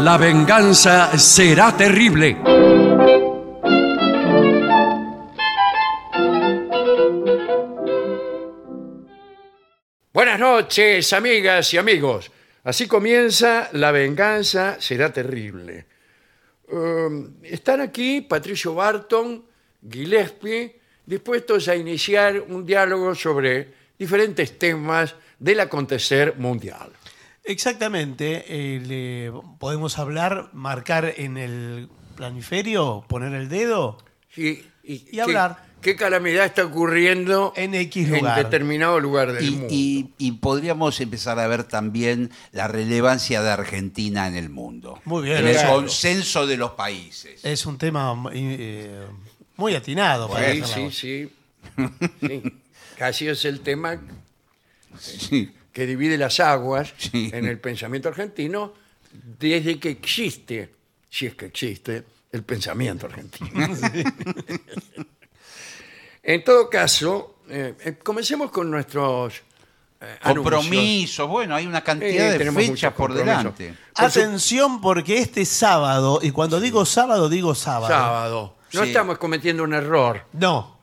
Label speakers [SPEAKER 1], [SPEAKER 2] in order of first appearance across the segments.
[SPEAKER 1] La venganza será terrible. Buenas noches, amigas y amigos. Así comienza La venganza será terrible. Um, están aquí Patricio Barton, Gillespie, dispuestos a iniciar un diálogo sobre diferentes temas del acontecer mundial.
[SPEAKER 2] Exactamente. eh, le- podemos hablar, marcar en el planiferio, poner el dedo
[SPEAKER 1] Y,
[SPEAKER 2] Y hablar.
[SPEAKER 1] ¿Qué calamidad está ocurriendo
[SPEAKER 2] en X
[SPEAKER 1] en
[SPEAKER 2] lugar.
[SPEAKER 1] determinado lugar del
[SPEAKER 3] Y,
[SPEAKER 1] mundo?
[SPEAKER 3] y- y podríamos empezar a ver también la relevancia de Argentina en el mundo.
[SPEAKER 2] Muy bien.
[SPEAKER 3] En el
[SPEAKER 1] Claro.
[SPEAKER 3] consenso de los países.
[SPEAKER 2] Es un tema eh, muy atinado para este
[SPEAKER 1] Sí,
[SPEAKER 2] hacer la
[SPEAKER 1] sí,
[SPEAKER 2] voz.
[SPEAKER 1] sí, Sí. Casi es el tema
[SPEAKER 3] Sí,
[SPEAKER 1] que divide las aguas
[SPEAKER 3] Sí.
[SPEAKER 1] en el pensamiento argentino desde que existe, si es que existe, el pensamiento argentino. en todo caso, eh, eh, comencemos con nuestros eh, anuncios.
[SPEAKER 3] Compromisos, bueno, hay una
[SPEAKER 1] Eh,
[SPEAKER 3] cantidad de
[SPEAKER 1] tenemos muchos
[SPEAKER 3] fechas por
[SPEAKER 1] compromisos.
[SPEAKER 3] delante.
[SPEAKER 1] Por su-
[SPEAKER 2] Atención porque este sábado, y cuando digo sábado, digo sábado.
[SPEAKER 1] sábado. No
[SPEAKER 3] Sí.
[SPEAKER 1] estamos cometiendo un error.
[SPEAKER 2] No.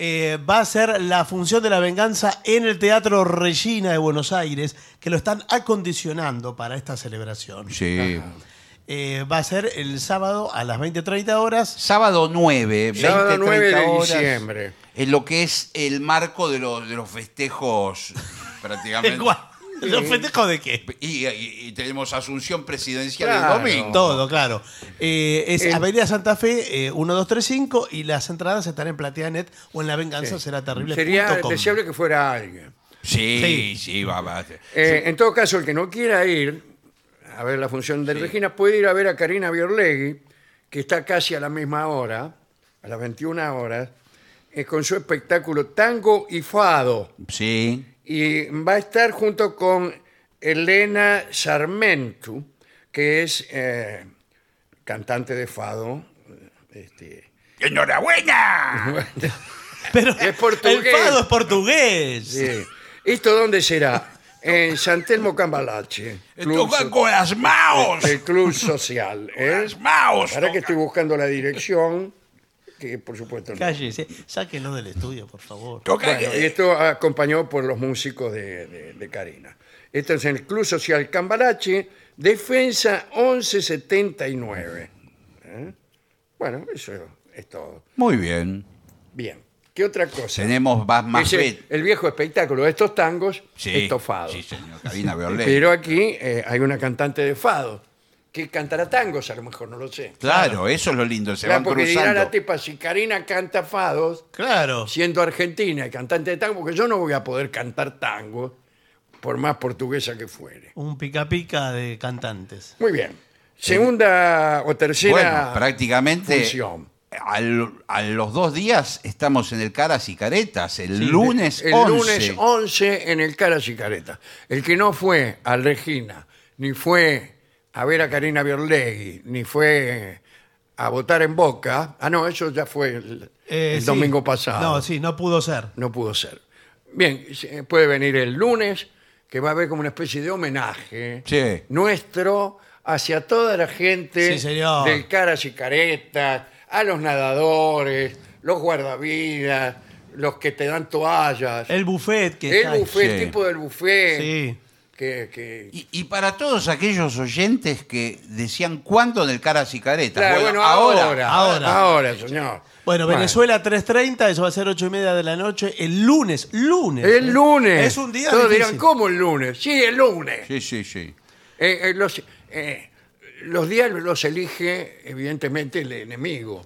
[SPEAKER 2] Eh, va a ser la función de la venganza en el Teatro Regina de Buenos Aires, que lo están acondicionando para esta celebración.
[SPEAKER 3] Sí.
[SPEAKER 2] Eh, va a ser el sábado a las 20.30 horas.
[SPEAKER 3] Sábado 9, 20,
[SPEAKER 1] Sábado 9 de
[SPEAKER 3] 30 horas,
[SPEAKER 1] diciembre.
[SPEAKER 3] En lo que es el marco de los, de los festejos, prácticamente.
[SPEAKER 2] ¿Los festejos de qué?
[SPEAKER 3] Y, y- y tenemos Asunción Presidencial
[SPEAKER 1] Claro.
[SPEAKER 3] el domingo.
[SPEAKER 2] Todo, claro. Eh, es
[SPEAKER 1] Eh,
[SPEAKER 2] Avenida Santa Fe, eh, 1235, y las entradas estarán en Plateanet o en la venganza será terrible.
[SPEAKER 1] Sería deseable que fuera alguien.
[SPEAKER 3] Sí, sí, va, va.
[SPEAKER 1] Eh, En todo caso, el que no quiera ir a ver la función de Regina puede ir a ver a Karina Biorlegui, que está casi a la misma hora, a las 21 horas, eh, con su espectáculo Tango y Fado.
[SPEAKER 3] Sí.
[SPEAKER 1] Y va a estar junto con Elena Sarmentu, que es eh, cantante de Fado. este,
[SPEAKER 3] ¡Enhorabuena!
[SPEAKER 2] Pero
[SPEAKER 1] Es portugués.
[SPEAKER 2] El fado es portugués.
[SPEAKER 1] sí. ¿Esto dónde será? En San Telmo Cambalache. Club
[SPEAKER 3] Tocan
[SPEAKER 1] So-
[SPEAKER 3] con las maos.
[SPEAKER 1] el Club Social. ¿eh?
[SPEAKER 3] Las maos.
[SPEAKER 1] Ahora que
[SPEAKER 3] tocan.
[SPEAKER 1] estoy buscando la dirección, que por supuesto no.
[SPEAKER 2] Cállese, sáquenlo del estudio, por favor.
[SPEAKER 3] Tocan
[SPEAKER 1] Bueno,
[SPEAKER 3] que-
[SPEAKER 1] y esto acompañado por los músicos de, de- de Karina. Esto es en el Club Social Cambalache, Defensa 1179. ¿Eh? Bueno, eso es todo.
[SPEAKER 3] Muy bien.
[SPEAKER 1] Bien. ¿Qué otra cosa?
[SPEAKER 3] Tenemos Bas más
[SPEAKER 1] Ese- el viejo espectáculo de estos tangos estofados.
[SPEAKER 3] Sí, señor. Karina Biolay.
[SPEAKER 1] Pero aquí eh, hay una cantante de fado que cantará tangos, a lo mejor, no lo sé.
[SPEAKER 3] claro, eso es lo lindo. Se
[SPEAKER 1] Claro,
[SPEAKER 3] van
[SPEAKER 1] porque dirá la
[SPEAKER 3] cruzando.
[SPEAKER 1] tipa, si Karina canta fados,
[SPEAKER 2] Claro.
[SPEAKER 1] siendo argentina y cantante de tango, porque yo no voy a poder cantar tango, por más portuguesa que fuere.
[SPEAKER 2] Un pica pica de cantantes.
[SPEAKER 1] Muy bien. Segunda o tercera
[SPEAKER 3] Bueno, prácticamente
[SPEAKER 1] función.
[SPEAKER 3] al- a los dos días estamos en el Caras y Caretas, el lunes
[SPEAKER 1] El
[SPEAKER 3] 11.
[SPEAKER 1] lunes 11 en el Cara Cicareta. El que no fue a Regina, ni fue a ver a Karina Biorlegui, ni fue a votar en Boca. Ah, no, eso ya fue el,
[SPEAKER 2] Eh,
[SPEAKER 1] el
[SPEAKER 2] sí.
[SPEAKER 1] domingo pasado.
[SPEAKER 2] No, sí, no pudo ser.
[SPEAKER 1] no pudo ser. Bien, se- puede venir el lunes, que va a haber como una especie de homenaje
[SPEAKER 3] Sí.
[SPEAKER 1] nuestro hacia toda la gente
[SPEAKER 2] Sí, señor.
[SPEAKER 1] del caras y caretas, a los nadadores, los guardavidas, los que te dan toallas, el,
[SPEAKER 2] El buffet que Eh, está-
[SPEAKER 1] buffet,
[SPEAKER 3] Sí.
[SPEAKER 1] el tipo del buffet,
[SPEAKER 2] Sí.
[SPEAKER 1] que, que-
[SPEAKER 3] Y, y para todos aquellos oyentes que decían cuándo en el Caras y Caretas.
[SPEAKER 1] Claro, bueno, ahora, ahora, ahora,
[SPEAKER 2] ahora.
[SPEAKER 1] señor.
[SPEAKER 2] Bueno, Venezuela 3.30, eso va a ser 8 y media de la noche, el lunes, lunes. ¿eh?
[SPEAKER 1] El lunes.
[SPEAKER 2] Es un día
[SPEAKER 1] Todos
[SPEAKER 2] difícil.
[SPEAKER 1] dirán, ¿cómo el lunes? Sí, el lunes.
[SPEAKER 3] Sí, sí, sí.
[SPEAKER 1] Eh, eh, los, eh, los días los elige, evidentemente, el enemigo.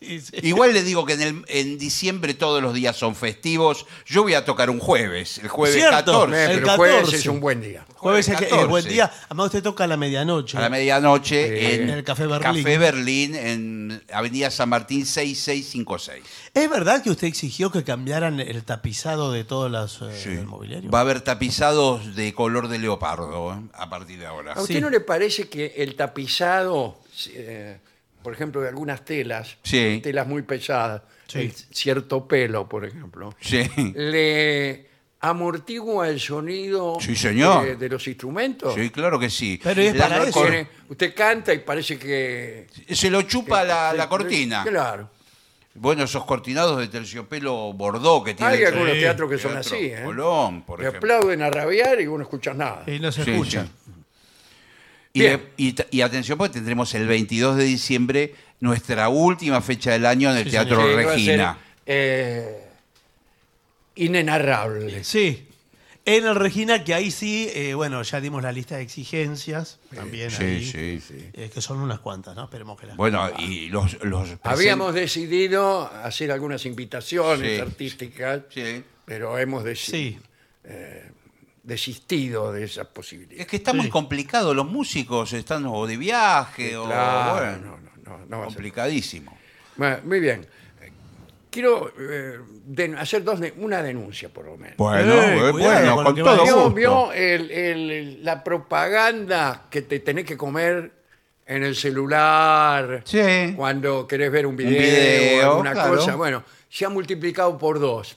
[SPEAKER 2] Sí, sí.
[SPEAKER 3] Igual le digo que en, el- en diciembre todos los días son festivos. Yo voy a tocar un jueves, el jueves
[SPEAKER 2] Cierto.
[SPEAKER 3] 14.
[SPEAKER 1] Eh,
[SPEAKER 2] El
[SPEAKER 1] pero jueves
[SPEAKER 2] 14.
[SPEAKER 1] es un buen día.
[SPEAKER 2] Jueves es que- es
[SPEAKER 3] 14.
[SPEAKER 2] buen día. Además, usted toca a la medianoche.
[SPEAKER 3] A la medianoche
[SPEAKER 1] Sí.
[SPEAKER 3] en
[SPEAKER 2] En el Café Berlín.
[SPEAKER 3] Café Berlín, en Avenida San Martín 6656.
[SPEAKER 2] ¿Es verdad que usted exigió que cambiaran el tapizado de todos los eh, del mobiliario?
[SPEAKER 3] Va a haber tapizados de color de leopardo ¿eh? a partir de ahora.
[SPEAKER 1] ¿A usted
[SPEAKER 2] Sí.
[SPEAKER 1] no le parece que el tapizado, eh, por ejemplo, de algunas telas,
[SPEAKER 3] Sí.
[SPEAKER 1] telas muy pesadas,
[SPEAKER 2] Sí.
[SPEAKER 1] el cierto pelo, por ejemplo,
[SPEAKER 3] Sí.
[SPEAKER 1] le amortigua el sonido
[SPEAKER 3] Sí, señor.
[SPEAKER 1] De, de los instrumentos.
[SPEAKER 3] Sí, claro que sí.
[SPEAKER 2] Pero es
[SPEAKER 3] La-
[SPEAKER 2] para eso.
[SPEAKER 1] Tiene- usted canta y parece que...
[SPEAKER 3] Se lo chupa la, la
[SPEAKER 1] Sí,
[SPEAKER 3] cortina.
[SPEAKER 1] Claro.
[SPEAKER 3] Bueno, esos cortinados de terciopelo bordó que tiene.
[SPEAKER 1] Hay
[SPEAKER 3] el
[SPEAKER 1] algunos
[SPEAKER 3] teatro-
[SPEAKER 1] teatros que son
[SPEAKER 3] Teatro
[SPEAKER 1] así. ¿eh?
[SPEAKER 3] Colón, por
[SPEAKER 1] Le
[SPEAKER 3] ejemplo.
[SPEAKER 1] aplauden a rabiar y uno escucha nada.
[SPEAKER 2] Y no se
[SPEAKER 3] Sí,
[SPEAKER 2] escucha.
[SPEAKER 3] sí. Y,
[SPEAKER 1] Bien.
[SPEAKER 3] de- y ta- y atención, porque tendremos el 22 de diciembre nuestra última fecha del año en el Teatro
[SPEAKER 1] Sí, va a ser,
[SPEAKER 3] Regina.
[SPEAKER 1] eh, inenarrable.
[SPEAKER 2] Sí. En el Regina, que ahí sí, eh, bueno, ya dimos la lista de exigencias también
[SPEAKER 3] sí,
[SPEAKER 2] ahí,
[SPEAKER 3] sí, sí.
[SPEAKER 2] eh, que son unas cuantas, ¿no? Esperemos que las.
[SPEAKER 3] Bueno, y los. los presen-
[SPEAKER 1] Habíamos decidido hacer algunas invitaciones
[SPEAKER 3] Sí.
[SPEAKER 1] artísticas,
[SPEAKER 3] Sí.
[SPEAKER 1] pero hemos desi-
[SPEAKER 2] sí.
[SPEAKER 1] desistido de esas posibilidades.
[SPEAKER 3] Es que está muy complicado, los músicos están o de viaje o.
[SPEAKER 1] Claro,
[SPEAKER 3] oh, bueno,
[SPEAKER 1] no, no, no, no va a ser.
[SPEAKER 3] complicadísimo.
[SPEAKER 1] Bueno, Muy bien. Quiero eh, den- hacer dos de- una denuncia, por lo menos.
[SPEAKER 3] Bueno,
[SPEAKER 2] Eh, cuidado
[SPEAKER 3] eh, bueno,
[SPEAKER 2] con lo
[SPEAKER 3] con
[SPEAKER 2] que
[SPEAKER 3] todo
[SPEAKER 2] vas a
[SPEAKER 1] ¿Vio,
[SPEAKER 3] gusto.
[SPEAKER 1] vio el- el- la propaganda que te tenés que comer en el celular?
[SPEAKER 3] Sí.
[SPEAKER 1] Cuando querés ver un video,
[SPEAKER 3] video,
[SPEAKER 1] alguna
[SPEAKER 3] claro.
[SPEAKER 1] cosa. Bueno, se ha multiplicado por dos.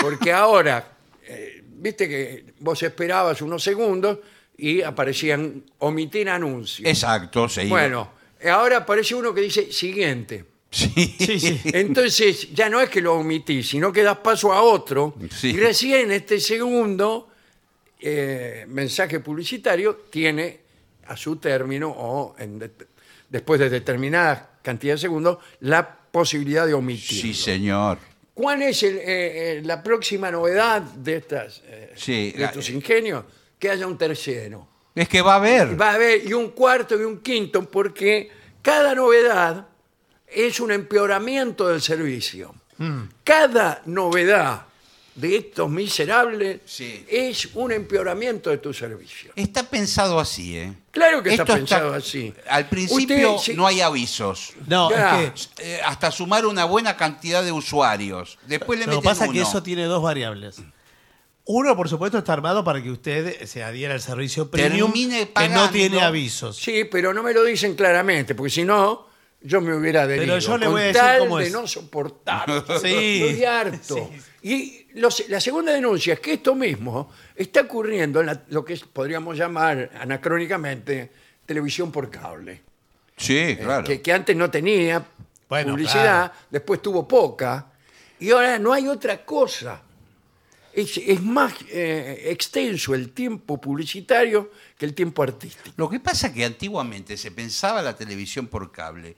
[SPEAKER 1] Porque ahora, eh, viste que vos esperabas unos segundos y aparecían omitir anuncios.
[SPEAKER 3] Exacto, sí.
[SPEAKER 1] Bueno, ahora aparece uno que dice siguiente.
[SPEAKER 3] Sí.
[SPEAKER 2] Sí, sí.
[SPEAKER 1] Entonces, ya no es que lo omitís, sino que das paso a otro.
[SPEAKER 3] Sí.
[SPEAKER 1] Y recién este segundo eh, mensaje publicitario tiene a su término o en de- después de determinada cantidad de segundos la posibilidad de omitir.
[SPEAKER 3] Sí, señor.
[SPEAKER 1] ¿Cuál es el, eh, eh, la próxima novedad de, estas, eh,
[SPEAKER 3] Sí,
[SPEAKER 1] de
[SPEAKER 3] la-
[SPEAKER 1] estos ingenios? Que haya un tercero.
[SPEAKER 3] Es que va a haber.
[SPEAKER 1] Va a haber y un cuarto y un quinto, porque cada novedad es un empeoramiento del servicio. Cada novedad de estos miserables
[SPEAKER 3] Sí.
[SPEAKER 1] es un empeoramiento de tu servicio.
[SPEAKER 3] Está pensado así, ¿eh?
[SPEAKER 1] Claro que está
[SPEAKER 3] Esto
[SPEAKER 1] pensado así.
[SPEAKER 3] Al principio
[SPEAKER 1] Usted, sí.
[SPEAKER 3] no hay avisos.
[SPEAKER 2] No,
[SPEAKER 1] Ya.
[SPEAKER 2] es que.
[SPEAKER 3] Eh, hasta sumar una buena cantidad de usuarios. Después le
[SPEAKER 2] Lo que
[SPEAKER 3] meten
[SPEAKER 2] pasa es
[SPEAKER 3] uno.
[SPEAKER 2] que eso tiene dos variables. Uno, por supuesto, está armado para que usted se adhiera al servicio premium
[SPEAKER 3] Termine
[SPEAKER 2] que no
[SPEAKER 3] pagando.
[SPEAKER 2] tiene avisos.
[SPEAKER 1] Sí, pero no me lo dicen claramente, porque si no, yo me hubiera adherido.
[SPEAKER 2] yo le
[SPEAKER 1] con
[SPEAKER 2] voy a decir
[SPEAKER 1] tal
[SPEAKER 2] cómo
[SPEAKER 1] de
[SPEAKER 2] es.
[SPEAKER 1] no soportar.
[SPEAKER 2] Sí.
[SPEAKER 1] Estoy harto. Y los- la segunda denuncia es que esto mismo está ocurriendo en la- lo que podríamos llamar anacrónicamente televisión por cable.
[SPEAKER 3] Sí, claro.
[SPEAKER 1] Eh, que, que antes no tenía
[SPEAKER 2] Bueno,
[SPEAKER 1] publicidad, después tuvo poca, y ahora no hay otra cosa. Es, es más eh, extenso el tiempo publicitario que el tiempo artístico.
[SPEAKER 3] Lo que pasa es que antiguamente se pensaba la televisión por cable.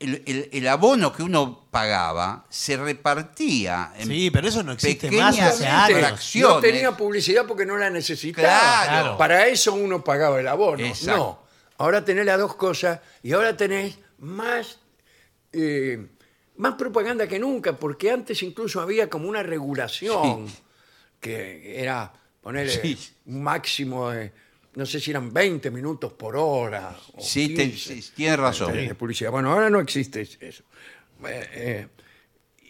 [SPEAKER 3] El, el- el abono que uno pagaba se repartía en
[SPEAKER 2] Sí, pero eso no existe
[SPEAKER 3] pequeñas
[SPEAKER 2] más hace años.
[SPEAKER 3] fracciones.
[SPEAKER 1] No tenía publicidad porque no la necesitaba.
[SPEAKER 3] ¿eh? Claro.
[SPEAKER 1] Para eso uno pagaba el abono.
[SPEAKER 3] Exacto.
[SPEAKER 1] No. Ahora tenés las dos cosas y ahora tenés más, eh, más propaganda que nunca, porque antes incluso había como una regulación que era poner
[SPEAKER 3] Sí.
[SPEAKER 1] un máximo de, no sé si eran 20 minutos por hora. o
[SPEAKER 3] Sí, te-
[SPEAKER 1] 15
[SPEAKER 3] sí, tiene razón.
[SPEAKER 1] de publicidad. Bueno, ahora no existe eso. Eh, eh,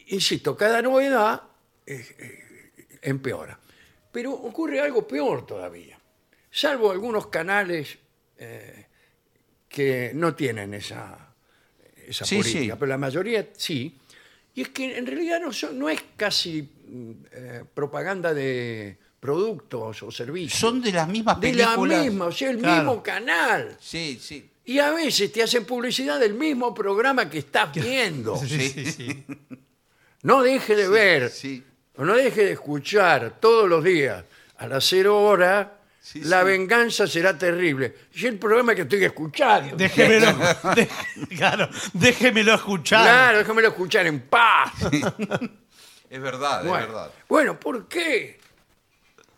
[SPEAKER 1] insisto, cada novedad eh, eh, empeora. Pero ocurre algo peor todavía. Salvo algunos canales eh, que no tienen esa, esa
[SPEAKER 3] Sí,
[SPEAKER 1] política,
[SPEAKER 3] sí.
[SPEAKER 1] pero la mayoría sí. Y es que en realidad no, son- no es casi mm, eh, propaganda de productos o servicios.
[SPEAKER 3] Son de las mismas
[SPEAKER 1] de la
[SPEAKER 3] películas.
[SPEAKER 1] misma, o sea, el
[SPEAKER 2] Claro.
[SPEAKER 1] mismo canal.
[SPEAKER 3] Sí, sí.
[SPEAKER 1] Y a veces te hacen publicidad del mismo programa que estás viendo.
[SPEAKER 2] Sí, sí, sí.
[SPEAKER 1] No deje de ver,
[SPEAKER 3] sí.
[SPEAKER 1] o no deje de escuchar todos los días a las cero horas,
[SPEAKER 3] Sí,
[SPEAKER 1] la
[SPEAKER 3] sí.
[SPEAKER 1] venganza será terrible. Y el programa que estoy escuchando.
[SPEAKER 2] Déjemelo, de- claro, déjemelo escuchar.
[SPEAKER 1] Claro, déjamelo escuchar en paz.
[SPEAKER 3] Es verdad, es
[SPEAKER 1] Bueno,
[SPEAKER 3] verdad.
[SPEAKER 1] bueno, ¿por qué?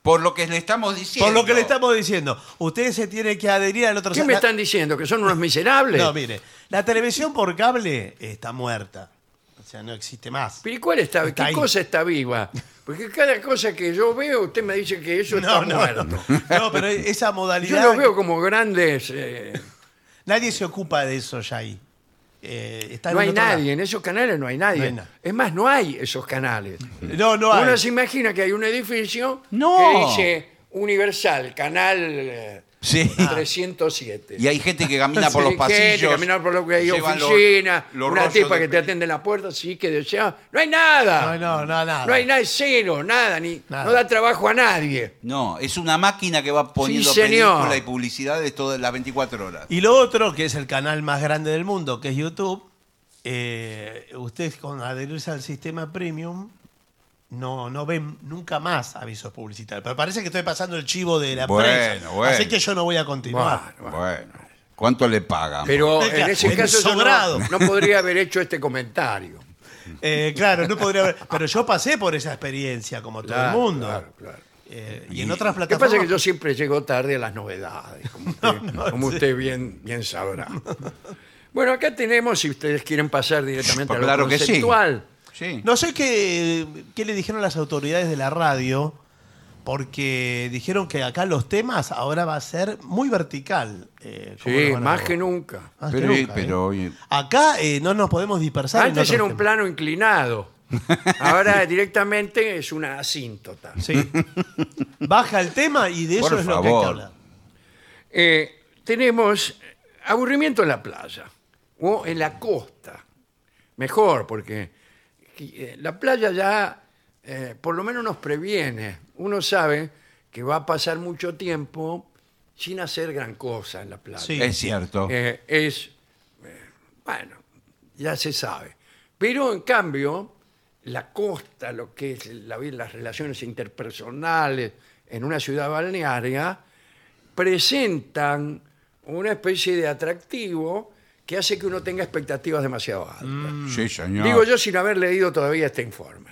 [SPEAKER 3] Por lo que le estamos diciendo.
[SPEAKER 2] Por lo que le estamos diciendo, usted se tiene que adherir al otro
[SPEAKER 1] ¿Qué me
[SPEAKER 2] la-
[SPEAKER 1] están diciendo? ¿Que son unos miserables?
[SPEAKER 2] No, mire, la televisión por cable está muerta. O sea, no existe más.
[SPEAKER 1] ¿Pero y cuál está,
[SPEAKER 2] Está
[SPEAKER 1] qué
[SPEAKER 2] ahí.
[SPEAKER 1] cosa está viva? Porque cada cosa que yo veo, usted me dice que eso está
[SPEAKER 2] No, no,
[SPEAKER 1] muerto.
[SPEAKER 2] no. No, pero esa
[SPEAKER 1] Yo
[SPEAKER 2] modalidad.
[SPEAKER 1] lo veo como grandes... eh,
[SPEAKER 2] Nadie se ocupa de eso ya ahí. Eh, está en
[SPEAKER 1] No hay
[SPEAKER 2] otro lado.
[SPEAKER 1] nadie, en esos canales no hay nadie.
[SPEAKER 2] No hay na-
[SPEAKER 1] es más, no hay esos canales.
[SPEAKER 2] No, no hay.
[SPEAKER 1] Uno se imagina que hay un edificio
[SPEAKER 3] No.
[SPEAKER 1] que dice Universal, canal eh,
[SPEAKER 3] Sí.
[SPEAKER 1] 307.
[SPEAKER 3] Ah. Y hay gente que camina por los
[SPEAKER 1] Sí, gente,
[SPEAKER 3] pasillos.
[SPEAKER 1] caminar por lo que hay
[SPEAKER 3] llevan los-
[SPEAKER 1] oficina,
[SPEAKER 3] los
[SPEAKER 1] una
[SPEAKER 3] rollos
[SPEAKER 1] tipa
[SPEAKER 3] de
[SPEAKER 1] que te
[SPEAKER 3] peli-
[SPEAKER 1] atiende en la puerta, sí que desea, no hay nada,
[SPEAKER 2] No, no, no, nada.
[SPEAKER 1] no hay nada, es cero, nada, ni
[SPEAKER 2] Nada.
[SPEAKER 1] no da trabajo a nadie.
[SPEAKER 3] No, es una máquina que va poniendo
[SPEAKER 1] señor.
[SPEAKER 3] películas y publicidades todas las 24 horas.
[SPEAKER 2] Y lo otro, que es el canal más grande del mundo, que es YouTube, eh, ustedes con adherirse al sistema premium no, no ven nunca más avisos publicitarios. Pero parece que estoy pasando el chivo de la
[SPEAKER 3] Bueno,
[SPEAKER 2] prensa.
[SPEAKER 3] bueno.
[SPEAKER 2] Así que yo no voy a continuar.
[SPEAKER 1] Bueno,
[SPEAKER 3] Bueno, ¿cuánto le pagan?
[SPEAKER 1] Pero
[SPEAKER 2] Venga,
[SPEAKER 1] en ese
[SPEAKER 2] el
[SPEAKER 1] caso yo
[SPEAKER 2] sobrado.
[SPEAKER 1] no, no podría haber hecho este comentario.
[SPEAKER 2] Eh, claro, no podría haber. Pero yo pasé por esa experiencia, como todo
[SPEAKER 1] Claro,
[SPEAKER 2] el mundo.
[SPEAKER 1] claro, claro.
[SPEAKER 2] Eh, y en otras
[SPEAKER 1] Lo que pasa es que
[SPEAKER 2] plataformas.
[SPEAKER 1] yo siempre llego tarde a las novedades, como usted, como usted bien, bien sabrá. Bueno, acá tenemos, si ustedes quieren pasar directamente a lo
[SPEAKER 3] Claro que sí.
[SPEAKER 1] conceptual.
[SPEAKER 3] Sí.
[SPEAKER 2] No sé qué, qué le dijeron las autoridades de la radio, porque dijeron que acá los temas ahora va a ser muy vertical. eh, cómo
[SPEAKER 1] Sí,
[SPEAKER 2] lo van a
[SPEAKER 1] más que
[SPEAKER 2] abordar.
[SPEAKER 1] nunca.
[SPEAKER 2] Más que
[SPEAKER 3] pero,
[SPEAKER 2] nunca, ¿eh?
[SPEAKER 3] pero, oye,
[SPEAKER 2] Acá eh, no nos podemos dispersar. en
[SPEAKER 1] Antes
[SPEAKER 2] otros
[SPEAKER 1] era un
[SPEAKER 2] temas.
[SPEAKER 1] plano inclinado. Ahora directamente es una asíntota.
[SPEAKER 2] Sí. Baja el tema y de eso
[SPEAKER 3] Por
[SPEAKER 2] es lo que hay que
[SPEAKER 3] favor.
[SPEAKER 2] hablar.
[SPEAKER 1] Eh, tenemos aburrimiento en la playa o en la costa. Mejor, porque eh, la playa ya eh, por lo menos nos previene. Uno sabe que va a pasar mucho tiempo sin hacer gran cosa en la playa.
[SPEAKER 2] Sí.
[SPEAKER 3] es cierto.
[SPEAKER 1] Eh, es, eh, bueno, ya se sabe. Pero en cambio, la costa, lo que es la vi- las relaciones interpersonales en una ciudad balnearia, presentan una especie de atractivo que hace que uno tenga expectativas demasiado altas.
[SPEAKER 2] Mm,
[SPEAKER 3] sí, señor.
[SPEAKER 1] Digo yo sin haber leído todavía este informe,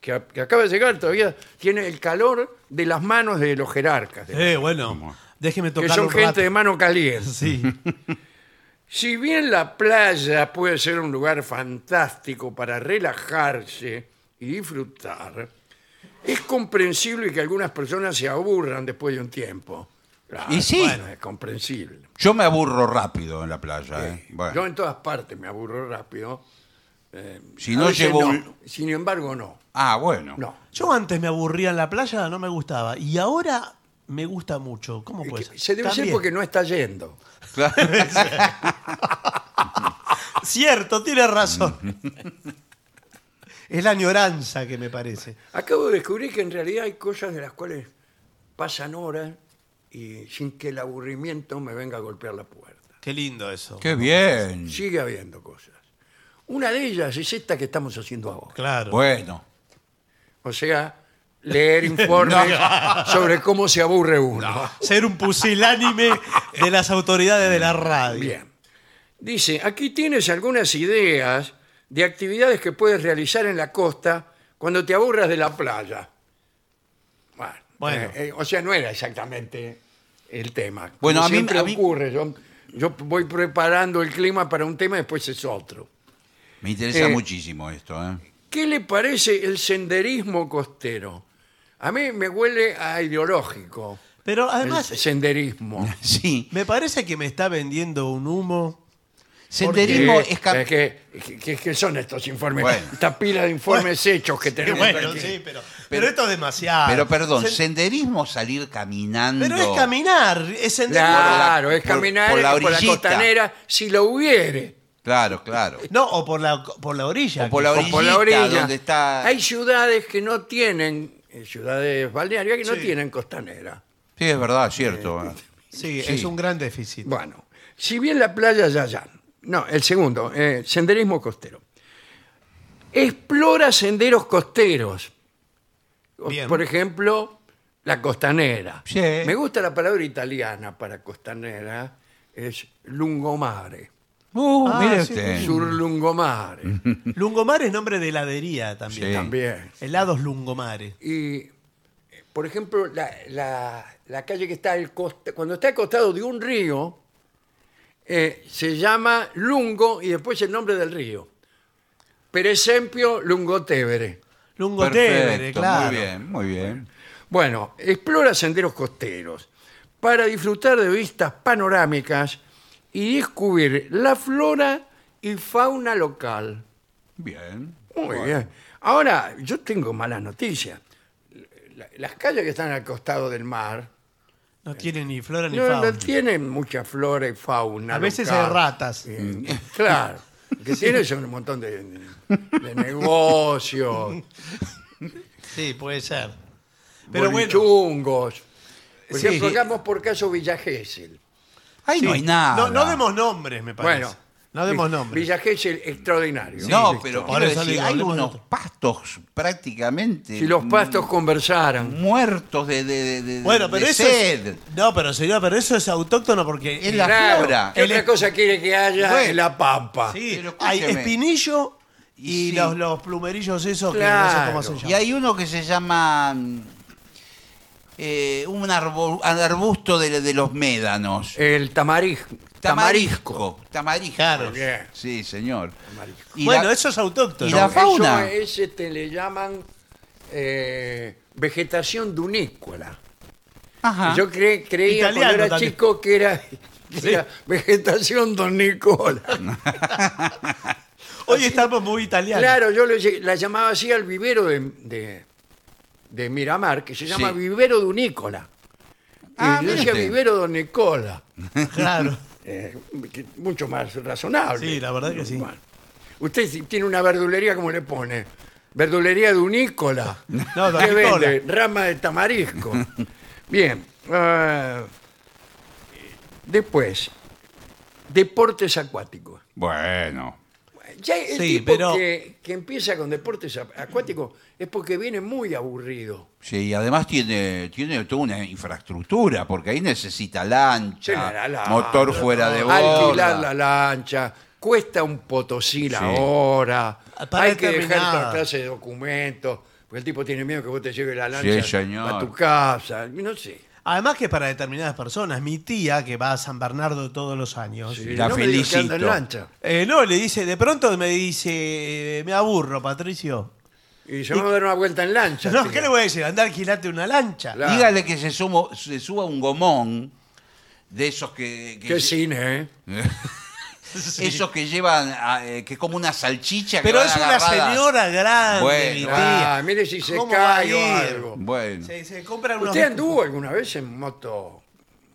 [SPEAKER 1] que, a- que acaba de llegar, todavía tiene el calor de las manos de los jerarcas, de-
[SPEAKER 2] Eh, bueno, déjeme
[SPEAKER 1] que
[SPEAKER 2] tocar
[SPEAKER 1] son
[SPEAKER 2] un
[SPEAKER 1] gente
[SPEAKER 2] rato.
[SPEAKER 1] de mano caliente.
[SPEAKER 2] Sí.
[SPEAKER 1] Si bien la playa puede ser un lugar fantástico para relajarse y disfrutar, es comprensible que algunas personas se aburran después de un tiempo. Claro,
[SPEAKER 3] Y sí.
[SPEAKER 1] Bueno, es comprensible.
[SPEAKER 3] Yo me aburro rápido en la playa. ¿eh? Bueno,
[SPEAKER 1] Yo en todas partes me aburro rápido.
[SPEAKER 3] si
[SPEAKER 1] A
[SPEAKER 3] no
[SPEAKER 1] veces
[SPEAKER 3] llevo...
[SPEAKER 1] no.
[SPEAKER 3] un-
[SPEAKER 1] Sin embargo, no.
[SPEAKER 3] Ah, bueno.
[SPEAKER 1] No.
[SPEAKER 2] Yo antes me aburría en la playa, no me gustaba. Y ahora me gusta mucho. ¿Cómo
[SPEAKER 3] Pues,
[SPEAKER 2] puede ser?
[SPEAKER 1] Se debe ser
[SPEAKER 2] También.
[SPEAKER 1] porque no está yendo.
[SPEAKER 3] Claro.
[SPEAKER 2] Cierto, tiene razón. es la añoranza que me parece.
[SPEAKER 1] Acabo de descubrir que en realidad hay cosas de las cuales pasan horas y sin que el aburrimiento me venga a golpear la puerta.
[SPEAKER 2] Qué lindo eso.
[SPEAKER 3] Qué bien.
[SPEAKER 1] Sigue habiendo cosas. Una de ellas es esta que estamos haciendo ahora.
[SPEAKER 2] Claro.
[SPEAKER 3] Bueno.
[SPEAKER 1] O sea, leer informes sobre cómo se aburre uno.
[SPEAKER 2] Ser un pusilánime de las autoridades de la radio.
[SPEAKER 1] Bien. Dice, aquí tienes algunas ideas de actividades que puedes realizar en la costa cuando te aburras de la playa. Bueno,
[SPEAKER 2] Bueno.
[SPEAKER 1] eh, eh, o sea, no era exactamente el tema. Como
[SPEAKER 3] Bueno, a mí-
[SPEAKER 1] siempre
[SPEAKER 3] a mí-
[SPEAKER 1] ocurre. Yo, yo voy preparando el clima para un tema y después es otro.
[SPEAKER 3] Me interesa
[SPEAKER 1] Eh,
[SPEAKER 3] muchísimo esto. ¿eh?
[SPEAKER 1] ¿Qué le parece el senderismo costero? A mí me huele a ideológico.
[SPEAKER 2] Pero además,
[SPEAKER 1] el senderismo.
[SPEAKER 3] Sí.
[SPEAKER 2] me parece que me está vendiendo un humo.
[SPEAKER 3] Senderismo
[SPEAKER 1] Porque-
[SPEAKER 3] es... cap-
[SPEAKER 1] es que, que- que son estos informes?
[SPEAKER 3] Bueno.
[SPEAKER 1] Esta pila de informes hechos que tenemos. aquí.
[SPEAKER 2] Eh, pero, pero esto es demasiado.
[SPEAKER 3] Pero perdón,
[SPEAKER 2] Se-
[SPEAKER 3] senderismo salir caminando.
[SPEAKER 2] pero es caminar, es senderismo.
[SPEAKER 1] Claro, es
[SPEAKER 3] Por-
[SPEAKER 1] caminar por
[SPEAKER 3] por
[SPEAKER 1] la,
[SPEAKER 3] la orillita.
[SPEAKER 1] costanera si lo hubiere.
[SPEAKER 3] Claro, claro.
[SPEAKER 2] No, o por la, por la orilla.
[SPEAKER 3] O por la
[SPEAKER 1] o por la
[SPEAKER 3] Orillita,
[SPEAKER 1] orilla.
[SPEAKER 3] donde está-
[SPEAKER 1] Hay ciudades que no tienen, eh, ciudades balnearias que no
[SPEAKER 2] Sí.
[SPEAKER 1] tienen costanera.
[SPEAKER 3] Sí, es verdad, cierto. ¿eh?
[SPEAKER 2] Sí, es un gran déficit.
[SPEAKER 1] Bueno, si bien la playa ya ya. No, el segundo, eh, senderismo costero. Explora senderos costeros. O,
[SPEAKER 2] Bien.
[SPEAKER 1] Por ejemplo, la costanera.
[SPEAKER 3] Sí.
[SPEAKER 1] Me gusta la palabra italiana para costanera, es lungomare.
[SPEAKER 3] Uh,
[SPEAKER 2] Ah,
[SPEAKER 3] mire
[SPEAKER 2] sí,
[SPEAKER 3] usted.
[SPEAKER 1] Sur lungomare.
[SPEAKER 2] Lungomar es nombre de heladería también.
[SPEAKER 3] Sí.
[SPEAKER 1] También.
[SPEAKER 2] Helados Lungomares.
[SPEAKER 1] Y, eh, por ejemplo, la, la- la calle que está al costa, cuando está al costado de un río, eh, se llama Lungo y después el nombre del río. Per esempio, Lungotevere.
[SPEAKER 2] Lungotevere,
[SPEAKER 3] Perfecto,
[SPEAKER 2] claro.
[SPEAKER 3] Muy bien, muy bien.
[SPEAKER 1] Bueno, explora senderos costeros para disfrutar de vistas panorámicas y descubrir la flora y fauna local.
[SPEAKER 3] Bien.
[SPEAKER 1] Muy bien. Ahora, yo tengo malas noticias. La- Las calles que están al costado del mar
[SPEAKER 2] No tiene ni flora ni
[SPEAKER 1] No,
[SPEAKER 2] fauna.
[SPEAKER 1] no tienen mucha flora y fauna.
[SPEAKER 2] A veces
[SPEAKER 1] local.
[SPEAKER 2] hay ratas.
[SPEAKER 1] Eh, claro. Lo que tiene son un montón de, de negocios,
[SPEAKER 2] Sí, puede ser.
[SPEAKER 1] Pero
[SPEAKER 2] Pero bueno.
[SPEAKER 1] Por
[SPEAKER 2] Sí.
[SPEAKER 1] ejemplo, hagamos por caso Villa Gesell.
[SPEAKER 3] Ahí no
[SPEAKER 2] sí.
[SPEAKER 3] hay nada.
[SPEAKER 2] No, no demos nombres, me parece.
[SPEAKER 1] Bueno.
[SPEAKER 2] No demos nombres.
[SPEAKER 1] Villa Gesell, extraordinario.
[SPEAKER 3] No,
[SPEAKER 2] listo.
[SPEAKER 3] pero
[SPEAKER 2] Por
[SPEAKER 3] quiero
[SPEAKER 2] eso
[SPEAKER 3] decir,
[SPEAKER 2] digo,
[SPEAKER 3] hay
[SPEAKER 2] hablemos de
[SPEAKER 3] unos
[SPEAKER 2] otro.
[SPEAKER 3] pastos prácticamente.
[SPEAKER 1] Si los
[SPEAKER 3] mm,
[SPEAKER 1] pastos
[SPEAKER 3] mu-
[SPEAKER 1] conversaran.
[SPEAKER 3] Muertos de, de, de- de-
[SPEAKER 2] Bueno,
[SPEAKER 3] de
[SPEAKER 2] pero eso
[SPEAKER 3] sed.
[SPEAKER 2] es, No, pero señora, pero eso es autóctono porque
[SPEAKER 3] Es la
[SPEAKER 1] Claro,
[SPEAKER 3] flora.
[SPEAKER 1] ¿Qué
[SPEAKER 2] El
[SPEAKER 1] otra
[SPEAKER 2] es-
[SPEAKER 1] cosa quiere que haya
[SPEAKER 3] Bueno.
[SPEAKER 1] en la pampa?
[SPEAKER 2] Sí,
[SPEAKER 3] Pero
[SPEAKER 2] hay
[SPEAKER 3] escúcheme.
[SPEAKER 2] espinillo
[SPEAKER 3] Y
[SPEAKER 2] y,
[SPEAKER 3] sí.
[SPEAKER 2] los, los plumerillos esos que no sé
[SPEAKER 1] Claro.
[SPEAKER 2] cómo se llaman.
[SPEAKER 3] Y hay uno que se llama mm, eh, un arbo- arbusto de, de los médanos.
[SPEAKER 1] El tamariz- tamarisco.
[SPEAKER 3] Tamarisco. Tamarisco.
[SPEAKER 2] Claro.
[SPEAKER 1] Muy bien.
[SPEAKER 3] Sí, señor.
[SPEAKER 1] Tamarisco.
[SPEAKER 3] Y
[SPEAKER 2] bueno,
[SPEAKER 3] la-
[SPEAKER 2] eso es autóctono.
[SPEAKER 3] y la
[SPEAKER 1] Eso
[SPEAKER 3] fauna.
[SPEAKER 1] es, este, le llaman eh, vegetación dunícola.
[SPEAKER 3] Ajá.
[SPEAKER 1] Yo cre- creía
[SPEAKER 2] Italiano
[SPEAKER 1] cuando era
[SPEAKER 2] también.
[SPEAKER 1] chico que era, que
[SPEAKER 2] Sí.
[SPEAKER 1] era vegetación dunícola.
[SPEAKER 2] Hoy estamos muy italianos.
[SPEAKER 1] Claro, yo le lle- la llamaba así al vivero de, de- de Miramar, que se llama
[SPEAKER 3] Sí.
[SPEAKER 1] vivero dunícola. Y
[SPEAKER 3] Ah,
[SPEAKER 1] yo
[SPEAKER 3] mire
[SPEAKER 1] decía
[SPEAKER 3] usted.
[SPEAKER 1] vivero dunícola.
[SPEAKER 2] Claro.
[SPEAKER 1] eh, que- mucho más razonable.
[SPEAKER 2] Sí, la verdad que sí.
[SPEAKER 1] Bueno. Usted si tiene una verdulería, ¿cómo le pone? Verdulería dunícola.
[SPEAKER 2] No,
[SPEAKER 1] ¿Qué
[SPEAKER 2] dunícola.
[SPEAKER 1] vende? Rama de tamarisco. Bien. ah, después, deportes acuáticos.
[SPEAKER 3] Bueno.
[SPEAKER 1] Ya el
[SPEAKER 2] Sí,
[SPEAKER 1] tipo
[SPEAKER 2] pero-
[SPEAKER 1] que, que empieza con deportes a- acuáticos es porque viene muy aburrido.
[SPEAKER 3] Sí, y además tiene, tiene toda una infraestructura, porque ahí necesita lancha,
[SPEAKER 1] Se la- la- la-
[SPEAKER 3] motor fuera de
[SPEAKER 1] Alquilar
[SPEAKER 3] borda.
[SPEAKER 1] la lancha, cuesta un potosí la
[SPEAKER 3] Sí.
[SPEAKER 1] hora,
[SPEAKER 2] Ah, Para
[SPEAKER 1] hay que dejar
[SPEAKER 2] determinada.
[SPEAKER 1] toda clase de documentos, porque el tipo tiene miedo que vos te lleves la lancha
[SPEAKER 3] Sí, señor.
[SPEAKER 1] a tu casa, no sé.
[SPEAKER 2] Además que para determinadas personas, mi tía que va a San Bernardo todos los años,
[SPEAKER 1] Sí,
[SPEAKER 3] la
[SPEAKER 1] no me digas que anda en
[SPEAKER 3] felicito.
[SPEAKER 1] lancha.
[SPEAKER 2] eh, no, le dice, de pronto me dice, eh, me aburro, Patricio.
[SPEAKER 1] Y yo me voy a dar una vuelta en lancha.
[SPEAKER 2] No,
[SPEAKER 1] tío.
[SPEAKER 2] ¿qué le voy a decir? Andá, alquilate una lancha.
[SPEAKER 1] Claro.
[SPEAKER 3] Dígale que se, sumo- se suba un gomón de esos que... que
[SPEAKER 1] Qué cine, ¿eh?
[SPEAKER 3] Esos que llevan, a- eh, que es como una salchicha. que
[SPEAKER 2] Pero
[SPEAKER 3] van
[SPEAKER 2] es una
[SPEAKER 3] agarradas.
[SPEAKER 2] señora grande,
[SPEAKER 3] Bueno.
[SPEAKER 2] mi tía.
[SPEAKER 1] Ah, mire si se
[SPEAKER 2] ¿Cómo va a
[SPEAKER 1] cae o
[SPEAKER 2] ir?
[SPEAKER 1] algo.
[SPEAKER 3] Bueno.
[SPEAKER 2] Se, se compran unos...
[SPEAKER 1] ¿Usted anduvo alguna vez en moto,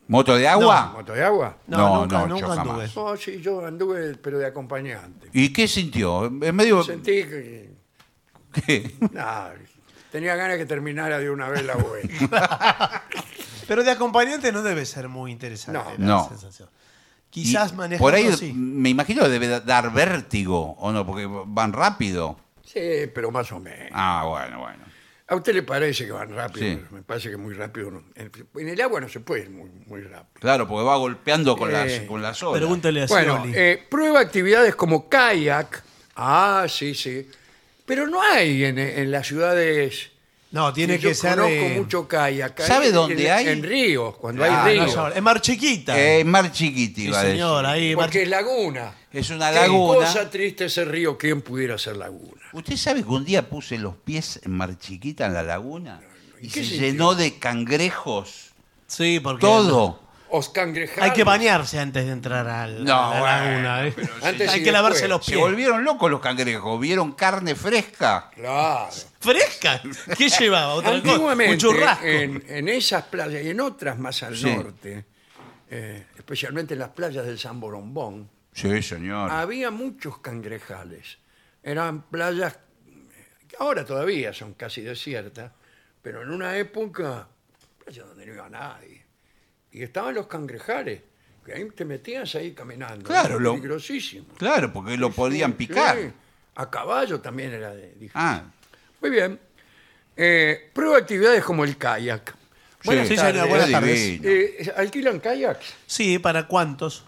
[SPEAKER 3] ¿Moto de agua?
[SPEAKER 1] moto de agua?
[SPEAKER 2] No,
[SPEAKER 3] No,
[SPEAKER 2] nunca,
[SPEAKER 3] no,
[SPEAKER 2] nunca
[SPEAKER 3] yo
[SPEAKER 2] anduve.
[SPEAKER 3] jamás.
[SPEAKER 1] No, sí, yo anduve, pero de acompañante.
[SPEAKER 3] ¿Y qué sintió? En medio...
[SPEAKER 1] Sentí que...
[SPEAKER 3] ¿Qué?
[SPEAKER 1] nada, tenía ganas que terminara de una vez la vuelta.
[SPEAKER 2] Pero de acompañante no debe ser muy interesante.
[SPEAKER 1] No.
[SPEAKER 2] la
[SPEAKER 3] No.
[SPEAKER 2] sensación. Quizás
[SPEAKER 3] Y
[SPEAKER 2] manejando
[SPEAKER 3] Por ahí
[SPEAKER 2] sí.
[SPEAKER 3] me imagino que debe da- dar vértigo, ¿o no? Porque van rápido.
[SPEAKER 1] Sí, pero más o menos.
[SPEAKER 3] Ah, bueno, bueno.
[SPEAKER 1] A usted le parece que van rápido,
[SPEAKER 3] Sí.
[SPEAKER 1] pero me parece que muy rápido. no. En en el agua no se puede ir muy, muy rápido.
[SPEAKER 3] Claro, porque va golpeando con,
[SPEAKER 1] Eh,
[SPEAKER 3] las, con las olas.
[SPEAKER 2] Pregúntale a
[SPEAKER 1] Bueno,
[SPEAKER 2] Scioli.
[SPEAKER 1] eh, prueba actividades como kayak. Ah, sí, sí. Pero no hay en, en las ciudades.
[SPEAKER 2] no, tiene
[SPEAKER 1] yo
[SPEAKER 2] que ser...
[SPEAKER 1] Conozco
[SPEAKER 2] eh,
[SPEAKER 1] mucho kayak.
[SPEAKER 3] ¿Sabe
[SPEAKER 1] En-
[SPEAKER 3] dónde
[SPEAKER 1] en-
[SPEAKER 3] hay?
[SPEAKER 1] En ríos, cuando
[SPEAKER 2] ah,
[SPEAKER 1] hay
[SPEAKER 2] no, eh,
[SPEAKER 1] ríos.
[SPEAKER 2] sobre- es mar chiquita.
[SPEAKER 3] Eh, mar chiquiti,
[SPEAKER 2] sí,
[SPEAKER 3] iba a decir.
[SPEAKER 2] señor, ahí... mar-
[SPEAKER 1] porque es laguna.
[SPEAKER 3] Es una
[SPEAKER 1] Qué
[SPEAKER 3] laguna.
[SPEAKER 1] cosa triste ese río, ¿quién pudiera ser laguna?
[SPEAKER 3] ¿Usted sabe que un día puse los pies en mar chiquita en la laguna?
[SPEAKER 1] ¿Y
[SPEAKER 3] Y
[SPEAKER 1] qué
[SPEAKER 3] se
[SPEAKER 1] sintió?
[SPEAKER 3] llenó de cangrejos.
[SPEAKER 2] Sí, porque...
[SPEAKER 3] Todo.
[SPEAKER 1] Os cangrejados.
[SPEAKER 2] Hay que bañarse antes de entrar al,
[SPEAKER 3] No,
[SPEAKER 2] a la
[SPEAKER 3] bueno,
[SPEAKER 2] laguna. ¿eh?
[SPEAKER 3] pero
[SPEAKER 1] Antes y
[SPEAKER 2] Hay que
[SPEAKER 1] después.
[SPEAKER 2] lavarse los
[SPEAKER 3] Se
[SPEAKER 2] pies.
[SPEAKER 3] volvieron locos los cangrejos. Vieron carne fresca.
[SPEAKER 1] Claro.
[SPEAKER 2] ¿Fresca? ¿Qué llevaba? ¿Otra cosa? Un
[SPEAKER 1] Antiguamente, eh,
[SPEAKER 2] churrasco.
[SPEAKER 1] en, en esas playas y en otras más al
[SPEAKER 3] Sí.
[SPEAKER 1] norte, eh, especialmente en las playas del San Borombón,
[SPEAKER 3] Sí, señor.
[SPEAKER 1] había muchos cangrejales. Eran playas eh, que ahora todavía son casi desiertas, pero en una época, playas donde no iba nadie. Y estaban los cangrejales, que ahí te metías ahí caminando.
[SPEAKER 3] Claro,
[SPEAKER 1] era
[SPEAKER 3] lo-
[SPEAKER 1] peligrosísimo.
[SPEAKER 3] Claro, porque lo podían
[SPEAKER 1] Sí,
[SPEAKER 3] picar.
[SPEAKER 1] sí. A caballo también era de- difícil.
[SPEAKER 3] Ah,
[SPEAKER 1] Muy bien. Eh, prueba actividades como el kayak. Buenas
[SPEAKER 2] Sí,
[SPEAKER 1] tardes.
[SPEAKER 2] señor, buenas
[SPEAKER 3] es
[SPEAKER 2] tardes.
[SPEAKER 3] divino.
[SPEAKER 1] Eh, ¿Alquilan kayaks?
[SPEAKER 2] Sí, ¿para cuántos?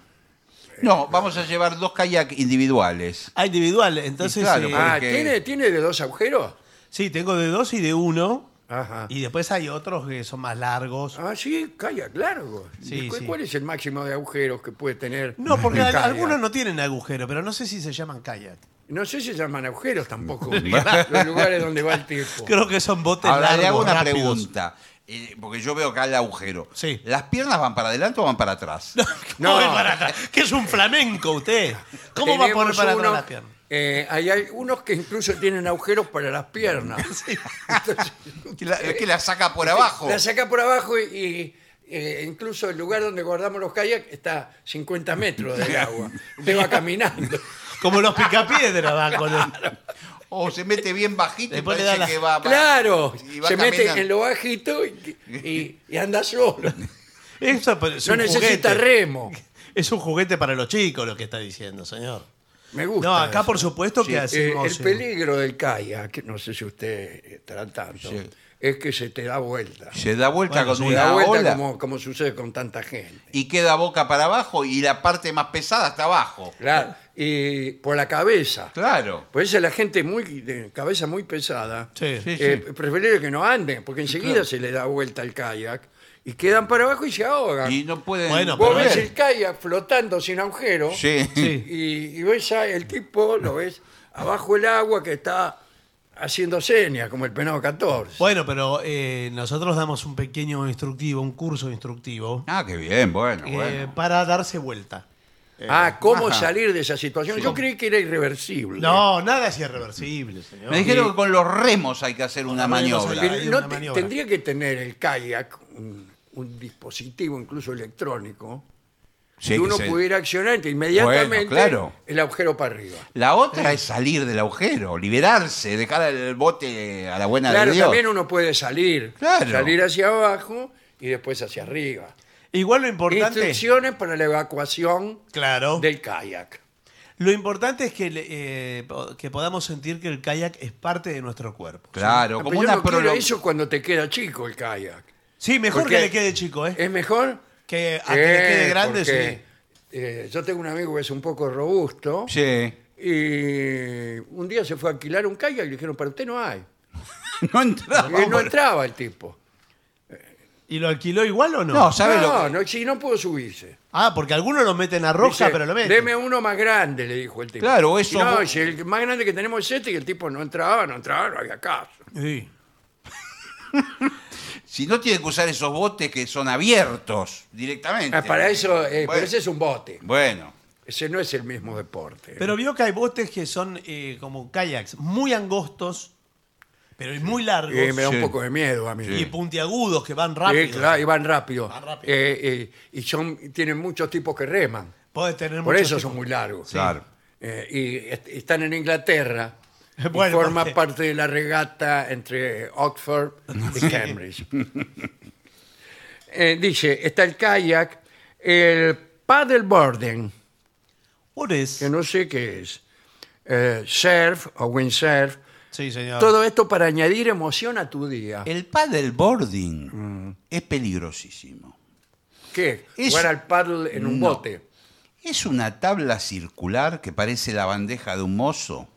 [SPEAKER 3] No, vamos a llevar dos kayak individuales.
[SPEAKER 2] Ah, individual. Entonces,
[SPEAKER 3] Y claro,
[SPEAKER 2] eh,
[SPEAKER 1] Ah,
[SPEAKER 3] porque-
[SPEAKER 1] ¿tiene, ¿tiene de dos agujeros?
[SPEAKER 2] sí, tengo de dos y de uno.
[SPEAKER 1] Ajá.
[SPEAKER 2] Y después hay otros que son más largos.
[SPEAKER 1] Ah, sí, kayak largos.
[SPEAKER 2] Sí,
[SPEAKER 1] ¿Y cu-
[SPEAKER 2] sí.
[SPEAKER 1] ¿Cuál es el máximo de agujeros que puede tener?
[SPEAKER 2] No, porque
[SPEAKER 1] un
[SPEAKER 2] al-
[SPEAKER 1] kayak?
[SPEAKER 2] algunos no tienen agujero, pero no sé si se llaman kayak.
[SPEAKER 1] No sé si llaman agujeros tampoco. los lugares donde va el tipo.
[SPEAKER 2] Creo que son botes
[SPEAKER 3] Ahora le
[SPEAKER 2] largos,
[SPEAKER 3] hago una
[SPEAKER 2] rápidos.
[SPEAKER 3] pregunta, eh, porque yo veo acá el agujero.
[SPEAKER 2] Sí.
[SPEAKER 3] ¿Las piernas van para adelante o van para atrás?
[SPEAKER 2] No,
[SPEAKER 1] No.
[SPEAKER 2] es barata. ¿Qué es un flamenco usted? ¿Cómo va a poner
[SPEAKER 1] Tenemos
[SPEAKER 2] para
[SPEAKER 1] uno-
[SPEAKER 2] atrás las piernas?
[SPEAKER 1] eh, hay algunos que incluso tienen agujeros para las piernas. Entonces,
[SPEAKER 3] Que la, que la saca por abajo.
[SPEAKER 1] La saca por abajo y, y- eh, incluso el lugar donde guardamos los kayaks está 50 metros del agua. Usted va caminando.
[SPEAKER 2] Como los picapiedras van con el-
[SPEAKER 3] O se mete bien bajito
[SPEAKER 2] Después
[SPEAKER 3] y
[SPEAKER 2] le
[SPEAKER 3] parece
[SPEAKER 2] da la-
[SPEAKER 3] que va, va-
[SPEAKER 1] Claro,
[SPEAKER 3] y va
[SPEAKER 1] se mete
[SPEAKER 3] caminando.
[SPEAKER 1] en lo bajito y, y- y anda solo.
[SPEAKER 2] Eso pa- es
[SPEAKER 1] No
[SPEAKER 2] un
[SPEAKER 1] necesita
[SPEAKER 2] juguete.
[SPEAKER 1] remo.
[SPEAKER 2] Es un juguete para los chicos lo que está diciendo, señor.
[SPEAKER 1] Me gusta.
[SPEAKER 2] No, acá
[SPEAKER 1] eso.
[SPEAKER 2] por supuesto que
[SPEAKER 1] Eh,
[SPEAKER 2] hacemos.
[SPEAKER 1] el peligro del kayak, no sé si usted estará al tanto,
[SPEAKER 3] Sí.
[SPEAKER 1] es que se te da vuelta.
[SPEAKER 3] Se da vuelta
[SPEAKER 2] Bueno,
[SPEAKER 3] con
[SPEAKER 1] Se
[SPEAKER 3] una
[SPEAKER 1] da vuelta
[SPEAKER 3] ola
[SPEAKER 1] como, como sucede con tanta gente.
[SPEAKER 3] y queda boca para abajo y la parte más pesada está abajo.
[SPEAKER 1] Claro. Y por la cabeza.
[SPEAKER 3] Claro.
[SPEAKER 1] Por eso la gente muy de cabeza muy pesada,
[SPEAKER 2] Sí.
[SPEAKER 3] Sí,
[SPEAKER 1] eh,
[SPEAKER 3] sí.
[SPEAKER 1] preferible que no anden, porque enseguida se le da vuelta al kayak y quedan para abajo y se ahogan.
[SPEAKER 3] Y no pueden
[SPEAKER 2] Bueno,
[SPEAKER 1] Vos
[SPEAKER 2] pero
[SPEAKER 1] ves
[SPEAKER 2] a ver.
[SPEAKER 1] el kayak flotando sin agujero
[SPEAKER 3] Sí.
[SPEAKER 2] Sí.
[SPEAKER 1] y, y ves a el tipo, lo ves abajo el agua que está haciendo señas, como el penado 14.
[SPEAKER 2] Bueno, pero eh, nosotros damos un pequeño instructivo, un curso instructivo
[SPEAKER 3] Ah, qué bien, bueno,
[SPEAKER 2] eh,
[SPEAKER 3] bueno.
[SPEAKER 2] para darse vuelta. eh,
[SPEAKER 1] ah, ¿cómo
[SPEAKER 3] ajá.
[SPEAKER 1] salir de esa situación?
[SPEAKER 3] Sí.
[SPEAKER 1] Yo creí que era irreversible.
[SPEAKER 2] No, nada es irreversible, señor.
[SPEAKER 3] Me dijeron que con los remos hay que hacer una
[SPEAKER 2] Con los remos
[SPEAKER 3] maniobra.
[SPEAKER 1] Pero
[SPEAKER 2] hay
[SPEAKER 1] no
[SPEAKER 2] una
[SPEAKER 1] te-
[SPEAKER 2] maniobra.
[SPEAKER 1] tendría que tener el kayak un, un dispositivo, incluso electrónico,
[SPEAKER 3] Sí,
[SPEAKER 1] que uno
[SPEAKER 3] se-
[SPEAKER 1] pudiera accionar que inmediatamente
[SPEAKER 3] Bueno, claro.
[SPEAKER 1] el agujero para arriba.
[SPEAKER 3] La otra es salir del agujero, liberarse, dejar el bote a la buena
[SPEAKER 1] Claro,
[SPEAKER 3] de Dios.
[SPEAKER 1] también uno puede salir,
[SPEAKER 3] Claro.
[SPEAKER 1] salir hacia abajo y después hacia arriba.
[SPEAKER 2] Igual lo importante.
[SPEAKER 1] Instrucciones para la evacuación
[SPEAKER 2] Claro.
[SPEAKER 1] del kayak.
[SPEAKER 2] Lo importante es que, le- eh, po- que podamos sentir que el kayak es parte de nuestro cuerpo.
[SPEAKER 3] Claro,
[SPEAKER 1] Ah,
[SPEAKER 3] como
[SPEAKER 1] pero yo
[SPEAKER 3] una
[SPEAKER 1] no quiero
[SPEAKER 3] prolo-
[SPEAKER 1] eso cuando te queda chico el kayak.
[SPEAKER 2] Sí, mejor
[SPEAKER 1] Porque-
[SPEAKER 2] que le quede chico, ¿eh?
[SPEAKER 1] ¿Es mejor?
[SPEAKER 2] Que
[SPEAKER 3] Ah,
[SPEAKER 2] a que le quede grande,
[SPEAKER 1] porque,
[SPEAKER 2] sí.
[SPEAKER 1] eh, yo tengo un amigo que es un poco robusto.
[SPEAKER 3] Sí.
[SPEAKER 1] Y un día se fue a alquilar un kayak y le dijeron, para usted no hay.
[SPEAKER 3] No entra.
[SPEAKER 1] Y no entraba el tipo.
[SPEAKER 2] ¿Y lo alquiló igual o no?
[SPEAKER 3] No, ¿sabe
[SPEAKER 1] no,
[SPEAKER 3] lo que-
[SPEAKER 1] no, sí, no pudo subirse.
[SPEAKER 2] Ah, porque algunos lo meten a roja,
[SPEAKER 1] Dice,
[SPEAKER 2] pero lo meten.
[SPEAKER 1] Deme uno más grande, le dijo el tipo.
[SPEAKER 3] Claro, eso
[SPEAKER 1] Y no,
[SPEAKER 3] vos-
[SPEAKER 1] dice, el más grande que tenemos es este y el tipo no entraba, no entraba, no había caso.
[SPEAKER 2] Sí.
[SPEAKER 3] Si no tiene que usar esos botes que son abiertos directamente.
[SPEAKER 1] Ah, para eso, eh, pero
[SPEAKER 3] Bueno.
[SPEAKER 1] ese es un bote.
[SPEAKER 3] Bueno,
[SPEAKER 1] Ese no es el mismo deporte.
[SPEAKER 2] Pero vio que hay botes que son eh, como kayaks, muy angostos, pero y muy largos.
[SPEAKER 1] Eh, me da un
[SPEAKER 3] Sí.
[SPEAKER 1] poco de miedo a mí.
[SPEAKER 2] Y
[SPEAKER 3] Sí.
[SPEAKER 2] puntiagudos que van rápido.
[SPEAKER 1] Sí, claro, y van rápido.
[SPEAKER 2] Van rápido.
[SPEAKER 1] Eh, eh, y son, tienen muchos tipos que reman.
[SPEAKER 2] Podés tener
[SPEAKER 1] Por
[SPEAKER 2] muchos
[SPEAKER 1] eso son
[SPEAKER 2] tipos.
[SPEAKER 1] muy largos.
[SPEAKER 3] Claro.
[SPEAKER 1] Eh, y est- están en Inglaterra. y
[SPEAKER 2] Bueno,
[SPEAKER 1] forma
[SPEAKER 2] porque-
[SPEAKER 1] parte de la regata entre Oxford y Cambridge. Eh, dice, está el kayak, el paddleboarding,
[SPEAKER 2] Por eso.
[SPEAKER 1] que no sé qué es, eh, surf o windsurf.
[SPEAKER 2] Sí, señor.
[SPEAKER 1] Todo esto para añadir emoción a tu día.
[SPEAKER 3] el paddleboarding
[SPEAKER 1] Mm.
[SPEAKER 3] es peligrosísimo.
[SPEAKER 1] ¿Qué?
[SPEAKER 3] Es-
[SPEAKER 1] Jugar al paddle en un
[SPEAKER 3] No.
[SPEAKER 1] bote.
[SPEAKER 3] Es una tabla circular que parece la bandeja de un mozo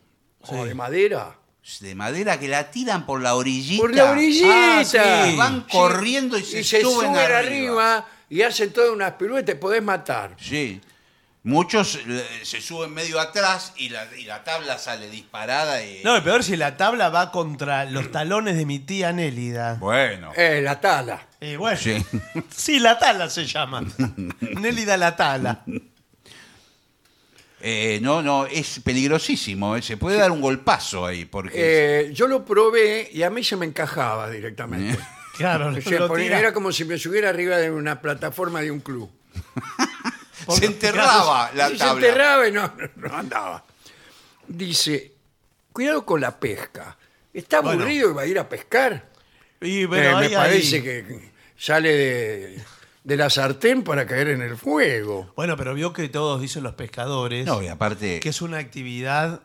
[SPEAKER 1] O de madera.
[SPEAKER 3] de madera que la tiran por la orillita.
[SPEAKER 1] Por la orillita.
[SPEAKER 3] Ah, sí, Van
[SPEAKER 1] Sí.
[SPEAKER 3] corriendo y se, suben,
[SPEAKER 1] arriba.
[SPEAKER 3] arriba.
[SPEAKER 1] y hacen todas unas piruetas, te podés matar.
[SPEAKER 3] Sí. Muchos eh, se suben medio atrás y la, y la tabla sale disparada. Y...
[SPEAKER 2] No, y peor si la tabla va contra los talones de mi tía Nélida.
[SPEAKER 3] Bueno.
[SPEAKER 1] Eh, la tala.
[SPEAKER 2] Eh, bueno.
[SPEAKER 3] Sí.
[SPEAKER 2] Sí, la tala se llama. Nélida la tala.
[SPEAKER 3] Eh, no, no, es peligrosísimo. eh, Se puede dar un golpazo ahí porque...
[SPEAKER 1] Eh, yo lo probé y a mí se me encajaba directamente.
[SPEAKER 2] Claro,
[SPEAKER 1] O
[SPEAKER 2] no
[SPEAKER 1] sea,
[SPEAKER 2] Eh. lo
[SPEAKER 1] porque
[SPEAKER 2] tira.
[SPEAKER 1] era como si me subiera arriba de una plataforma de un club.
[SPEAKER 3] se enterraba la
[SPEAKER 1] Y se
[SPEAKER 3] tabla.
[SPEAKER 1] enterraba y no, no andaba. Dice, cuidado con la pesca. Está
[SPEAKER 2] Bueno.
[SPEAKER 1] aburrido y va a ir a pescar.
[SPEAKER 2] Y,
[SPEAKER 1] Eh,
[SPEAKER 2] pero
[SPEAKER 1] me
[SPEAKER 2] ahí-
[SPEAKER 1] parece
[SPEAKER 2] ahí-
[SPEAKER 1] que sale de, de la sartén para caer en el fuego.
[SPEAKER 2] Bueno, pero vio que todos dicen los pescadores
[SPEAKER 3] No, y aparte...
[SPEAKER 2] que es una actividad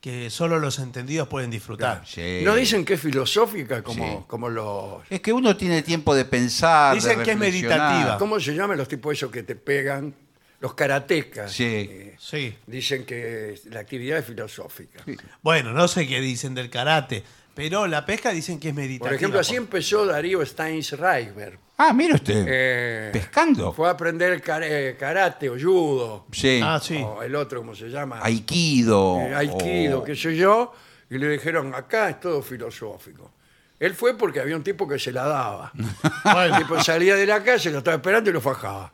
[SPEAKER 2] que solo los entendidos pueden disfrutar.
[SPEAKER 3] Ah, Sí.
[SPEAKER 1] No dicen que es filosófica como,
[SPEAKER 3] Sí.
[SPEAKER 1] como los...
[SPEAKER 3] Es que uno tiene tiempo de pensar. de
[SPEAKER 2] Dicen que es
[SPEAKER 3] reflexionar.
[SPEAKER 2] meditativa.
[SPEAKER 1] ¿Cómo se llaman los tipos esos que te pegan? Los karatecas.
[SPEAKER 3] Sí.
[SPEAKER 1] Eh,
[SPEAKER 2] Sí.
[SPEAKER 1] dicen que la actividad es filosófica.
[SPEAKER 2] Bueno, no sé qué dicen del karate, pero la pesca dicen que es meditativa.
[SPEAKER 1] Por ejemplo, así empezó Darío Steins Reiber.
[SPEAKER 3] Ah, mire usted.
[SPEAKER 1] Eh,
[SPEAKER 3] ¿Pescando?
[SPEAKER 1] Fue a aprender kar- eh, karate o judo.
[SPEAKER 3] Sí.
[SPEAKER 2] Ah, sí.
[SPEAKER 1] O el otro, ¿cómo se llama?
[SPEAKER 3] Aikido. Oh.
[SPEAKER 1] Eh, Aikido,
[SPEAKER 3] o-
[SPEAKER 1] qué sé yo. Y le dijeron, acá es todo filosófico. Él fue porque había un tipo que se la daba. El
[SPEAKER 2] Bueno,
[SPEAKER 1] tipo salía de la calle, lo estaba esperando y lo fajaba.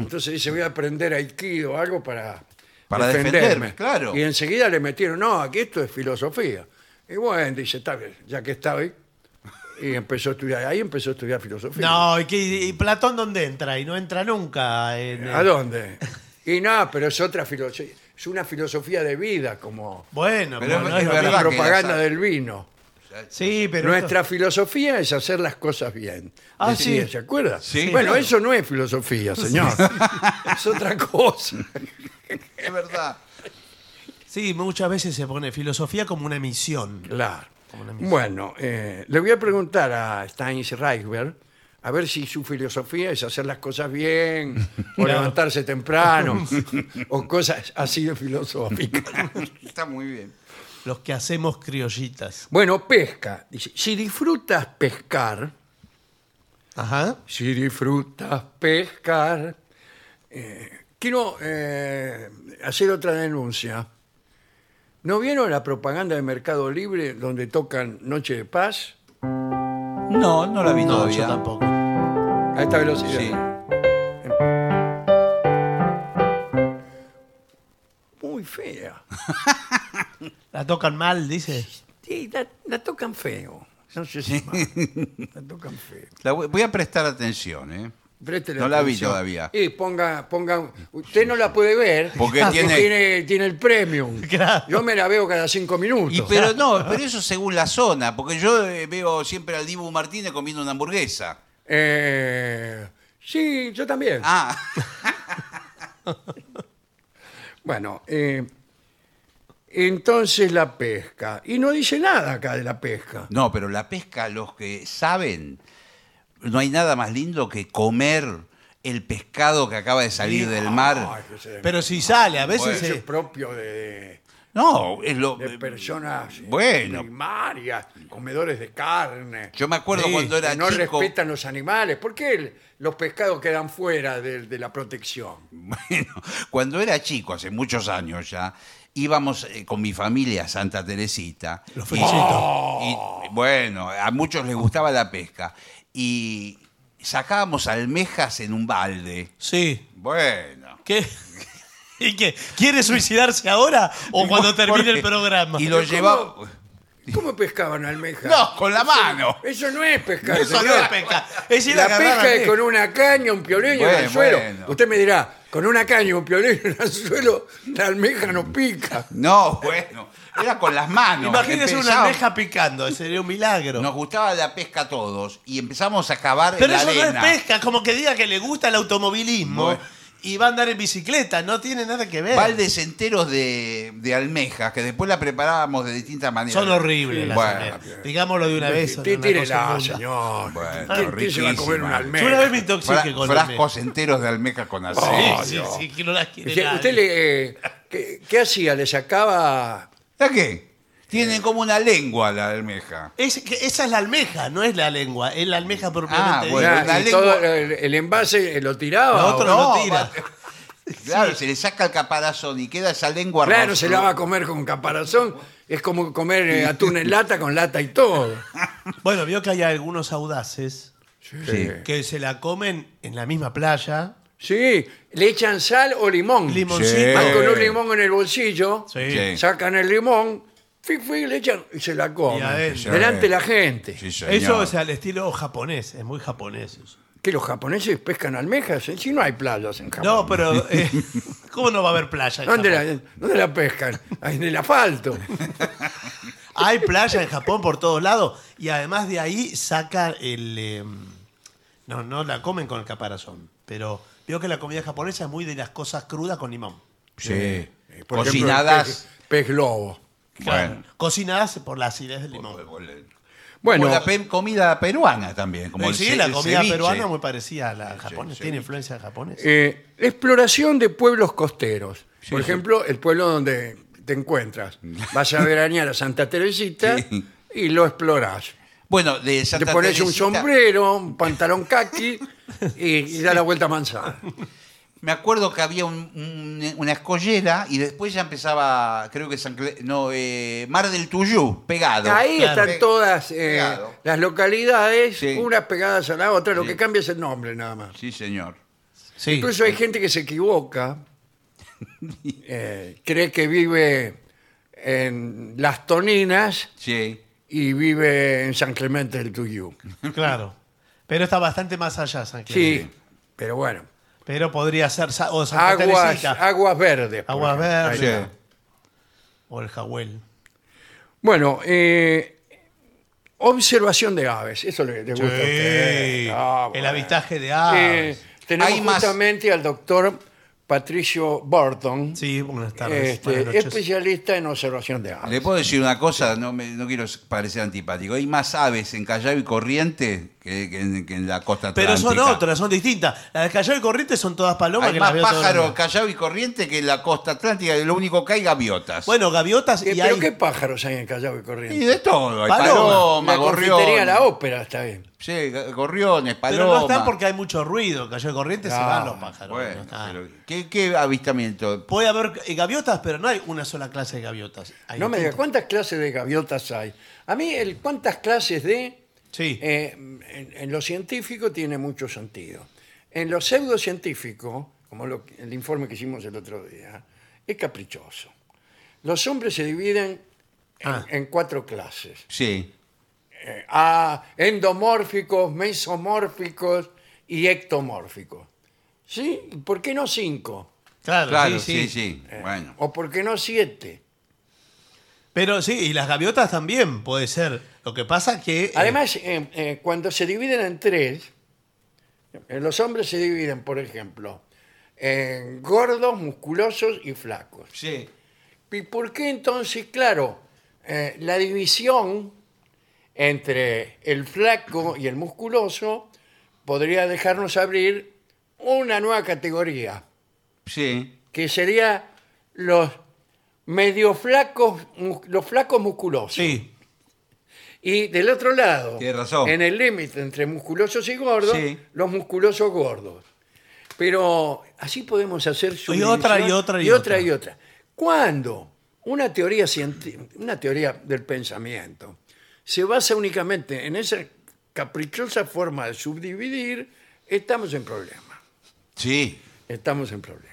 [SPEAKER 1] Entonces dice, voy a aprender aikido o algo para,
[SPEAKER 3] Para defenderme, claro.
[SPEAKER 1] Y enseguida le metieron, no, aquí esto es filosofía. Y bueno, dice, está bien, ya que está hoy, y empezó a estudiar. Ahí empezó a estudiar filosofía.
[SPEAKER 2] No, ¿y, qué- y Platón dónde entra? Y no entra nunca. en-
[SPEAKER 1] ¿A dónde? Y no, pero es otra filosofía. Es una filosofía de vida, como
[SPEAKER 2] Bueno,
[SPEAKER 3] Pero
[SPEAKER 2] pero no
[SPEAKER 3] es
[SPEAKER 2] es lo
[SPEAKER 3] verdad
[SPEAKER 1] la
[SPEAKER 2] mismo.
[SPEAKER 3] que
[SPEAKER 1] propaganda
[SPEAKER 3] las-
[SPEAKER 1] del vino.
[SPEAKER 2] Sí, pero
[SPEAKER 1] Nuestra
[SPEAKER 2] esto-
[SPEAKER 1] filosofía es hacer las cosas bien.
[SPEAKER 2] Ah,
[SPEAKER 1] Decía,
[SPEAKER 2] sí.
[SPEAKER 1] ¿Se acuerda?
[SPEAKER 3] Sí,
[SPEAKER 1] bueno,
[SPEAKER 3] claro.
[SPEAKER 1] eso no es filosofía, señor. es otra cosa.
[SPEAKER 3] Es verdad.
[SPEAKER 2] sí, muchas veces se pone filosofía como una misión.
[SPEAKER 1] Claro.
[SPEAKER 2] Como una misión.
[SPEAKER 1] Bueno, eh, le voy a preguntar a Steins Reichberg a ver si su filosofía es hacer las cosas bien, o
[SPEAKER 2] Claro.
[SPEAKER 1] levantarse temprano, o cosas así de filosóficas.
[SPEAKER 3] Está muy bien.
[SPEAKER 2] Los que hacemos criollitas.
[SPEAKER 1] Bueno, pesca. Dice, si disfrutas pescar,
[SPEAKER 2] Ajá.
[SPEAKER 1] si disfrutas pescar, eh, quiero eh, hacer otra denuncia. ¿No vieron la propaganda de Mercado Libre donde tocan Noche de Paz?
[SPEAKER 3] No, no la vi
[SPEAKER 2] No, yo
[SPEAKER 3] todavía.
[SPEAKER 2] tampoco.
[SPEAKER 1] A esta velocidad.
[SPEAKER 3] Sí.
[SPEAKER 1] Muy fea.
[SPEAKER 2] La tocan mal, dice.
[SPEAKER 1] Sí, la, la tocan feo. No sé si más. La tocan feo.
[SPEAKER 3] La voy, voy a prestar atención, ¿eh?
[SPEAKER 1] Préstele
[SPEAKER 3] No la vi
[SPEAKER 1] atención.
[SPEAKER 3] todavía.
[SPEAKER 1] Y ponga, ponga. Usted no la puede ver.
[SPEAKER 3] Porque tiene-
[SPEAKER 1] tiene, tiene el premium.
[SPEAKER 2] Claro.
[SPEAKER 1] Yo me la veo cada cinco minutos.
[SPEAKER 3] Y pero no, pero eso según la zona, porque yo eh, veo siempre al Dibu Martínez comiendo una hamburguesa.
[SPEAKER 1] Eh, sí, yo también.
[SPEAKER 3] Ah,
[SPEAKER 1] Bueno, eh, entonces la pesca. Y no dice nada acá de la pesca.
[SPEAKER 3] no, pero la pesca, los que saben, no hay nada más lindo que comer el pescado que acaba de salir del mar.
[SPEAKER 1] Ay, que se-
[SPEAKER 2] Pero si sale, a veces
[SPEAKER 1] Eso
[SPEAKER 2] se-
[SPEAKER 1] es propio de- de,
[SPEAKER 3] No, es lo
[SPEAKER 1] de personas eh,
[SPEAKER 3] Bueno.
[SPEAKER 1] primarias, comedores de carne,
[SPEAKER 3] Yo me acuerdo
[SPEAKER 2] Sí,
[SPEAKER 3] cuando era
[SPEAKER 1] que no
[SPEAKER 3] chico.
[SPEAKER 1] respetan los animales. ¿Por qué el- los pescados quedan fuera de, de la protección?
[SPEAKER 3] Bueno, cuando era chico, hace muchos años ya, íbamos eh, con mi familia a Santa Teresita.
[SPEAKER 2] Los
[SPEAKER 3] Y-
[SPEAKER 2] felicito.
[SPEAKER 3] y, bueno, a muchos les gustaba la pesca. Y sacábamos almejas en un balde.
[SPEAKER 2] Sí.
[SPEAKER 3] Bueno.
[SPEAKER 2] ¿Qué? ¿Y qué? ¿Quiere suicidarse ahora o cuando termine el
[SPEAKER 3] Porque-
[SPEAKER 2] programa?
[SPEAKER 3] Y lo
[SPEAKER 1] Pero
[SPEAKER 3] llevábamos.
[SPEAKER 1] ¿cómo- ¿Cómo pescaban almejas?
[SPEAKER 3] No, con la mano.
[SPEAKER 1] Eso no es pescar.
[SPEAKER 2] Eso no
[SPEAKER 1] señor.
[SPEAKER 2] es pesca. Es ir a
[SPEAKER 1] La
[SPEAKER 2] agarrar
[SPEAKER 1] pesca es
[SPEAKER 2] almeja.
[SPEAKER 1] con una caña, un piolín y un
[SPEAKER 3] Bueno,
[SPEAKER 1] anzuelo.
[SPEAKER 3] bueno.
[SPEAKER 1] Usted me dirá, con una caña, un piolín y un anzuelo, la almeja no pica.
[SPEAKER 3] No, bueno. Era con las manos.
[SPEAKER 2] Imagínese una
[SPEAKER 3] Empezaba-
[SPEAKER 2] almeja picando, sería un milagro.
[SPEAKER 3] Nos gustaba la pesca a todos y empezamos a cavar en
[SPEAKER 2] Pero
[SPEAKER 3] la
[SPEAKER 2] eso
[SPEAKER 3] arena.
[SPEAKER 2] no es pesca, como que diga que le gusta el automovilismo
[SPEAKER 3] Bueno.
[SPEAKER 2] y va a andar en bicicleta, no tiene nada que ver.
[SPEAKER 3] baldes enteros de, de almejas que después la preparábamos de distintas maneras.
[SPEAKER 2] Son horribles las
[SPEAKER 3] Bueno,
[SPEAKER 2] almejas. Digámoslo de una vez. son
[SPEAKER 1] Tí-
[SPEAKER 2] una cosa
[SPEAKER 1] Tírela,
[SPEAKER 2] inmunda.
[SPEAKER 1] señor.
[SPEAKER 3] Bueno,
[SPEAKER 1] ¿Quién- ¿Quién se va a comer una
[SPEAKER 3] riquísima.
[SPEAKER 2] Yo una vez me
[SPEAKER 1] almeja?
[SPEAKER 3] fra-
[SPEAKER 2] intoxiqué con Oh.
[SPEAKER 3] frascos enteros de almejas con aceite.
[SPEAKER 2] almeja. Sí, sí, sí, que no las quiere
[SPEAKER 1] Usted,
[SPEAKER 2] nadie.
[SPEAKER 1] usted le, eh, ¿qué, qué hacía? ¿Le sacaba...?
[SPEAKER 3] ¿Ya qué?
[SPEAKER 2] Eh.
[SPEAKER 3] Tienen como una lengua la almeja.
[SPEAKER 2] Es que esa es la almeja, no es la lengua, es la almeja propiamente.
[SPEAKER 3] Ah, bueno.
[SPEAKER 1] Ya,
[SPEAKER 3] la
[SPEAKER 1] y
[SPEAKER 3] lengua-
[SPEAKER 1] todo el, el envase eh, lo tiraba?
[SPEAKER 2] Lo otro
[SPEAKER 1] o-
[SPEAKER 2] no tira.
[SPEAKER 3] Claro, se le saca el caparazón y queda esa lengua
[SPEAKER 1] claro,
[SPEAKER 3] rostru-
[SPEAKER 1] se la va a comer con caparazón. Es como comer eh, atún en lata con lata y todo.
[SPEAKER 2] Bueno, vio que hay algunos audaces
[SPEAKER 3] Sí.
[SPEAKER 2] que se la comen en la misma playa.
[SPEAKER 1] Sí, le echan sal o limón.
[SPEAKER 2] Limoncito.
[SPEAKER 1] Van con un
[SPEAKER 3] Sí.
[SPEAKER 1] limón en el bolsillo,
[SPEAKER 2] Sí.
[SPEAKER 3] Sí.
[SPEAKER 1] sacan el limón, fui, fui, le echan y se la
[SPEAKER 2] Y
[SPEAKER 1] comen.
[SPEAKER 2] adentro.
[SPEAKER 1] Delante de la gente.
[SPEAKER 3] Sí, señor.
[SPEAKER 2] Eso es al estilo japonés, es muy japonés eso.
[SPEAKER 1] Que los japoneses pescan almejas, ¿eh? si no hay playas en Japón.
[SPEAKER 2] No, pero eh, ¿cómo no va a haber playa? en
[SPEAKER 1] ¿Dónde,
[SPEAKER 2] Japón?
[SPEAKER 1] la, dónde la pescan? Ah, En el asfalto.
[SPEAKER 2] Hay playa en Japón por todos lados y además de ahí saca el... eh, no, no la comen con el caparazón, pero veo que la comida japonesa es muy de las cosas crudas con limón.
[SPEAKER 3] Sí.
[SPEAKER 1] eh, Por ejemplo, eh,
[SPEAKER 3] Cocinadas.
[SPEAKER 1] el pez, pez globo.
[SPEAKER 3] Bueno.
[SPEAKER 2] Cocinadas por la acidez del limón.
[SPEAKER 1] Bueno, Eh,
[SPEAKER 3] Como la pe- comida peruana también. Como el
[SPEAKER 2] sí,
[SPEAKER 3] ce-
[SPEAKER 2] la
[SPEAKER 3] el
[SPEAKER 2] comida
[SPEAKER 3] ceviche.
[SPEAKER 2] peruana es muy parecida a la japonesa,
[SPEAKER 3] sí.
[SPEAKER 2] tiene influencia japonesa.
[SPEAKER 1] eh, exploración de pueblos costeros. Por
[SPEAKER 3] Sí, sí. Mm.
[SPEAKER 1] ejemplo, el pueblo donde te encuentras. Vas a veranear a Santa Teresita
[SPEAKER 3] Sí.
[SPEAKER 1] y lo explorás.
[SPEAKER 3] Bueno, de
[SPEAKER 1] Te
[SPEAKER 3] Santa
[SPEAKER 1] pones un
[SPEAKER 3] Teresita-
[SPEAKER 1] sombrero, un pantalón kaki y, y da la vuelta a manzana.
[SPEAKER 3] Me acuerdo que había un- un- una escollera y después ya empezaba, creo que San Cle- no, eh, Mar del Tuyú, pegado.
[SPEAKER 1] Ahí
[SPEAKER 2] Claro.
[SPEAKER 1] están todas eh,
[SPEAKER 3] Pegado.
[SPEAKER 1] las localidades,
[SPEAKER 3] Sí.
[SPEAKER 1] unas pegadas a la otra, lo
[SPEAKER 3] Sí.
[SPEAKER 1] que cambia es el nombre nada más.
[SPEAKER 3] Sí, señor.
[SPEAKER 2] Sí.
[SPEAKER 1] Incluso hay gente que se equivoca, eh, cree que vive en Las Toninas
[SPEAKER 3] Sí.
[SPEAKER 1] y vive en San Clemente del Tuyú.
[SPEAKER 2] Claro. Pero está bastante más allá, San Clemente.
[SPEAKER 1] Sí, pero bueno.
[SPEAKER 2] Pero podría ser. Sa- O Santa
[SPEAKER 1] Aguas,
[SPEAKER 2] Teresita.
[SPEAKER 1] aguas verdes. por
[SPEAKER 2] Aguas
[SPEAKER 1] ejemplo.
[SPEAKER 2] Verdes.
[SPEAKER 1] Ahí está.
[SPEAKER 3] Sí.
[SPEAKER 2] O el Jahuel.
[SPEAKER 1] Bueno, eh, observación de aves. Eso le, le gusta a usted. Ah,
[SPEAKER 2] el
[SPEAKER 1] bueno.
[SPEAKER 2] avistaje de
[SPEAKER 1] Eh,
[SPEAKER 2] aves.
[SPEAKER 1] tenemos
[SPEAKER 3] Hay más.
[SPEAKER 1] justamente al doctor Patricio Burton,
[SPEAKER 2] sí, buenas tardes.
[SPEAKER 1] este,
[SPEAKER 2] buenas noches.
[SPEAKER 1] especialista en observación de aves.
[SPEAKER 3] Le puedo decir una cosa, no, me- no quiero parecer antipático. Hay más aves en Callao y Corrientes que, que en, que en la costa
[SPEAKER 2] Pero
[SPEAKER 3] atlántica.
[SPEAKER 2] son otras, son distintas. Las de Callao y Corrientes son todas palomas
[SPEAKER 3] Hay
[SPEAKER 2] que las
[SPEAKER 3] más
[SPEAKER 2] veo todos los
[SPEAKER 3] pájaros
[SPEAKER 2] días.
[SPEAKER 3] Callao y Corriente que en la costa atlántica. Lo único que hay gaviotas.
[SPEAKER 2] Bueno, gaviotas
[SPEAKER 1] Eh,
[SPEAKER 2] y
[SPEAKER 1] ¿Pero
[SPEAKER 2] hay...
[SPEAKER 1] qué pájaros hay en Callao y
[SPEAKER 3] y
[SPEAKER 1] Corrientes?
[SPEAKER 3] de todo. Hay
[SPEAKER 2] Paloma.
[SPEAKER 3] paloma,
[SPEAKER 1] la confitería
[SPEAKER 3] gorrión.
[SPEAKER 1] La Ópera está bien.
[SPEAKER 3] Sí, ga- gorriones, paloma.
[SPEAKER 2] Pero no están porque hay mucho ruido. Callao y Corrientes se
[SPEAKER 1] Ah,
[SPEAKER 2] van los pájaros. no
[SPEAKER 3] Bueno,
[SPEAKER 2] están.
[SPEAKER 3] pero ¿qué, qué avistamiento?
[SPEAKER 2] Puede haber eh, gaviotas, pero no hay una sola clase de gaviotas. Hay
[SPEAKER 1] No me digas,
[SPEAKER 2] distintas.
[SPEAKER 1] ¿cuántas clases de gaviotas hay? A mí, el, ¿cuántas clases de...?
[SPEAKER 2] Sí.
[SPEAKER 1] Eh, en, en lo científico tiene mucho sentido. En lo pseudocientífico, como lo que- el informe que hicimos el otro día, es caprichoso. Los hombres se dividen en,
[SPEAKER 2] Ah.
[SPEAKER 1] en cuatro clases.
[SPEAKER 3] Sí.
[SPEAKER 1] Eh, a endomórficos, mesomórficos y ectomórficos. ¿Sí? ¿Por qué no cinco?
[SPEAKER 2] Claro,
[SPEAKER 3] Claro,
[SPEAKER 2] sí, Eh. sí.
[SPEAKER 3] Bueno.
[SPEAKER 1] ¿O por qué no siete?
[SPEAKER 2] Pero sí, y las gaviotas también puede ser. Lo que pasa que... eh,
[SPEAKER 1] Además, eh, eh, cuando se dividen en tres, eh, los hombres se dividen, por ejemplo, en gordos, musculosos y flacos.
[SPEAKER 3] Sí.
[SPEAKER 1] ¿Y por qué entonces, claro, eh, la división entre el flaco y el musculoso podría dejarnos abrir una nueva categoría,
[SPEAKER 3] Sí.
[SPEAKER 1] que sería los medio flacos, mus- los flacos musculosos.
[SPEAKER 2] sí.
[SPEAKER 1] Y del otro lado,
[SPEAKER 3] Tiene razón.
[SPEAKER 1] en el límite entre musculosos y gordos,
[SPEAKER 3] Sí.
[SPEAKER 1] los musculosos gordos. Pero así podemos hacer su
[SPEAKER 2] Y otra, y otra, y
[SPEAKER 1] y otra
[SPEAKER 2] otra.
[SPEAKER 1] y otra. ¿Cuándo una teoría cienti- una teoría del pensamiento se basa únicamente en esa caprichosa forma de subdividir, estamos en problema.
[SPEAKER 3] Sí.
[SPEAKER 1] Estamos en problema.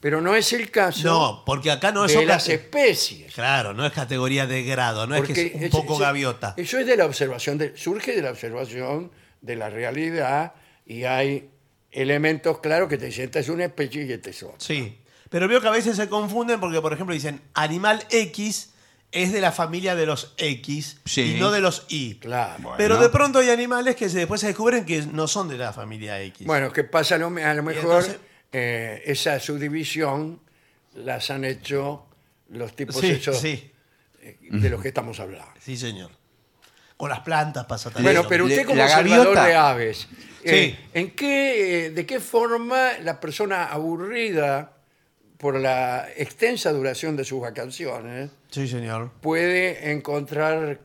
[SPEAKER 1] Pero no es el caso
[SPEAKER 2] No, porque acá no es...
[SPEAKER 1] de
[SPEAKER 2] otra-
[SPEAKER 1] las especies.
[SPEAKER 2] Claro, no es categoría de grado, no es que es un
[SPEAKER 1] es-
[SPEAKER 2] poco
[SPEAKER 1] es-
[SPEAKER 2] gaviota.
[SPEAKER 1] Eso es de la observación, de- surge de la observación de la realidad y hay elementos claros que te dicen, esta es una especie y este es otra.
[SPEAKER 2] Sí. Pero veo que a veces se confunden porque, por ejemplo, dicen animal X es de la familia de los X
[SPEAKER 3] Sí.
[SPEAKER 2] y no de los Y.
[SPEAKER 1] Claro.
[SPEAKER 3] Bueno.
[SPEAKER 2] Pero de pronto hay animales que se- después se descubren que no son de la familia X.
[SPEAKER 1] Bueno, que pasa a lo, me- a lo mejor
[SPEAKER 2] entonces-
[SPEAKER 1] eh, esa subdivisión las han hecho los tipos
[SPEAKER 2] sí,
[SPEAKER 1] esos
[SPEAKER 2] sí,
[SPEAKER 1] eh, de los que estamos hablando.
[SPEAKER 2] sí, señor. Con las plantas pasa también.
[SPEAKER 1] Bueno,
[SPEAKER 2] lo
[SPEAKER 1] pero
[SPEAKER 3] le-
[SPEAKER 1] usted como
[SPEAKER 3] la
[SPEAKER 1] observador
[SPEAKER 3] gaviota-
[SPEAKER 1] de aves, eh,
[SPEAKER 2] Sí.
[SPEAKER 1] ¿en qué, eh, ¿de qué forma la persona aburrida por la extensa duración de sus vacaciones
[SPEAKER 2] mismo. Sí, señor.
[SPEAKER 1] puede encontrar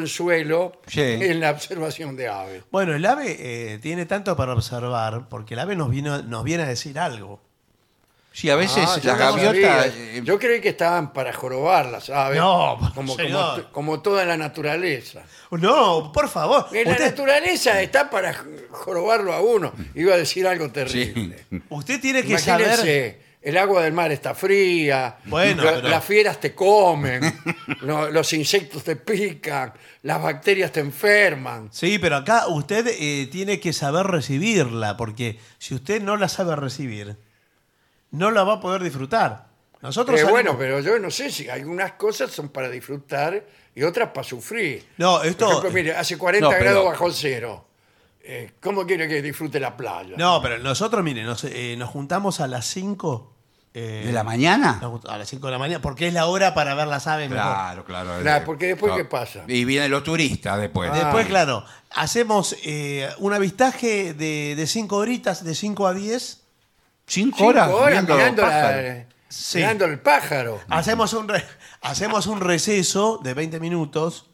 [SPEAKER 1] consuelo
[SPEAKER 3] Sí.
[SPEAKER 1] en la observación de aves?
[SPEAKER 2] Bueno, el ave eh, tiene tanto para observar porque el ave nos, vino, nos viene a decir algo.
[SPEAKER 3] Sí, a veces
[SPEAKER 1] Ah, yo
[SPEAKER 3] las
[SPEAKER 1] no
[SPEAKER 3] gaviotas.
[SPEAKER 1] sabía.
[SPEAKER 3] eh,
[SPEAKER 1] yo creí que estaban para jorobar las aves.
[SPEAKER 2] No,
[SPEAKER 1] como, como,
[SPEAKER 2] señor.
[SPEAKER 1] to- como toda la naturaleza.
[SPEAKER 2] No, por favor.
[SPEAKER 1] En La
[SPEAKER 2] Usted-
[SPEAKER 1] naturaleza está para jorobarlo a uno. Iba a decir algo terrible.
[SPEAKER 2] Usted tiene que
[SPEAKER 1] Imagínense,
[SPEAKER 2] saber.
[SPEAKER 1] el agua del mar está fría,
[SPEAKER 2] Bueno,
[SPEAKER 1] la-
[SPEAKER 2] pero-
[SPEAKER 1] las fieras te comen, lo- los insectos te pican, las bacterias te enferman.
[SPEAKER 2] Sí, pero acá usted eh, tiene que saber recibirla, porque si usted no la sabe recibir, no la va a poder disfrutar. Nosotros
[SPEAKER 1] Eh,
[SPEAKER 2] salimos-
[SPEAKER 1] bueno, pero yo no sé si algunas cosas son para disfrutar y otras para sufrir.
[SPEAKER 2] No,
[SPEAKER 1] Por
[SPEAKER 2] esto.
[SPEAKER 1] ejemplo, mire, hace 40
[SPEAKER 3] No, pero-
[SPEAKER 1] grados bajo cero. Eh, ¿Cómo quiere que disfrute la playa?
[SPEAKER 2] eh, No, pero nosotros, mire, nos, eh, nos juntamos a las 5. eh,
[SPEAKER 3] ¿De la mañana?
[SPEAKER 2] nos junt- A las 5 de la mañana, porque es la hora para ver las aves mejor.
[SPEAKER 3] Claro, claro.
[SPEAKER 1] Claro,
[SPEAKER 3] eh,
[SPEAKER 1] porque después, ¿qué pasa?
[SPEAKER 3] Y vienen los turistas después.
[SPEAKER 1] Ah.
[SPEAKER 2] Después, claro, hacemos eh, un avistaje de, de 5 horitas, de 5 a 10.
[SPEAKER 3] Cinco,
[SPEAKER 1] Cinco
[SPEAKER 3] horas,
[SPEAKER 1] horas
[SPEAKER 3] mirando
[SPEAKER 1] mirando, la- eh,
[SPEAKER 3] pájaros.
[SPEAKER 2] Sí.
[SPEAKER 1] mirando el pájaro.
[SPEAKER 2] Hacemos un, re- hacemos un receso de 20 minutos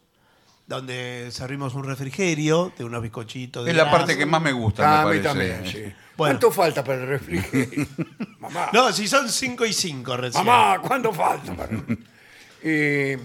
[SPEAKER 2] donde servimos un refrigerio de unos bizcochitos. De
[SPEAKER 3] Es la
[SPEAKER 2] grasa.
[SPEAKER 3] parte que más me gusta.
[SPEAKER 1] Ah, a
[SPEAKER 3] me
[SPEAKER 1] mí
[SPEAKER 3] parece.
[SPEAKER 1] también, sí.
[SPEAKER 2] Bueno.
[SPEAKER 1] ¿Cuánto falta para el refrigerio? Mamá.
[SPEAKER 2] No, si son 5 y 5 recién.
[SPEAKER 1] Mamá, ¿cuánto falta? para- Eh,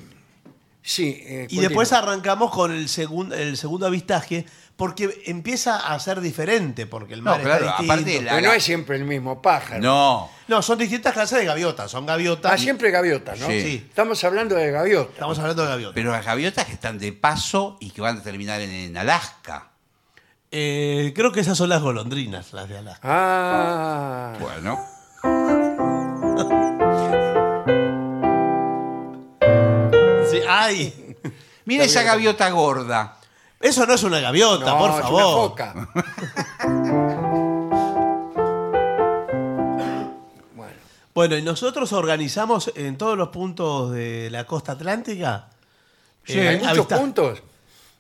[SPEAKER 1] sí. eh,
[SPEAKER 2] Y después
[SPEAKER 1] continúa.
[SPEAKER 2] arrancamos con el, segun- el segundo avistaje Porque empieza a ser diferente, porque el
[SPEAKER 3] No,
[SPEAKER 2] mar
[SPEAKER 3] claro,
[SPEAKER 2] está distinto.
[SPEAKER 3] aparte de la-
[SPEAKER 1] Pero no es siempre el mismo pájaro.
[SPEAKER 3] No,
[SPEAKER 2] No, son distintas clases de gaviotas. Son gaviotas.
[SPEAKER 1] Ah, siempre gaviotas, ¿no?
[SPEAKER 3] Sí.
[SPEAKER 2] Sí.
[SPEAKER 1] Estamos hablando de gaviotas.
[SPEAKER 2] Estamos hablando de gaviotas.
[SPEAKER 3] pero las gaviotas que están de paso y que van a terminar en, en Alaska.
[SPEAKER 2] Eh, creo que esas son las golondrinas, las de Alaska.
[SPEAKER 1] Ah,
[SPEAKER 3] Bueno,
[SPEAKER 2] Sí, ¡Ay!
[SPEAKER 3] mira esa gaviota gorda.
[SPEAKER 2] Eso no es una gaviota,
[SPEAKER 1] no,
[SPEAKER 2] por
[SPEAKER 1] es
[SPEAKER 2] favor.
[SPEAKER 1] una foca. bueno,
[SPEAKER 2] Bueno, y nosotros organizamos en todos los puntos de la costa atlántica.
[SPEAKER 1] Sí,
[SPEAKER 2] eh,
[SPEAKER 1] hay muchos
[SPEAKER 2] avista-
[SPEAKER 1] puntos.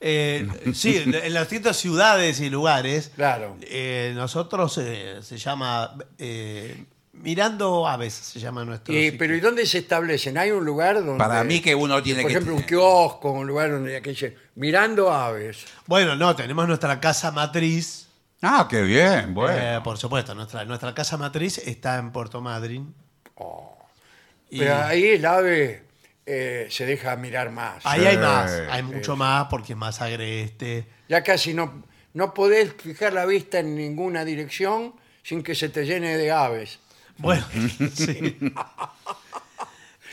[SPEAKER 2] eh, sí, en en las distintas ciudades y lugares.
[SPEAKER 1] Claro.
[SPEAKER 2] Eh, nosotros eh, se llama eh, Mirando Aves, se llama nuestro.
[SPEAKER 1] Y,
[SPEAKER 2] sitio.
[SPEAKER 1] Eh, pero ¿y dónde se establecen? ¿Hay un lugar donde.?
[SPEAKER 3] Para mí que uno tiene
[SPEAKER 1] Por
[SPEAKER 3] que
[SPEAKER 1] ejemplo, un
[SPEAKER 3] tener.
[SPEAKER 1] kiosco, un lugar donde hay que dice, mirando aves.
[SPEAKER 2] Bueno, no, tenemos nuestra casa matriz.
[SPEAKER 3] Ah, qué bien,
[SPEAKER 2] Eh,
[SPEAKER 3] bueno.
[SPEAKER 2] por supuesto, nuestra, nuestra casa matriz está en Puerto Madryn. Y
[SPEAKER 1] Pero ahí el ave eh, se deja mirar más.
[SPEAKER 2] ahí
[SPEAKER 3] Sí,
[SPEAKER 2] hay más, hay
[SPEAKER 3] sí.
[SPEAKER 2] mucho más porque es más agreste.
[SPEAKER 1] Ya casi no, no podés fijar la vista en ninguna dirección sin que se te llene de aves.
[SPEAKER 2] Bueno, sí.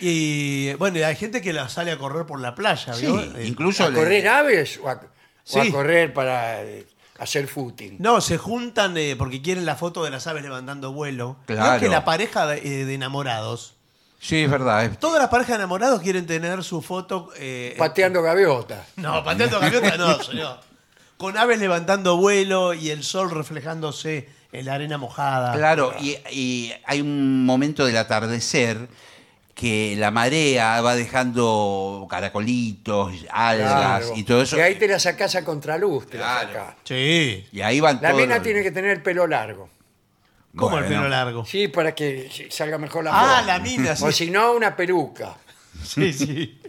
[SPEAKER 2] Y bueno, y hay gente que la sale a correr por la playa,
[SPEAKER 3] Sí,
[SPEAKER 2] ¿vio? Eh,
[SPEAKER 3] incluso
[SPEAKER 1] ¿A
[SPEAKER 3] le-
[SPEAKER 1] correr ¿ah? aves o a, o
[SPEAKER 2] Sí.
[SPEAKER 1] a correr para eh, hacer footing?
[SPEAKER 2] No, se juntan eh, porque quieren la foto de las aves levantando vuelo. No
[SPEAKER 3] Claro.
[SPEAKER 2] es que la pareja de, eh, de enamorados.
[SPEAKER 3] Sí, es verdad. es-
[SPEAKER 2] Todas las parejas de enamorados quieren tener su foto. eh,
[SPEAKER 1] Pateando gaviotas.
[SPEAKER 2] No, pateando gaviota no, señor. Con aves levantando vuelo y el sol reflejándose en la arena
[SPEAKER 1] Ah,
[SPEAKER 2] mojada.
[SPEAKER 3] Claro, y, y hay un momento del atardecer que la marea va dejando caracolitos, algas
[SPEAKER 1] Claro.
[SPEAKER 3] Eh, y todo eso. eh.
[SPEAKER 1] Y ahí te la sacás a contraluz. te la
[SPEAKER 3] Claro.
[SPEAKER 1] sacás.
[SPEAKER 2] Sí.
[SPEAKER 3] y ahí van
[SPEAKER 1] La
[SPEAKER 3] todos
[SPEAKER 1] mina
[SPEAKER 3] los-
[SPEAKER 1] tiene que tener el pelo largo.
[SPEAKER 2] Como el
[SPEAKER 3] Bueno.
[SPEAKER 2] pelo largo.
[SPEAKER 1] Sí, para que salga mejor la
[SPEAKER 2] Ah,
[SPEAKER 1] foto.
[SPEAKER 2] la mina,
[SPEAKER 1] O
[SPEAKER 2] sí.
[SPEAKER 1] si no, una peluca.
[SPEAKER 2] Sí, sí.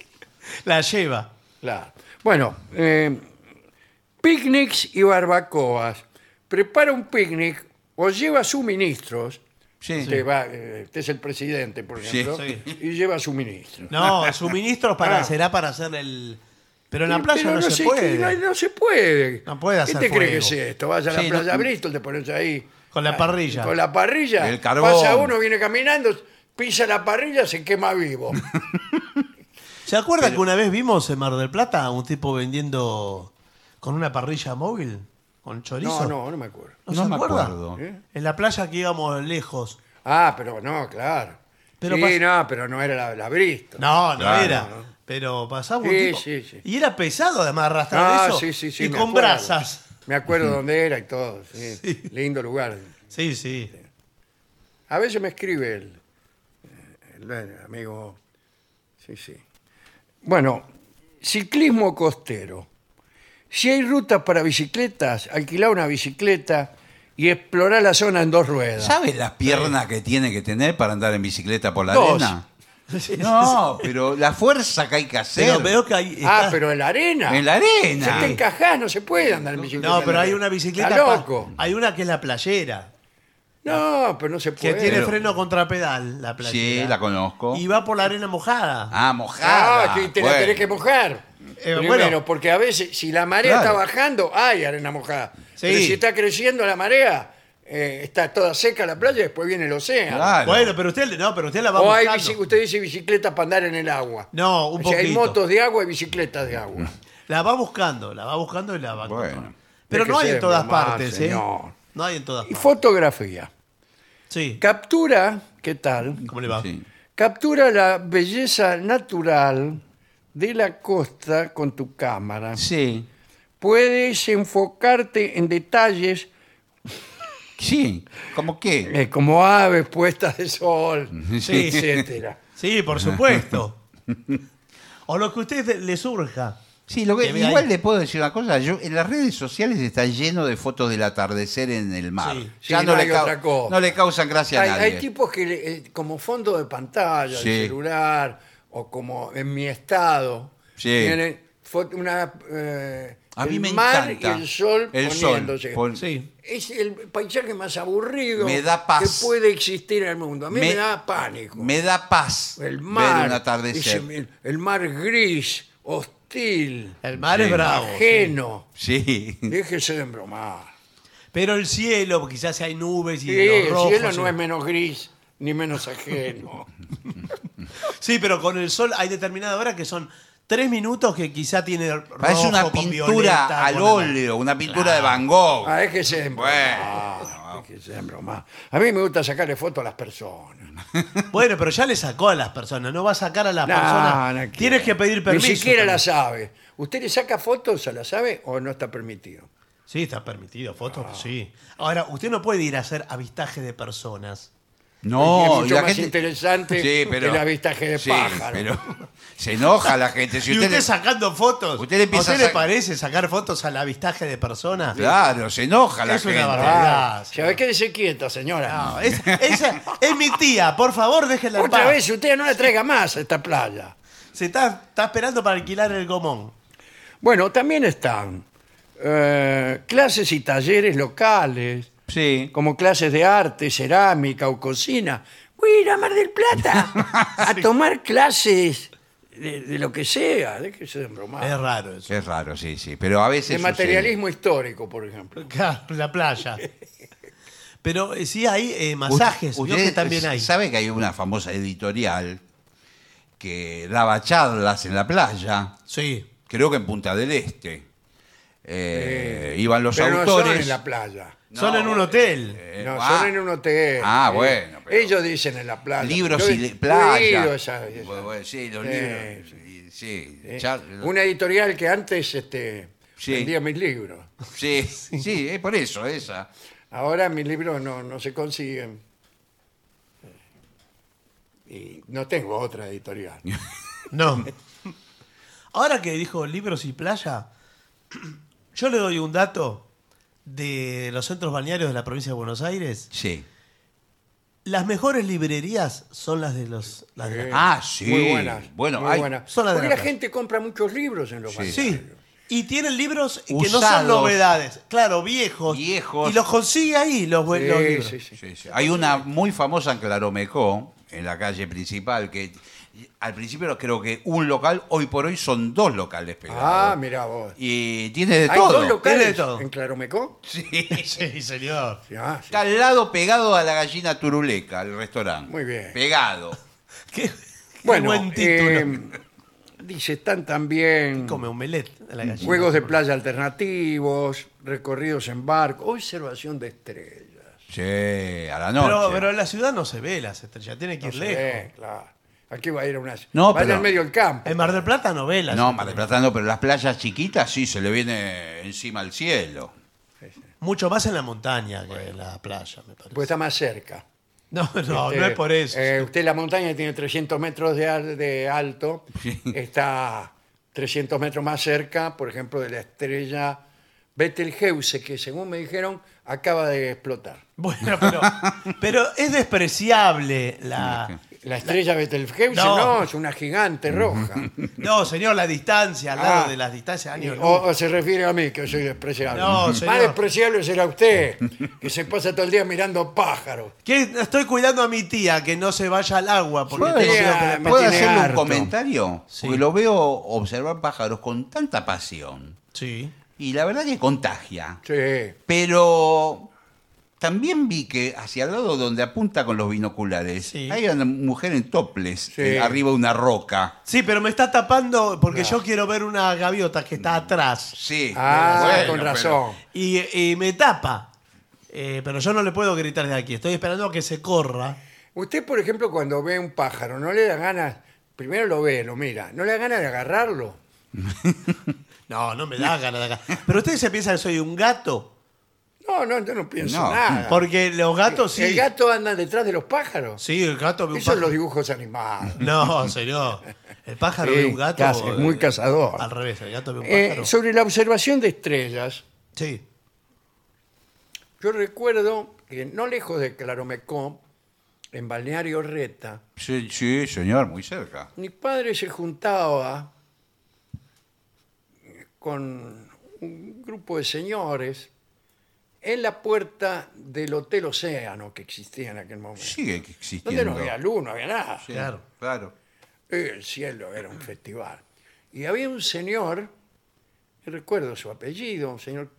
[SPEAKER 2] La lleva.
[SPEAKER 1] Claro. Bueno, eh, picnics y barbacoas. Prepara un picnic o lleva suministros.
[SPEAKER 3] Sí.
[SPEAKER 1] Usted, va, eh, usted es el presidente, por
[SPEAKER 3] Sí.
[SPEAKER 1] ejemplo,
[SPEAKER 2] Sí.
[SPEAKER 1] y lleva suministros.
[SPEAKER 2] No, suministros para,
[SPEAKER 1] Ah.
[SPEAKER 2] será para hacer el. Pero en la
[SPEAKER 1] Pero
[SPEAKER 2] playa no, se,
[SPEAKER 1] sé
[SPEAKER 2] puede.
[SPEAKER 1] qué, No, no se puede.
[SPEAKER 2] No puede
[SPEAKER 1] ¿Qué
[SPEAKER 2] hacer
[SPEAKER 1] te cree que
[SPEAKER 2] fuego.
[SPEAKER 1] es esto? Vas a la
[SPEAKER 3] Sí,
[SPEAKER 1] playa
[SPEAKER 3] no-
[SPEAKER 1] Bristol, te pones ahí.
[SPEAKER 2] Con la
[SPEAKER 1] ah,
[SPEAKER 2] parrilla.
[SPEAKER 1] Con la parrilla.
[SPEAKER 3] El carbón.
[SPEAKER 1] Pasa uno, viene caminando, pisa la parrilla, se quema vivo.
[SPEAKER 2] ¿Se acuerda que una vez vimos en Mar del Plata a un tipo vendiendo con una parrilla móvil? ¿Con chorizo?
[SPEAKER 1] No, no, no me acuerdo.
[SPEAKER 2] ¿No,
[SPEAKER 3] No
[SPEAKER 2] se
[SPEAKER 3] me
[SPEAKER 2] acuerda?
[SPEAKER 3] acuerdo.
[SPEAKER 1] ¿Eh?
[SPEAKER 2] En la playa que íbamos lejos.
[SPEAKER 1] Ah, pero no, claro.
[SPEAKER 2] Pero
[SPEAKER 1] sí,
[SPEAKER 2] pas-
[SPEAKER 1] no, pero no era la, la Bristol.
[SPEAKER 2] No, no
[SPEAKER 3] Claro.
[SPEAKER 2] era. Pero pasaba un
[SPEAKER 1] Sí,
[SPEAKER 2] tipo.
[SPEAKER 1] sí, sí.
[SPEAKER 2] Y era pesado además arrastrar
[SPEAKER 1] Ah,
[SPEAKER 2] eso.
[SPEAKER 1] sí, sí, sí.
[SPEAKER 2] y
[SPEAKER 1] me
[SPEAKER 2] con
[SPEAKER 1] acuerdo.
[SPEAKER 2] brasas.
[SPEAKER 1] Me acuerdo dónde era y todo. sí. Lindo lugar.
[SPEAKER 2] Sí, sí.
[SPEAKER 1] A veces me escribe el, el amigo. Sí, sí. Bueno, ciclismo costero. Si hay rutas para bicicletas, alquila una bicicleta y explora la zona en dos ruedas.
[SPEAKER 3] ¿Sabes las piernas que tiene que tener para andar en bicicleta por la
[SPEAKER 2] Dos.
[SPEAKER 3] arena? No, pero la fuerza que hay que hacer
[SPEAKER 2] Pero veo que hay.
[SPEAKER 1] Ah,
[SPEAKER 2] está-
[SPEAKER 1] pero en la arena.
[SPEAKER 3] en la
[SPEAKER 1] Si
[SPEAKER 3] arena.
[SPEAKER 1] te encajás, no se puede andar en bicicleta.
[SPEAKER 2] No,
[SPEAKER 1] en
[SPEAKER 2] pero
[SPEAKER 1] la
[SPEAKER 2] hay
[SPEAKER 1] arena.
[SPEAKER 2] una bicicleta.
[SPEAKER 1] Está
[SPEAKER 2] pa-
[SPEAKER 1] loco.
[SPEAKER 2] Hay una que es la playera.
[SPEAKER 1] No, pero no se
[SPEAKER 2] Que
[SPEAKER 1] puede.
[SPEAKER 2] tiene
[SPEAKER 3] Pero-
[SPEAKER 2] freno contra pedal, la playera.
[SPEAKER 3] Sí, la conozco.
[SPEAKER 2] Y va por la arena mojada.
[SPEAKER 3] Ah, mojada.
[SPEAKER 1] Ah, que te la
[SPEAKER 3] bueno.
[SPEAKER 1] tenés que mojar. Primero,
[SPEAKER 2] Eh, bueno.
[SPEAKER 1] porque a veces, si la marea
[SPEAKER 3] Claro.
[SPEAKER 1] está bajando, hay arena mojada.
[SPEAKER 2] Sí.
[SPEAKER 1] Pero si está creciendo la marea, eh, está toda seca la playa y después viene el océano.
[SPEAKER 3] Claro.
[SPEAKER 2] Bueno, pero usted, no, pero usted la va
[SPEAKER 1] O hay, bici-
[SPEAKER 2] buscando.
[SPEAKER 1] usted dice bicicleta para andar en el agua.
[SPEAKER 2] No, un
[SPEAKER 1] O sea, hay
[SPEAKER 2] poquito.
[SPEAKER 1] motos de agua y bicicletas de agua.
[SPEAKER 2] La va buscando, la va buscando y la va
[SPEAKER 3] Bueno.
[SPEAKER 2] encontrando. Pero
[SPEAKER 1] Deje
[SPEAKER 2] no hay
[SPEAKER 1] ser,
[SPEAKER 2] en todas
[SPEAKER 1] mi amor,
[SPEAKER 2] partes,
[SPEAKER 1] señor.
[SPEAKER 2] ¿eh? No hay en todas
[SPEAKER 1] Y
[SPEAKER 2] partes.
[SPEAKER 1] fotografía.
[SPEAKER 2] Sí.
[SPEAKER 1] Captura, ¿qué tal?
[SPEAKER 2] ¿Cómo le va?
[SPEAKER 3] Sí.
[SPEAKER 1] Captura la belleza natural de la costa con tu cámara.
[SPEAKER 3] Sí.
[SPEAKER 1] Puedes enfocarte en detalles
[SPEAKER 3] Sí. ¿Cómo qué?
[SPEAKER 1] Eh, como aves puestas de sol,
[SPEAKER 2] Sí.
[SPEAKER 1] etcétera.
[SPEAKER 2] Sí, por supuesto. o lo que a usted le surja.
[SPEAKER 3] Sí, lo que-
[SPEAKER 2] Que vea
[SPEAKER 3] igual
[SPEAKER 2] ahí.
[SPEAKER 3] le puedo decir una cosa. Yo, en las redes sociales está lleno de fotos del atardecer en el mar.
[SPEAKER 2] Sí.
[SPEAKER 3] ya
[SPEAKER 1] Sí,
[SPEAKER 3] no,
[SPEAKER 1] no
[SPEAKER 3] le
[SPEAKER 1] hay
[SPEAKER 3] cau-
[SPEAKER 1] otra cosa.
[SPEAKER 3] no le causan gracia
[SPEAKER 1] Hay,
[SPEAKER 3] a nadie.
[SPEAKER 1] hay tipos que, le- eh, como fondo de pantalla,
[SPEAKER 3] Sí.
[SPEAKER 1] de celular, o como en mi estado,
[SPEAKER 3] Sí.
[SPEAKER 1] tienen fo- una, eh,
[SPEAKER 3] A mí
[SPEAKER 1] el
[SPEAKER 3] me
[SPEAKER 1] mar
[SPEAKER 3] encanta.
[SPEAKER 1] y el sol
[SPEAKER 3] El sol,
[SPEAKER 1] poniéndose.
[SPEAKER 3] pon-
[SPEAKER 2] Sí.
[SPEAKER 1] es el paisaje más aburrido
[SPEAKER 3] Me da paz.
[SPEAKER 1] que puede existir en el mundo. A mí me,
[SPEAKER 3] Me-
[SPEAKER 1] da pánico.
[SPEAKER 3] Me da paz
[SPEAKER 1] el mar,
[SPEAKER 3] ver un atardecer.
[SPEAKER 1] ese- el, el mar gris, hostil,
[SPEAKER 2] El mar es
[SPEAKER 3] Sí. Mm.
[SPEAKER 2] bravo.
[SPEAKER 1] ajeno.
[SPEAKER 3] Sí.
[SPEAKER 1] Déjese de bromar.
[SPEAKER 2] Pero el cielo, quizás hay nubes y
[SPEAKER 1] Sí,
[SPEAKER 2] los
[SPEAKER 1] el
[SPEAKER 2] rojos.
[SPEAKER 1] cielo
[SPEAKER 2] y-
[SPEAKER 1] no es menos gris ni menos ajeno.
[SPEAKER 2] Sí, pero con el sol hay determinada hora que son tres minutos que quizá tiene
[SPEAKER 3] Parece
[SPEAKER 2] rojo
[SPEAKER 3] una
[SPEAKER 2] con
[SPEAKER 3] pintura
[SPEAKER 2] violeta,
[SPEAKER 3] al
[SPEAKER 2] con-
[SPEAKER 3] óleo, una pintura de Van Gogh.
[SPEAKER 1] Ah, es que se embromar.
[SPEAKER 3] Bueno.
[SPEAKER 1] es que se embromar. A mí me gusta sacarle fotos a las personas.
[SPEAKER 2] Bueno, pero ya le sacó a las personas, no va a sacar a las
[SPEAKER 1] No, no
[SPEAKER 2] personas.
[SPEAKER 1] quiero.
[SPEAKER 2] Tienes que pedir permiso.
[SPEAKER 1] Ni siquiera
[SPEAKER 2] también.
[SPEAKER 1] las aves. ¿Usted le saca fotos a las aves o no está permitido?
[SPEAKER 2] Sí, está permitido, fotos,
[SPEAKER 1] Ah.
[SPEAKER 2] sí. Ahora, usted no puede ir a hacer avistaje de personas.
[SPEAKER 1] Y es
[SPEAKER 3] No,
[SPEAKER 1] mucho más interesante que el avistaje de
[SPEAKER 3] sí,
[SPEAKER 1] pájaro.
[SPEAKER 3] pero se enoja la gente. Si
[SPEAKER 2] y
[SPEAKER 3] usted
[SPEAKER 2] usted
[SPEAKER 3] le-
[SPEAKER 2] sacando fotos.
[SPEAKER 3] usted le empieza
[SPEAKER 2] ¿A
[SPEAKER 3] a
[SPEAKER 2] usted le
[SPEAKER 3] sac-
[SPEAKER 2] parece sacar fotos al avistaje de personas?
[SPEAKER 3] Claro, se enoja la
[SPEAKER 2] Es una
[SPEAKER 3] gente.
[SPEAKER 2] barbaridad. Ah, sí.
[SPEAKER 1] ¿Sabes qué dice quieta, señora?
[SPEAKER 2] No, es- esa es mi tía, por favor, déjenla en
[SPEAKER 1] Otra
[SPEAKER 2] paz.
[SPEAKER 1] vez usted no la traiga más a esta playa.
[SPEAKER 2] Se está, está esperando para alquilar el gomón.
[SPEAKER 1] Bueno, también están eh, clases y talleres locales,
[SPEAKER 3] Sí.
[SPEAKER 1] como clases de arte, cerámica o cocina. Voy a ir a Mar del Plata a tomar clases de, de lo que sea, déjese de
[SPEAKER 2] Es
[SPEAKER 1] embromar.
[SPEAKER 2] raro eso.
[SPEAKER 3] Es raro, sí, sí. Pero a veces.
[SPEAKER 1] De
[SPEAKER 3] sucede.
[SPEAKER 1] materialismo histórico, por ejemplo.
[SPEAKER 2] Claro, la playa. Pero eh, sí hay eh,
[SPEAKER 3] Usted-
[SPEAKER 2] masajes, vio que
[SPEAKER 3] usted
[SPEAKER 2] también hay.
[SPEAKER 3] Sabe que hay una famosa editorial que daba charlas en la playa,
[SPEAKER 2] Sí.
[SPEAKER 3] creo que en Punta del Este. Eh, iban los
[SPEAKER 1] Pero no son
[SPEAKER 3] autores.
[SPEAKER 1] en la playa.
[SPEAKER 3] No,
[SPEAKER 2] Solo en un
[SPEAKER 3] eh,
[SPEAKER 2] hotel.
[SPEAKER 3] eh,
[SPEAKER 1] no,
[SPEAKER 3] ah,
[SPEAKER 1] son en un hotel.
[SPEAKER 3] Ah,
[SPEAKER 1] eh.
[SPEAKER 3] bueno. pero-
[SPEAKER 1] Ellos dicen en la playa.
[SPEAKER 3] libros
[SPEAKER 1] Yo
[SPEAKER 3] y
[SPEAKER 1] he-
[SPEAKER 3] le-
[SPEAKER 1] yo he
[SPEAKER 3] playa.
[SPEAKER 1] ido a esa- esa-
[SPEAKER 3] Bueno, bueno, sí, los
[SPEAKER 1] Sí,
[SPEAKER 3] libros. Sí, sí,
[SPEAKER 1] eh,
[SPEAKER 3] char-
[SPEAKER 1] Una editorial que antes este,
[SPEAKER 3] Sí.
[SPEAKER 1] vendía mis libros.
[SPEAKER 3] sí, sí, es por eso, esa.
[SPEAKER 1] Ahora mis libros no, no se consiguen. Y no tengo otra editorial.
[SPEAKER 2] No. Ahora que dijo libros y playa, yo le doy un dato de los centros balnearios de la provincia de Buenos Aires.
[SPEAKER 3] Sí.
[SPEAKER 2] Las mejores librerías son las de los. Las de-
[SPEAKER 3] Ah, sí.
[SPEAKER 1] Muy buenas.
[SPEAKER 3] Bueno,
[SPEAKER 1] muy
[SPEAKER 3] hay-
[SPEAKER 1] buenas.
[SPEAKER 2] Son las de
[SPEAKER 1] Porque
[SPEAKER 2] la
[SPEAKER 1] la
[SPEAKER 2] playa.
[SPEAKER 1] gente compra muchos libros en los
[SPEAKER 3] Sí.
[SPEAKER 1] bares.
[SPEAKER 2] Sí. Y tienen libros que no
[SPEAKER 3] Usados.
[SPEAKER 2] son novedades. Claro, viejos.
[SPEAKER 3] Viejos.
[SPEAKER 2] Y los consigue ahí, los
[SPEAKER 1] Sí,
[SPEAKER 2] buenos libros.
[SPEAKER 1] sí, sí.
[SPEAKER 3] Sí, sí. Hay una muy famosa en Claromecó, en la calle principal, que al principio era, creo que un local, hoy por hoy son dos locales pegados.
[SPEAKER 1] Ah, mira vos.
[SPEAKER 3] y tiene de
[SPEAKER 1] Hay
[SPEAKER 3] todo.
[SPEAKER 1] dos locales
[SPEAKER 2] tiene de todo.
[SPEAKER 1] en Claromecó.
[SPEAKER 3] Sí.
[SPEAKER 2] Sí, señor.
[SPEAKER 1] Sí, ah, sí.
[SPEAKER 3] Está al lado pegado a la gallina turuleca, el restaurante.
[SPEAKER 1] Muy bien.
[SPEAKER 3] Pegado.
[SPEAKER 2] Qué, qué
[SPEAKER 1] Bueno,
[SPEAKER 2] buen título.
[SPEAKER 1] eh, dice, están también
[SPEAKER 2] Come omelette a la gallina.
[SPEAKER 1] juegos de playa alternativos, recorridos en barco, observación de estrellas.
[SPEAKER 3] Sí, a la noche.
[SPEAKER 2] Pero, pero en la ciudad no se ve las estrellas, tiene que ir
[SPEAKER 1] Sí,
[SPEAKER 2] lejos.
[SPEAKER 1] claro. Aquí va a ir a unas.
[SPEAKER 3] No,
[SPEAKER 1] Vaya
[SPEAKER 3] pero-
[SPEAKER 1] al medio del campo.
[SPEAKER 2] En Mar del Plata no ve las
[SPEAKER 3] No,
[SPEAKER 2] estrellas.
[SPEAKER 3] Mar del Plata no, pero las playas chiquitas sí se le viene encima al cielo.
[SPEAKER 2] Mucho más en la montaña que en la playa, me parece.
[SPEAKER 1] Pues está más cerca.
[SPEAKER 2] no, no, no
[SPEAKER 1] Este,
[SPEAKER 2] es por eso.
[SPEAKER 1] eh, usted la montaña tiene 300 metros de, al- de alto. Está 300 metros más cerca, por ejemplo, de la estrella Betelgeuse, que según me dijeron, acaba de explotar.
[SPEAKER 2] Bueno, pero, pero es despreciable la...
[SPEAKER 1] La estrella Betelgeuse no.
[SPEAKER 2] No.
[SPEAKER 1] es una gigante roja.
[SPEAKER 2] No, señor, la distancia, al lado
[SPEAKER 1] Ah. oh.
[SPEAKER 2] de las distancias, años
[SPEAKER 1] O,
[SPEAKER 2] luz.
[SPEAKER 1] o se refiere a mí, que soy despreciable.
[SPEAKER 2] No,
[SPEAKER 1] Más
[SPEAKER 2] señor.
[SPEAKER 1] despreciable será usted, que se pasa todo el día mirando pájaros.
[SPEAKER 2] Que estoy cuidando a mi tía que no se vaya al agua porque
[SPEAKER 3] ¿Puedo,
[SPEAKER 2] tengo
[SPEAKER 1] tía,
[SPEAKER 2] miedo que
[SPEAKER 1] me
[SPEAKER 2] le
[SPEAKER 3] ¿puedo
[SPEAKER 1] tiene
[SPEAKER 3] hacerle un
[SPEAKER 1] harto.
[SPEAKER 3] comentario?
[SPEAKER 2] Sí.
[SPEAKER 3] Porque lo veo observar pájaros con tanta pasión.
[SPEAKER 2] Sí.
[SPEAKER 3] Y la verdad que contagia.
[SPEAKER 1] Sí.
[SPEAKER 3] Pero también vi que hacia el lado donde apunta con los binoculares,
[SPEAKER 2] Sí.
[SPEAKER 3] hay una mujer en toples,
[SPEAKER 1] Sí.
[SPEAKER 3] eh, arriba de una roca.
[SPEAKER 2] Sí, pero me está tapando porque yo quiero ver una gaviota que está atrás
[SPEAKER 3] Sí.
[SPEAKER 1] Ah,
[SPEAKER 3] Bueno,
[SPEAKER 1] con
[SPEAKER 3] pero-
[SPEAKER 1] razón.
[SPEAKER 2] y, y me tapa. Eh, pero yo no le puedo gritar de aquí, estoy esperando a que se corra.
[SPEAKER 1] Usted, por ejemplo, cuando ve un pájaro, no le da ganas, primero lo ve, lo mira, no le da ganas de agarrarlo.
[SPEAKER 2] No, no me da ganas de acá. Pero ustedes se piensan que soy un gato.
[SPEAKER 1] No, no, yo no pienso
[SPEAKER 3] No,
[SPEAKER 1] nada.
[SPEAKER 2] Porque los gatos sí.
[SPEAKER 1] Ah. El gato anda detrás de los pájaros.
[SPEAKER 2] Sí, el gato ve un
[SPEAKER 1] Esos son los
[SPEAKER 2] pájaro.
[SPEAKER 1] dibujos animados.
[SPEAKER 2] No, señor. El pájaro
[SPEAKER 1] Sí,
[SPEAKER 2] ve un gato.
[SPEAKER 1] caza- es muy
[SPEAKER 2] eh,
[SPEAKER 1] cazador.
[SPEAKER 2] Al revés, el gato ve un
[SPEAKER 1] Eh,
[SPEAKER 2] pájaro.
[SPEAKER 1] sobre la observación de estrellas,
[SPEAKER 2] Sí.
[SPEAKER 1] yo recuerdo que no lejos de Claromecó, en Balneario Reta,
[SPEAKER 3] Sí, sí, señor, muy cerca.
[SPEAKER 1] mi padre se juntaba con un grupo de señores en la puerta del Hotel Océano que existía en aquel momento.
[SPEAKER 3] Sigue
[SPEAKER 1] Donde
[SPEAKER 3] existiendo.
[SPEAKER 1] no había luz, no había nada.
[SPEAKER 3] Sí,
[SPEAKER 2] Claro.
[SPEAKER 3] claro.
[SPEAKER 1] El cielo era un festival. Y había un señor, no recuerdo su apellido, un señor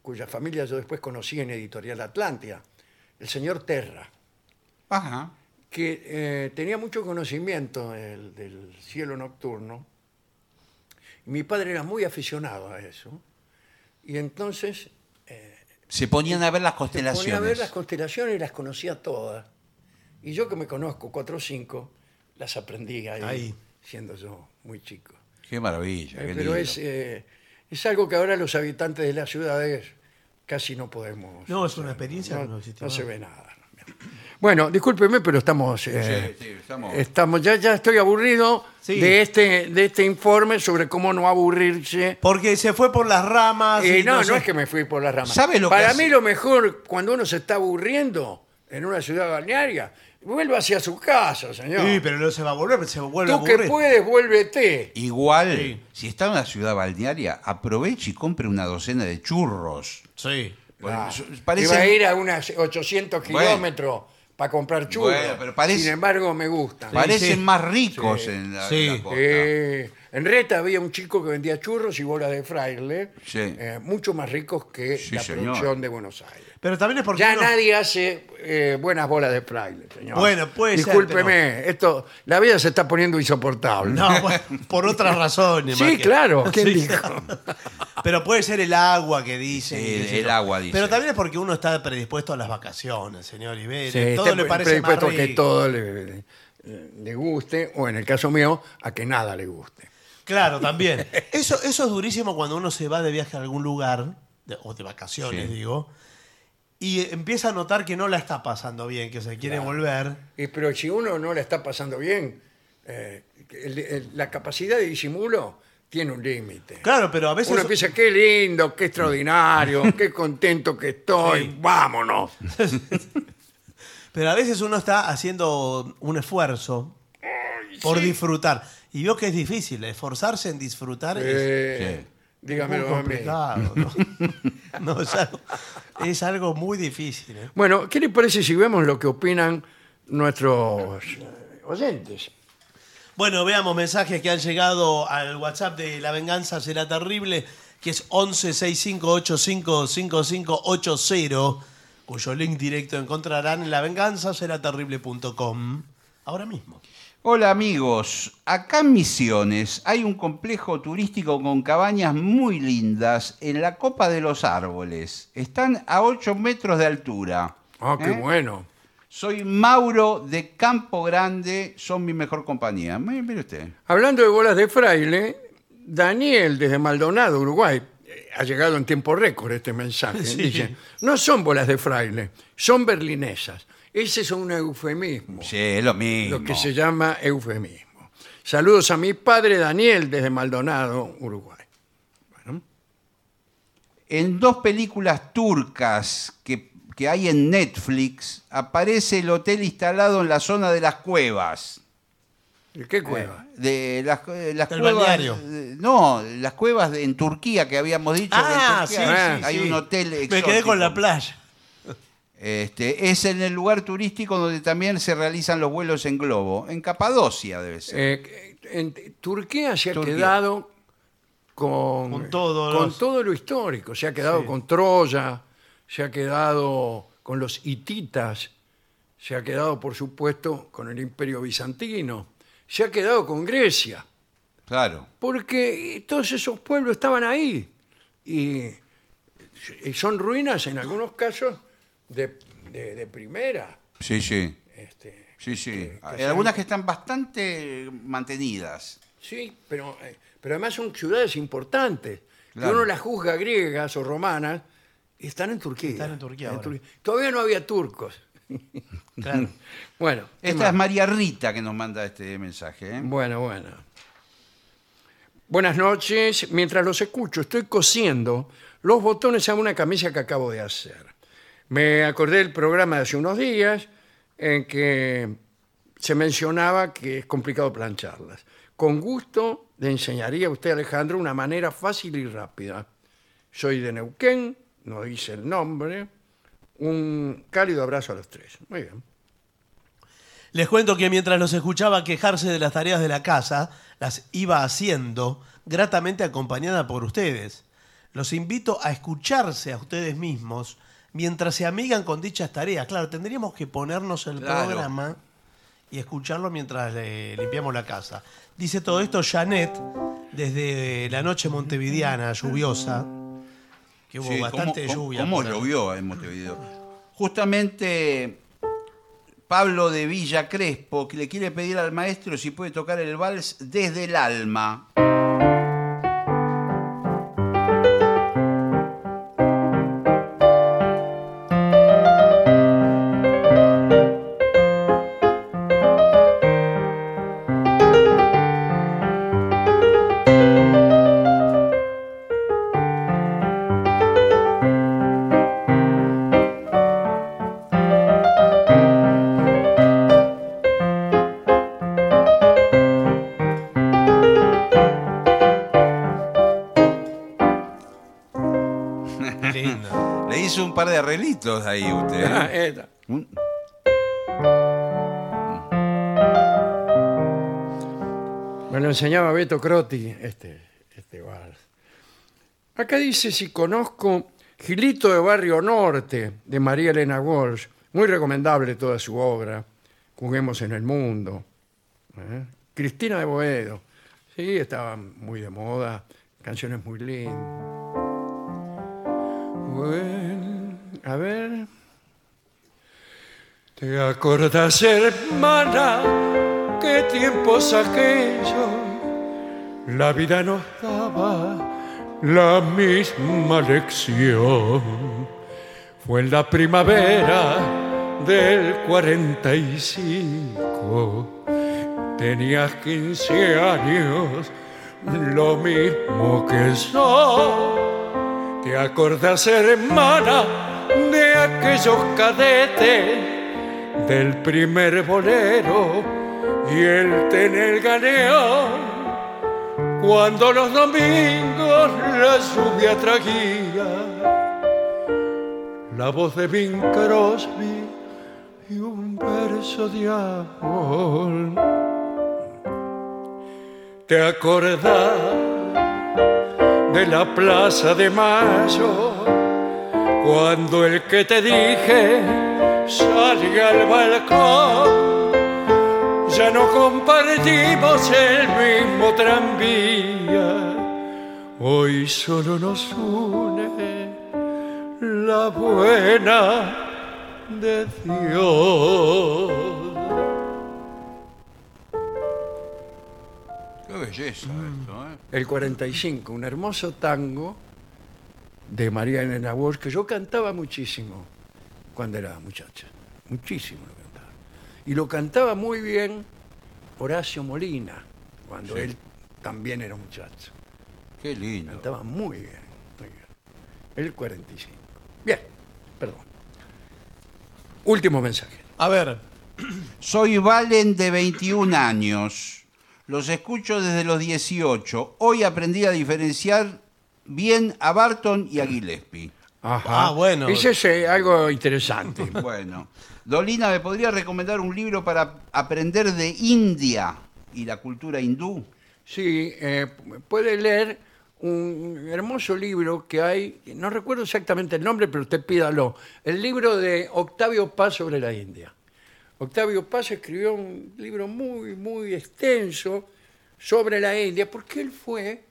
[SPEAKER 1] cuya familia yo después conocí en Editorial Atlántida, el señor Terra,
[SPEAKER 3] Ajá.
[SPEAKER 1] que eh, tenía mucho conocimiento del, del cielo nocturno. Mi padre era muy aficionado a eso. Y entonces
[SPEAKER 3] Se ponían a ver las
[SPEAKER 1] Se ponía a
[SPEAKER 3] constelaciones.
[SPEAKER 1] ver las constelaciones y las conocía todas. Y yo que me conozco, cuatro o cinco, las aprendí ahí,
[SPEAKER 2] Ahí.
[SPEAKER 1] siendo yo muy chico.
[SPEAKER 3] Qué maravilla.
[SPEAKER 1] Eh,
[SPEAKER 3] qué
[SPEAKER 1] Pero
[SPEAKER 3] lindo.
[SPEAKER 1] es, eh, es algo que ahora los habitantes de las ciudades casi no podemos...
[SPEAKER 2] No, es
[SPEAKER 1] hacer,
[SPEAKER 2] una experiencia
[SPEAKER 1] No,
[SPEAKER 2] que no existe
[SPEAKER 1] no
[SPEAKER 2] más.
[SPEAKER 1] se ve nada. Bueno, discúlpeme, pero estamos... eh,
[SPEAKER 3] Sí, sí, estamos-
[SPEAKER 1] Estamos, ya, ya estoy aburrido
[SPEAKER 2] Sí.
[SPEAKER 1] de este de este informe sobre cómo no aburrirse
[SPEAKER 2] Porque se fue por las
[SPEAKER 3] Ah,
[SPEAKER 2] ramas.
[SPEAKER 1] Eh,
[SPEAKER 2] y
[SPEAKER 1] no, no,
[SPEAKER 2] sé-
[SPEAKER 1] es que me fui por las ramas.
[SPEAKER 3] ¿Sabe lo que
[SPEAKER 1] Para
[SPEAKER 3] hace?
[SPEAKER 1] mí lo mejor cuando uno se está aburriendo en una ciudad balnearia, vuelva hacia su casa, señor.
[SPEAKER 2] Sí, pero no se va a volver, se vuelve a
[SPEAKER 1] Tú que
[SPEAKER 2] aburrir.
[SPEAKER 1] puedes, vuélvete.
[SPEAKER 3] Igual,
[SPEAKER 2] Sí.
[SPEAKER 3] si está en una ciudad balnearia, aproveche y compre una docena de churros.
[SPEAKER 2] Sí.
[SPEAKER 3] Porque
[SPEAKER 1] Ah,
[SPEAKER 3] su- parecen-
[SPEAKER 1] Iba a ir a unas 800
[SPEAKER 3] Bueno.
[SPEAKER 1] kilómetros para comprar churros.
[SPEAKER 3] Bueno, pero parece-
[SPEAKER 1] Sin embargo, me gusta.
[SPEAKER 3] parecen
[SPEAKER 2] sí.
[SPEAKER 3] más ricos
[SPEAKER 1] Sí.
[SPEAKER 3] en la,
[SPEAKER 2] Sí.
[SPEAKER 3] en la costa.
[SPEAKER 1] Eh, en Reta había un chico que vendía churros y bolas de fraile,
[SPEAKER 3] Sí.
[SPEAKER 1] eh, mucho más ricos que
[SPEAKER 3] Sí,
[SPEAKER 1] la
[SPEAKER 3] señor.
[SPEAKER 1] producción de Buenos Aires.
[SPEAKER 2] Pero también es porque.
[SPEAKER 1] Ya
[SPEAKER 2] uno-
[SPEAKER 1] nadie hace eh, buenas bolas de fraile, señor.
[SPEAKER 2] Bueno, puede ser,
[SPEAKER 1] Discúlpeme, esto, la vida se está poniendo insoportable.
[SPEAKER 2] No, bueno, por otras razones.
[SPEAKER 1] Sí,
[SPEAKER 2] más que-
[SPEAKER 1] claro, ¿quién
[SPEAKER 2] Sí.
[SPEAKER 1] dijo?
[SPEAKER 2] Pero puede ser el agua que dice.
[SPEAKER 3] Sí, el agua dice.
[SPEAKER 2] Pero también es porque uno está predispuesto a las vacaciones, señor Ibero.
[SPEAKER 1] Sí,
[SPEAKER 2] todo
[SPEAKER 1] está
[SPEAKER 2] le parece más
[SPEAKER 1] predispuesto a que
[SPEAKER 2] rico.
[SPEAKER 1] todo le, le guste, o en el caso mío, a que nada le guste.
[SPEAKER 2] Claro, también. Eso, eso es durísimo cuando uno se va de viaje a algún lugar, de- o de vacaciones,
[SPEAKER 3] Sí.
[SPEAKER 2] digo, y empieza a notar que no la está pasando bien, que se quiere volver.
[SPEAKER 1] Y, pero si uno no la está pasando bien, eh, el- el- la capacidad de disimulo tiene un límite.
[SPEAKER 2] Claro, pero a veces.
[SPEAKER 1] Uno piensa, qué lindo, qué extraordinario, qué contento que estoy,
[SPEAKER 2] Sí.
[SPEAKER 1] vámonos.
[SPEAKER 2] Pero a veces uno está haciendo un esfuerzo por disfrutar. Y veo que es difícil, esforzarse en disfrutar es
[SPEAKER 1] Eh,
[SPEAKER 3] Sí.
[SPEAKER 1] Dígamelo
[SPEAKER 2] muy
[SPEAKER 1] a mí.
[SPEAKER 2] complicado. ¿no? No, es, algo, es algo muy difícil. ¿eh?
[SPEAKER 1] Bueno, ¿qué les parece si vemos lo que opinan nuestros eh, oyentes?
[SPEAKER 2] Bueno, veamos mensajes que han llegado al WhatsApp de La Venganza Será Terrible, que es 1165855580, cuyo link directo encontrarán en lavenganzaseraterrible.com. Ahora mismo.
[SPEAKER 3] Hola amigos, acá en Misiones hay un complejo turístico con cabañas muy lindas en la copa de los árboles. Están a 8 metros de altura.
[SPEAKER 1] Ah, qué
[SPEAKER 3] ¿Eh?
[SPEAKER 1] bueno.
[SPEAKER 3] Soy Mauro de Campo Grande, son mi mejor compañía. Mire mire usted.
[SPEAKER 1] Hablando de bolas de fraile, Daniel desde Maldonado, Uruguay, eh, ha llegado en tiempo récord este mensaje.
[SPEAKER 2] Sí.
[SPEAKER 1] Dice, no son bolas de fraile, son berlinesas. Ese es un eufemismo,
[SPEAKER 3] Sí, es lo mismo.
[SPEAKER 1] lo que se llama eufemismo. Saludos a mi padre Daniel desde Maldonado, Uruguay.
[SPEAKER 3] En dos películas turcas que, que hay en Netflix aparece el hotel instalado en la zona de las cuevas.
[SPEAKER 1] ¿De qué cueva?
[SPEAKER 3] de las, eh, las
[SPEAKER 2] Del
[SPEAKER 3] cuevas
[SPEAKER 2] balneario.
[SPEAKER 3] eh, no las cuevas de- en Turquía que habíamos dicho que en
[SPEAKER 2] Ah, sí,
[SPEAKER 3] Turquía
[SPEAKER 2] sí,
[SPEAKER 3] hay
[SPEAKER 2] sí.
[SPEAKER 3] un hotel
[SPEAKER 2] Me quedé
[SPEAKER 3] exótico.
[SPEAKER 2] con la playa.
[SPEAKER 3] este es en el lugar turístico donde también se realizan los vuelos en globo en Capadocia debe ser
[SPEAKER 1] Eh, en Turquía se ha
[SPEAKER 3] Turquía.
[SPEAKER 1] quedado con,
[SPEAKER 2] Con todos
[SPEAKER 1] con
[SPEAKER 2] los-
[SPEAKER 1] todo lo histórico. Se ha quedado con Troya, se ha quedado con los hititas, se ha quedado, por supuesto, con el imperio bizantino, se ha quedado con Grecia,
[SPEAKER 2] Eh.
[SPEAKER 3] claro
[SPEAKER 1] porque todos esos pueblos estaban ahí. Y, y son ruinas, en algunos casos, de, de- de primera.
[SPEAKER 3] sí sí
[SPEAKER 1] Este,
[SPEAKER 3] sí sí hay algunas que están bastante mantenidas
[SPEAKER 1] Sí, pero, eh, pero además son ciudades importantes. que
[SPEAKER 3] Claro.
[SPEAKER 1] uno las juzga griegas o romanas y están en Turquía.
[SPEAKER 2] Están en Turquía ahora.
[SPEAKER 1] Todavía no había turcos.
[SPEAKER 2] Claro.
[SPEAKER 1] Bueno, ¿qué
[SPEAKER 3] esta
[SPEAKER 1] más?
[SPEAKER 3] es María Rita que nos manda este mensaje ¿eh?
[SPEAKER 1] bueno, bueno. Buenas noches. Mientras los escucho, estoy cosiendo los botones a una camisa que acabo de hacer. Me acordé del programa de hace unos días en que se mencionaba que es complicado plancharlas. Con gusto le enseñaría a usted, Alejandro, una manera fácil y rápida. Soy de Neuquén, no dice el nombre. Un cálido abrazo a los tres. Muy bien.
[SPEAKER 2] Les cuento que mientras los escuchaba quejarse de las tareas de la casa, las iba haciendo, gratamente acompañada por ustedes. Los invito a escucharse a ustedes mismos mientras se amigan con dichas tareas. Claro, tendríamos que ponernos el
[SPEAKER 3] Claro.
[SPEAKER 2] programa y escucharlo mientras le limpiamos la casa. Dice todo esto Janet desde la noche montevideana lluviosa, que hubo
[SPEAKER 3] Sí,
[SPEAKER 2] bastante
[SPEAKER 3] ¿cómo-
[SPEAKER 2] lluvia.
[SPEAKER 3] ¿Cómo
[SPEAKER 2] por ahí.
[SPEAKER 3] llovió en Montevideo? Justamente Pablo de Villa Crespo que le quiere pedir al maestro si puede tocar el vals desde el alma.
[SPEAKER 2] Lindo.
[SPEAKER 3] Le hizo un par de arreglitos ahí usted.
[SPEAKER 1] Ah,
[SPEAKER 3] ¿eh?
[SPEAKER 1] esta.
[SPEAKER 3] Un-
[SPEAKER 1] Me lo enseñaba Beto Crotti, este, este bar. Acá dice si conozco Gilito de Barrio Norte, de María Elena Walsh. Muy recomendable toda su obra. Juguemos en el mundo. ¿eh? Cristina de Boedo. Sí, estaba muy de moda. Canciones muy lindas. Bueno, a ver. ¿Te acordás, hermana, qué tiempos aquellos? La vida nos daba la misma lección. Fue en la primavera del 45. Tenías 15 años, lo mismo que yo. ¿Te acordás, hermana, de aquellos cadetes, del primer bolero y el tener galeón? Cuando los domingos la lluvia traía la voz de Bing Crosby y un verso de amor. ¿Te acordás? de la Plaza de Mayo, cuando el que te dije salga al balcón, ya no compartimos el mismo tranvía, hoy solo nos une la buena de Dios.
[SPEAKER 3] Qué belleza esto, ¿eh?
[SPEAKER 1] El 45, un hermoso tango de María Elena Walsh que yo cantaba muchísimo cuando era muchacha. Muchísimo lo cantaba. Y lo cantaba muy bien Horacio Molina, cuando él también era muchacho.
[SPEAKER 3] Qué lindo.
[SPEAKER 1] Cantaba muy bien, muy bien. El 45. Bien, perdón. Último mensaje.
[SPEAKER 2] A ver,
[SPEAKER 3] Soy Valen de 21 años. Los escucho desde los 18. Hoy aprendí a diferenciar bien a Barton y a Gillespie.
[SPEAKER 1] Ajá.
[SPEAKER 2] Ah, bueno.
[SPEAKER 1] Dice algo interesante.
[SPEAKER 3] Bueno, Dolina, ¿me podría recomendar un libro para aprender de India y la cultura hindú?
[SPEAKER 1] Sí, eh, puede leer un hermoso libro que hay, no recuerdo exactamente el nombre, pero usted pídalo. El libro de Octavio Paz sobre la India. Octavio Paz escribió un libro muy, muy extenso sobre la India, porque él fue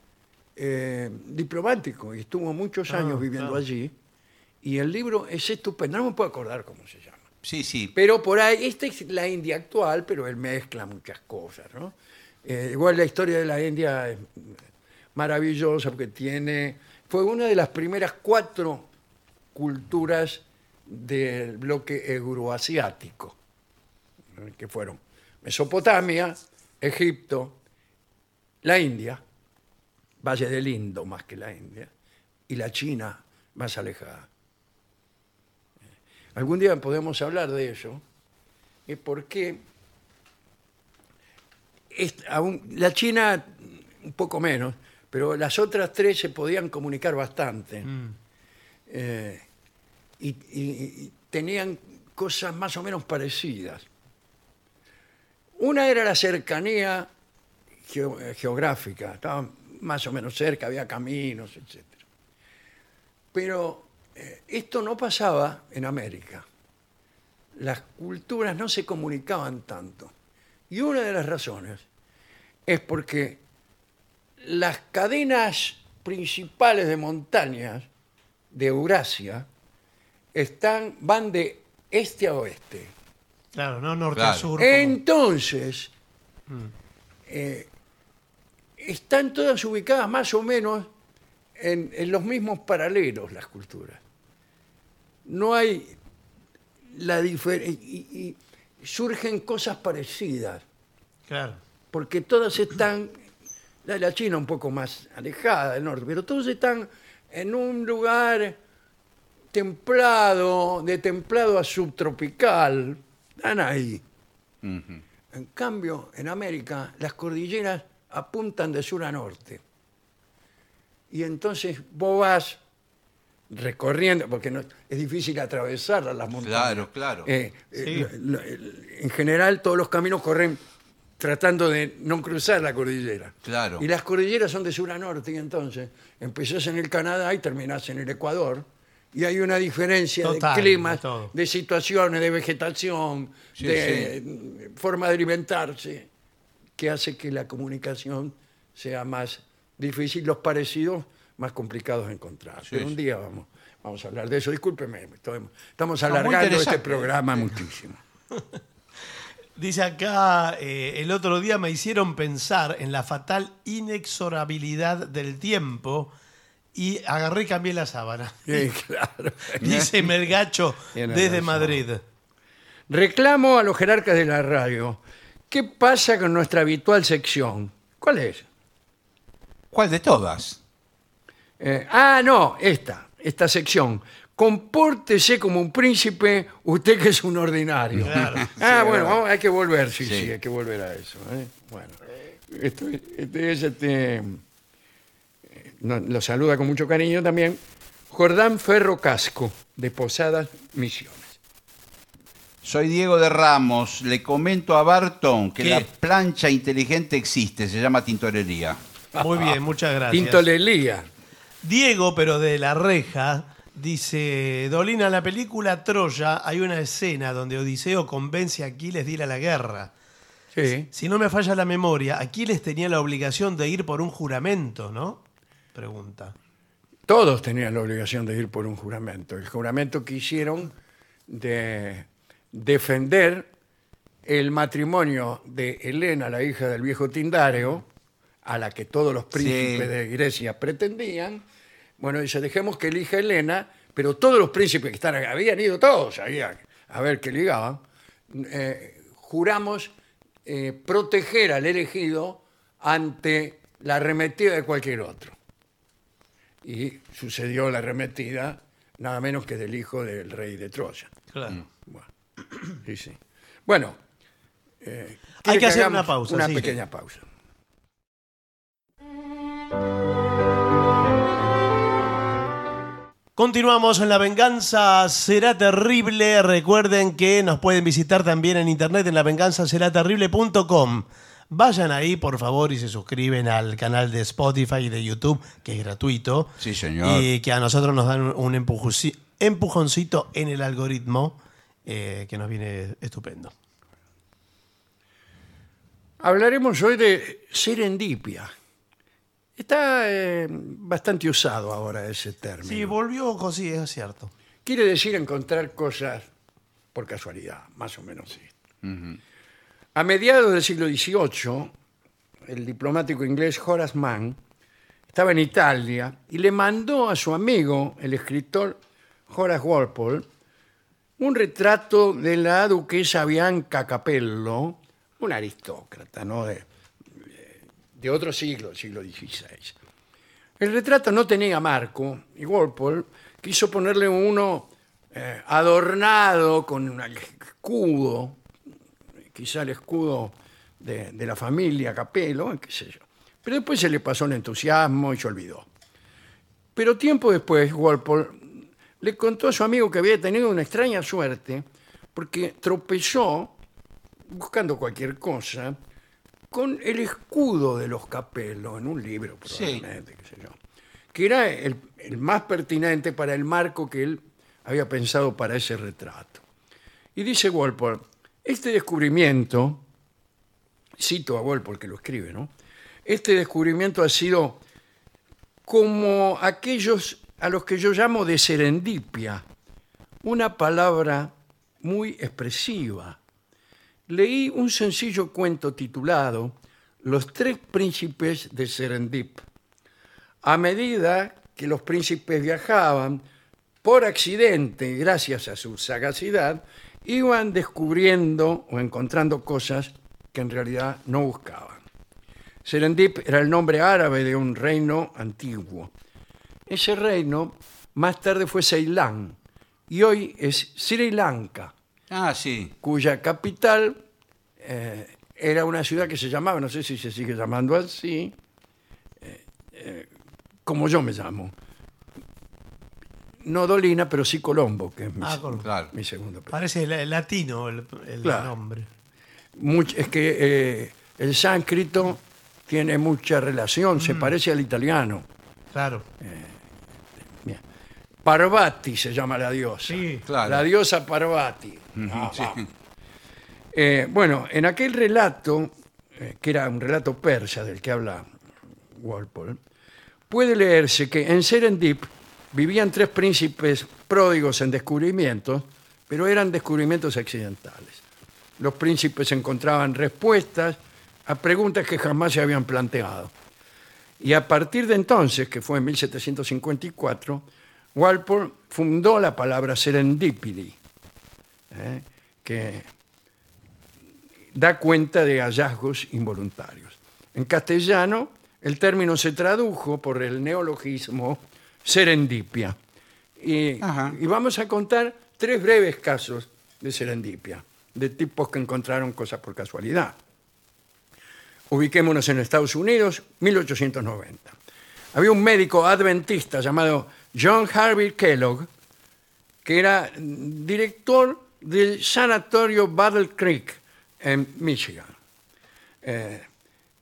[SPEAKER 1] eh, diplomático y estuvo muchos años viviendo allí. Y el libro es estupendo, no me puedo acordar cómo se llama.
[SPEAKER 3] Sí, sí.
[SPEAKER 1] Pero por ahí, esta es la India actual, pero él mezcla muchas cosas, ¿no? Eh, igual la historia de la India es maravillosa porque tiene, fue una de las primeras cuatro culturas del bloque euroasiático, ¿eh? que fueron Mesopotamia, Egipto, la India, Valle del Indo más que la India, y la China más alejada. Algún día podemos hablar de eh, eso, y por qué es- aún- la China un poco menos, pero las otras tres se podían comunicar bastante. Eh, y, y- y tenían cosas más o menos parecidas. Una era la cercanía geo- eh, geográfica, estaba más o menos cerca, había caminos, etc. Pero eh, esto no pasaba en América. Las culturas no se comunicaban tanto. Y una de las razones es porque las cadenas principales de montañas de Eurasia están, van de este a oeste.
[SPEAKER 2] Claro, no norte a
[SPEAKER 3] Claro.
[SPEAKER 2] sur. como-
[SPEAKER 1] Entonces, eh, están todas ubicadas más o menos en, en los mismos paralelos las culturas. No hay la diferencia. Y, y surgen cosas parecidas,
[SPEAKER 2] Claro.
[SPEAKER 1] porque todas están, la, la China un poco más alejada del norte, pero todas están en un lugar templado, de templado a subtropical. Están ahí.
[SPEAKER 3] Ujú.
[SPEAKER 1] En cambio, en América, las cordilleras apuntan de sur a norte. Y entonces vos vas recorriendo, porque no- es difícil atravesar las montañas.
[SPEAKER 3] Claro, claro.
[SPEAKER 1] Eh, eh,
[SPEAKER 2] Sí.
[SPEAKER 1] lo- lo- el- en general, todos los caminos corren tratando de no cruzar la cordillera.
[SPEAKER 3] Claro.
[SPEAKER 1] Y las cordilleras son de sur a norte, y entonces empezás en el Canadá y terminás en el Ecuador. Y hay una diferencia
[SPEAKER 2] Total,
[SPEAKER 1] de
[SPEAKER 2] de
[SPEAKER 1] climas,
[SPEAKER 2] todo.
[SPEAKER 1] de situaciones, de vegetación,
[SPEAKER 3] Sí,
[SPEAKER 1] de mm, forma de alimentarse, que hace que la comunicación sea más difícil, los parecidos más complicados de encontrar. Pero un
[SPEAKER 3] sí.
[SPEAKER 1] día vamos, vamos a hablar de eso. Discúlpeme, estoy- estamos
[SPEAKER 3] muy
[SPEAKER 1] alargando este
[SPEAKER 3] interesante.
[SPEAKER 1] programa muchísimo.
[SPEAKER 2] Dice acá, eh, el otro día me hicieron pensar en la fatal inexorabilidad del tiempo y agarré y cambié la sábana.
[SPEAKER 1] Sí, claro.
[SPEAKER 2] Dice Melgacho
[SPEAKER 1] Tiene
[SPEAKER 2] desde
[SPEAKER 1] razón.
[SPEAKER 2] Madrid.
[SPEAKER 1] Reclamo a los jerarcas de la radio. ¿Qué pasa con nuestra habitual sección? ¿Cuál es?
[SPEAKER 3] ¿Cuál de todas?
[SPEAKER 1] Eh, ah, no, esta, esta sección. Compórtese como un príncipe, usted que es un ordinario.
[SPEAKER 2] Claro.
[SPEAKER 1] ah,
[SPEAKER 3] Sí,
[SPEAKER 1] bueno,
[SPEAKER 3] verdad.
[SPEAKER 1] vamos- hay que volver, sí, sí,
[SPEAKER 3] Sí.
[SPEAKER 1] hay que volver a eso. ¿eh? Bueno, esto, esto es, este, eh, no- lo saluda con mucho cariño también Jordán Ferro Casco, de Posadas Misiones.
[SPEAKER 3] Soy Diego de Ramos. Le comento a Barton que
[SPEAKER 2] ¿Qué?
[SPEAKER 3] la plancha inteligente existe, se llama tintorería.
[SPEAKER 2] Muy bien, muchas gracias.
[SPEAKER 1] Tintolelía.
[SPEAKER 2] Diego, pero de la reja, dice, Dolina, en la película Troya hay una escena donde Odiseo convence a Aquiles de ir a la guerra.
[SPEAKER 1] Sí.
[SPEAKER 2] Si no me falla la memoria, Aquiles tenía la obligación de ir por un juramento, ¿no? Pregunta.
[SPEAKER 1] todos tenían la obligación de ir por un juramento. El juramento que hicieron de defender el matrimonio de Helena, la hija del viejo Tindareo, a la que todos los príncipes
[SPEAKER 3] Sí.
[SPEAKER 1] de Grecia pretendían. Bueno, dice, dejemos que elija Helena, pero todos los príncipes que están acá, habían ido todos ahí a, a ver qué ligaban, eh, juramos eh, proteger al elegido ante la arremetida de cualquier otro y sucedió la arremetida nada menos que del hijo del rey de Troya.
[SPEAKER 2] Claro.
[SPEAKER 1] Bueno, sí, sí. Bueno, eh,
[SPEAKER 2] Hay
[SPEAKER 1] ¿quiere
[SPEAKER 2] que hacer
[SPEAKER 1] hagamos
[SPEAKER 2] una pausa,
[SPEAKER 1] Una
[SPEAKER 2] sí.
[SPEAKER 1] pequeña pausa.
[SPEAKER 2] Continuamos en La Venganza Será Terrible. Recuerden que nos pueden visitar también en internet en lavenganzaseraterrible.com. Vayan ahí, por favor, y se suscriben al canal de Spotify y de YouTube, que es gratuito.
[SPEAKER 3] Sí, señor.
[SPEAKER 2] Y que a nosotros nos dan un empujuci- empujoncito en el algoritmo, eh, que nos viene estupendo.
[SPEAKER 1] Hablaremos hoy de serendipia. Está eh, bastante usado ahora ese término.
[SPEAKER 2] Sí, volvió, sí, es cierto.
[SPEAKER 1] Quiere decir encontrar cosas por casualidad, más o menos sí. A mediados del siglo XVIII, el diplomático inglés Horace Mann estaba en Italia y le mandó a su amigo, el escritor Horace Walpole, un retrato de la duquesa Bianca Capello, una aristócrata, ¿no? De, de otro siglo, siglo XVI. El retrato no tenía marco y Walpole quiso ponerle uno eh, adornado con un escudo, quizá el escudo de, de la familia Capello, qué sé yo. Pero después se le pasó el entusiasmo y se olvidó. Pero tiempo después, Walpole le contó a su amigo que había tenido una extraña suerte porque tropezó, buscando cualquier cosa, con el escudo de los capelos en un libro,
[SPEAKER 3] Sí.
[SPEAKER 1] probablemente, qué sé yo, que era el, el más pertinente para el marco que él había pensado para ese retrato. Y dice Walpole, este descubrimiento, cito a Walpole que lo escribe, ¿no? Este descubrimiento ha sido como aquellos a los que yo llamo de serendipia, una palabra muy expresiva. Leí un sencillo cuento titulado Los tres príncipes de Serendip. A medida que los príncipes viajaban, por accidente, gracias a su sagacidad, iban descubriendo o encontrando cosas que en realidad no buscaban. Serendip era el nombre árabe de un reino antiguo. Ese reino más tarde fue Ceilán y hoy es Sri Lanka,
[SPEAKER 3] Ah, sí.
[SPEAKER 1] cuya capital eh, era una ciudad que se llamaba, no sé si se sigue llamando así, eh, eh, como yo me llamo. No Dolina, pero sí Colombo, que es mi,
[SPEAKER 2] Ah,
[SPEAKER 1] se-
[SPEAKER 2] Colombo.
[SPEAKER 3] Claro.
[SPEAKER 1] mi segundo apellido.
[SPEAKER 2] Parece la- latino el, el
[SPEAKER 1] Claro.
[SPEAKER 2] nombre.
[SPEAKER 1] Much- es que eh, el sánscrito tiene mucha relación, se
[SPEAKER 2] Mm.
[SPEAKER 1] parece al italiano.
[SPEAKER 2] Claro.
[SPEAKER 1] Parvati se llama la diosa.
[SPEAKER 2] Sí.
[SPEAKER 3] Claro.
[SPEAKER 1] La diosa Parvati. Ah, vamos. Eh, bueno, en aquel relato, eh, que era un relato persa del que habla Walpole, puede leerse que en Serendip vivían tres príncipes pródigos en descubrimientos, pero eran descubrimientos accidentales. Los príncipes encontraban respuestas a preguntas que jamás se habían planteado. Y a partir de entonces, que fue en 1754, Walpole fundó la palabra serendipity, ¿eh? que da cuenta de hallazgos involuntarios. En castellano, el término se tradujo por el neologismo serendipia. Y,
[SPEAKER 3] Ajá.
[SPEAKER 1] y vamos a contar tres breves casos de serendipia, de tipos que encontraron cosas por casualidad. Ubiquémonos en Estados Unidos, 1890. Había un médico adventista llamado John Harvey Kellogg, que era mm, director del sanatorio Battle Creek en Michigan. Eh,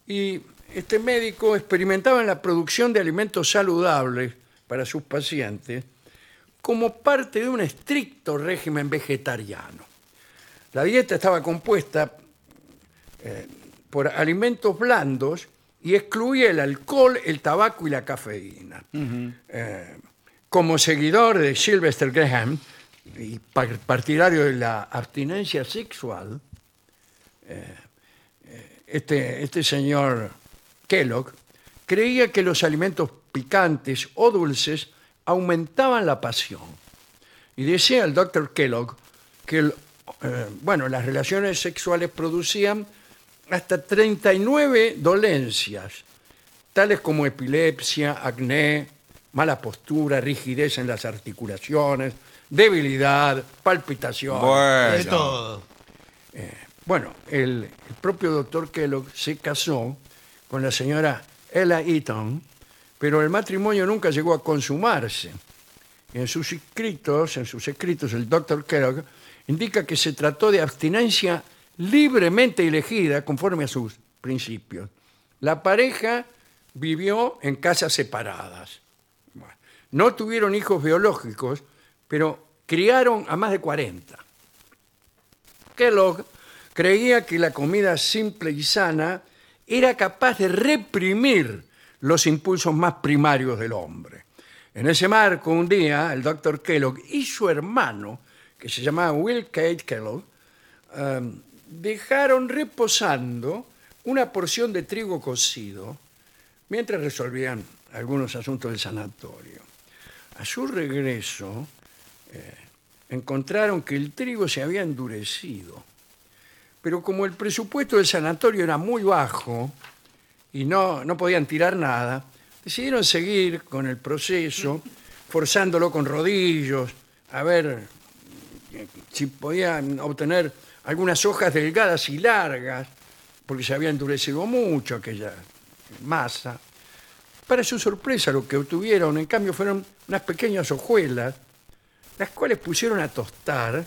[SPEAKER 1] y este médico experimentaba en la producción de alimentos saludables para sus pacientes como parte de un estricto régimen vegetariano. La dieta estaba compuesta eh, por alimentos blandos y excluía el alcohol, el tabaco y la cafeína. Eh, como seguidor de Sylvester Graham y par- partidario de la abstinencia sexual, eh, eh, este, este señor Kellogg creía que los alimentos picantes o dulces aumentaban la pasión. Y decía el doctor Kellogg que el, eh, bueno, las relaciones sexuales producían hasta 39 dolencias, tales como epilepsia, acné, mala postura, rigidez en las articulaciones, debilidad, palpitación.
[SPEAKER 2] De
[SPEAKER 3] Bueno.
[SPEAKER 2] todo.
[SPEAKER 1] Bueno, el, el propio doctor Kellogg se casó con la señora Ella Eaton, pero el matrimonio nunca llegó a consumarse. En sus escritos, en sus escritos, el doctor Kellogg indica que se trató de abstinencia libremente elegida conforme a sus principios. La pareja vivió en casas separadas. Bueno, no tuvieron hijos biológicos, pero criaron a más de 40. Kellogg creía que la comida simple y sana era capaz de reprimir los impulsos más primarios del hombre. En ese marco, un día, el doctor Kellogg y su hermano, que se llamaba Will Kate Kellogg, em, dejaron reposando una porción de trigo cocido mientras resolvían algunos asuntos del sanatorio. A su regreso, encontraron que el trigo se había endurecido. Pero como el presupuesto del sanatorio era muy bajo y no, no podían tirar nada, decidieron seguir con el proceso, forzándolo con rodillos, a ver eh, si podían obtener algunas hojas delgadas y largas, porque se había endurecido mucho aquella masa. Para su sorpresa, lo que obtuvieron, en cambio, fueron unas pequeñas hojuelas las cuales pusieron a tostar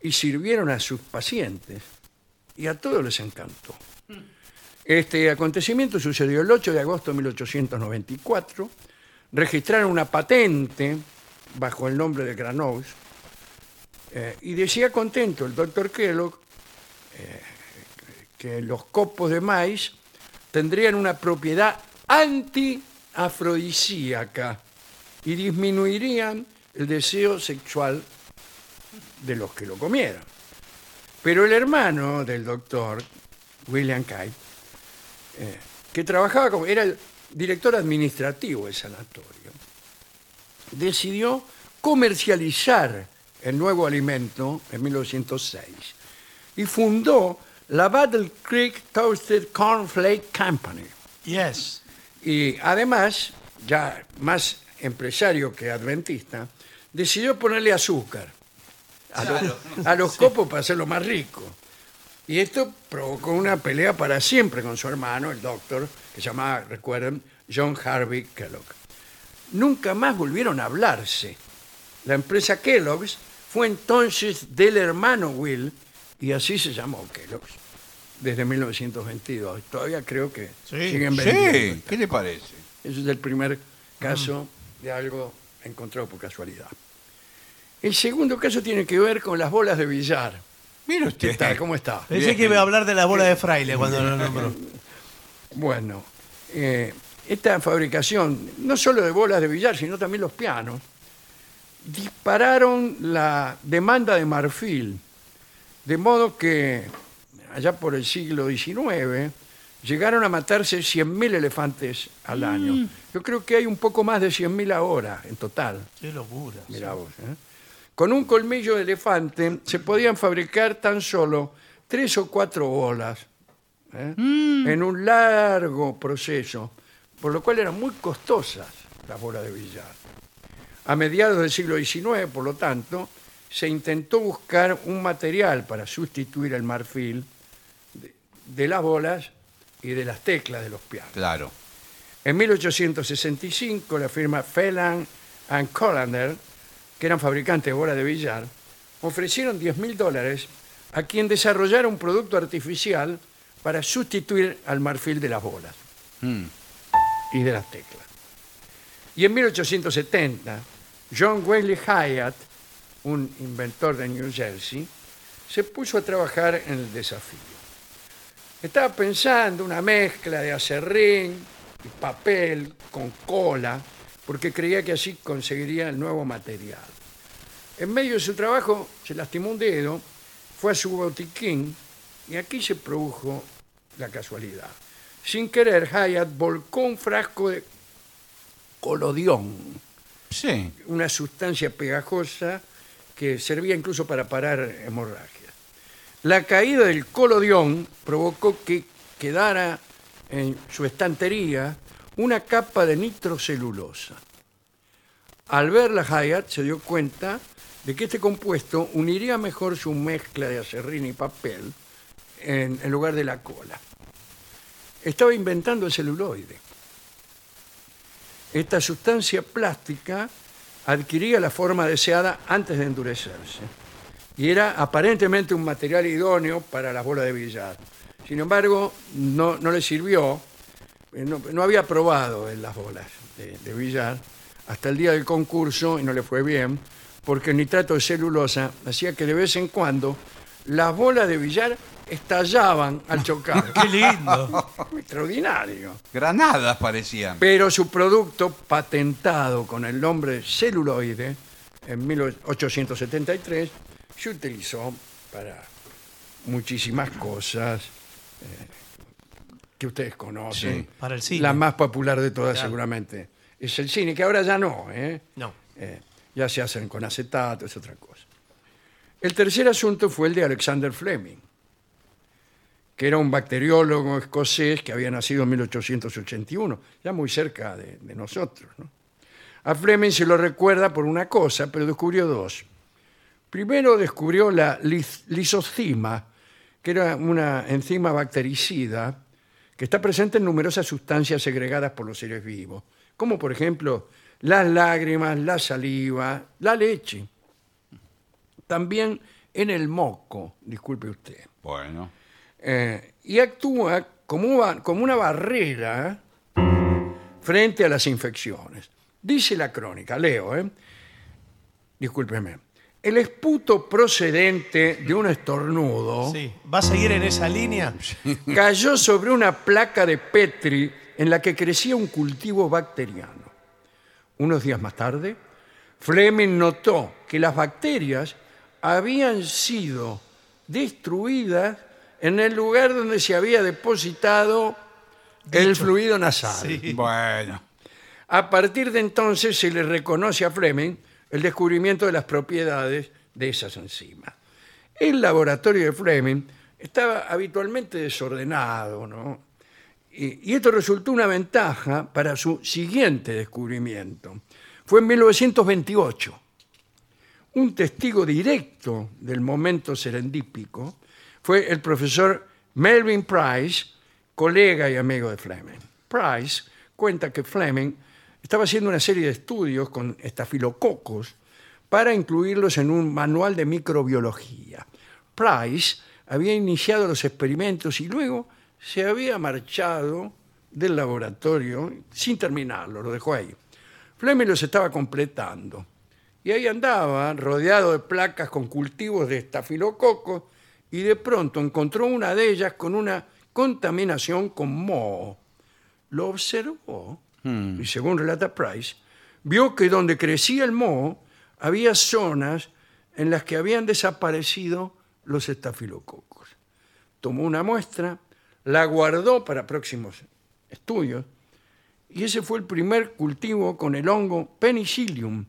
[SPEAKER 1] y sirvieron a sus pacientes. Y a todos les encantó. Este acontecimiento sucedió el 8 de agosto de 1894. Registraron una patente bajo el nombre de Granoux eh, y decía contento el doctor Kellogg eh, que los copos de maíz tendrían una propiedad antiafrodisíaca y disminuirían el deseo sexual de los que lo comieran. Pero el hermano del doctor, William Kite, eh, que trabajaba como, era el director administrativo del sanatorio, decidió comercializar el nuevo alimento en 1906 y fundó la Battle Creek Toasted Cornflake Company.
[SPEAKER 2] Yes.
[SPEAKER 1] Y además, ya más empresario que adventista, decidió ponerle azúcar a los, a los copos para hacerlo más rico. Y esto provocó una pelea para siempre con su hermano, el doctor, que se llamaba, recuerden, John Harvey Kellogg. Nunca más volvieron a hablarse. La empresa Kellogg's fue entonces del hermano Will, y así se llamó Kellogg's, desde 1922. Todavía creo que
[SPEAKER 2] Sí.
[SPEAKER 1] siguen vendiendo.
[SPEAKER 3] Sí, ¿qué le parece?
[SPEAKER 1] Ese es el primer caso de algo encontrado por casualidad. El segundo caso tiene que ver con las bolas de billar.
[SPEAKER 3] Mire
[SPEAKER 1] ¿Qué
[SPEAKER 3] usted.
[SPEAKER 1] tal? ¿Cómo está?
[SPEAKER 2] Pensé que iba a hablar de la bola de fraile cuando lo nombró.
[SPEAKER 1] Bueno, eh, esta fabricación, no solo de bolas de billar, sino también los pianos, dispararon la demanda de marfil, de modo que allá por el siglo XIX llegaron a matarse 100.000 elefantes al año. Yo creo que hay un poco más de 100.000 ahora en total.
[SPEAKER 2] Qué locura.
[SPEAKER 1] Mirá vos, ¿eh? Con un colmillo de elefante se podían fabricar tan solo tres o cuatro bolas ¿eh? en un largo proceso, por lo cual eran muy costosas las bolas de billar. A mediados del siglo XIX, por lo tanto, se intentó buscar un material para sustituir el marfil de- de las bolas y de las teclas de los pianos.
[SPEAKER 3] Claro.
[SPEAKER 1] En 1865, la firma Phelan and Colander, que eran fabricantes de bolas de billar, ofrecieron 10 mil dólares a quien desarrollara un producto artificial para sustituir al marfil de las bolas
[SPEAKER 3] Mm.
[SPEAKER 1] y de las teclas. Y en 1870, John Wesley Hyatt, un inventor de New Jersey, se puso a trabajar en el desafío. Estaba pensando una mezcla de acerrín y papel con cola, porque creía que así conseguiría el nuevo material. En medio de su trabajo se lastimó un dedo, fue a su botiquín y aquí se produjo la casualidad. Sin querer, Hyatt volcó un frasco de colodión,
[SPEAKER 3] Sí.
[SPEAKER 1] una sustancia pegajosa que servía incluso para parar hemorragias. La caída del colodión provocó que quedara en su estantería una capa de nitrocelulosa. Al verla Hyatt se dio cuenta de que este compuesto uniría mejor su mezcla de acerrín y papel en, en lugar de la cola. Estaba inventando el celuloide. Esta sustancia plástica adquiría la forma deseada antes de endurecerse y era aparentemente un material idóneo para las bolas de billar. Sin embargo, no, no le sirvió, eh, no, no había probado en las bolas de, de billar hasta el día del concurso y no le fue bien, porque el nitrato de celulosa hacía que de vez en cuando las bolas de billar estallaban al chocar.
[SPEAKER 2] Qué lindo.
[SPEAKER 1] Extraordinario.
[SPEAKER 3] Granadas parecían.
[SPEAKER 1] Pero su producto, patentado con el nombre celuloide en 1873, se utilizó para muchísimas cosas eh, que ustedes conocen.
[SPEAKER 3] Sí,
[SPEAKER 2] para el cine.
[SPEAKER 1] La más popular de todas,
[SPEAKER 2] Claro.
[SPEAKER 1] seguramente, es el cine, que ahora ya no. ¿eh?
[SPEAKER 2] No.
[SPEAKER 1] Eh, ya se hacen con acetato, es otra cosa. El tercer asunto fue el de Alexander Fleming, que era un bacteriólogo escocés que había nacido en 1881, ya muy cerca de, de nosotros. ¿no? A Fleming se lo recuerda por una cosa, pero descubrió dos. Primero descubrió la lis- lisocima, que era una enzima bactericida que está presente en numerosas sustancias segregadas por los seres vivos, como por ejemplo las lágrimas, la saliva, la leche. También en el moco, disculpe usted.
[SPEAKER 3] Bueno.
[SPEAKER 1] eh, y actúa como, una- como una barrera eh, frente a las infecciones. Dice la crónica, leo, ¿eh? discúlpeme, el esputo procedente de un estornudo
[SPEAKER 2] Sí. ¿Va a seguir en esa línea?
[SPEAKER 1] cayó sobre una placa de Petri en la que crecía un cultivo bacteriano. Unos días más tarde, Fleming notó que las bacterias habían sido destruidas en el lugar donde se había depositado el fluido nasal.
[SPEAKER 3] Bueno.
[SPEAKER 1] A partir de entonces se le reconoce a Fleming el descubrimiento de las propiedades de esas enzimas. El laboratorio de Fleming estaba habitualmente desordenado, ¿no? Y, y esto resultó una ventaja para su siguiente descubrimiento. Fue en 1928. Un testigo directo del momento serendípico fue el profesor Melvin Price, colega y amigo de Fleming. Price cuenta que Fleming estaba haciendo una serie de estudios con estafilococos para incluirlos en un manual de microbiología. Price había iniciado los experimentos y luego se había marchado del laboratorio sin terminarlo, lo dejó ahí. Fleming los estaba completando. Y ahí andaba, rodeado de placas con cultivos de estafilococos, y de pronto encontró una de ellas con una contaminación con moho. Lo observó y, según relata Price, vio que donde crecía el moho había zonas en las que habían desaparecido los estafilococos tomó una muestra, la guardó para próximos estudios, y ese fue el primer cultivo con el hongo penicillium,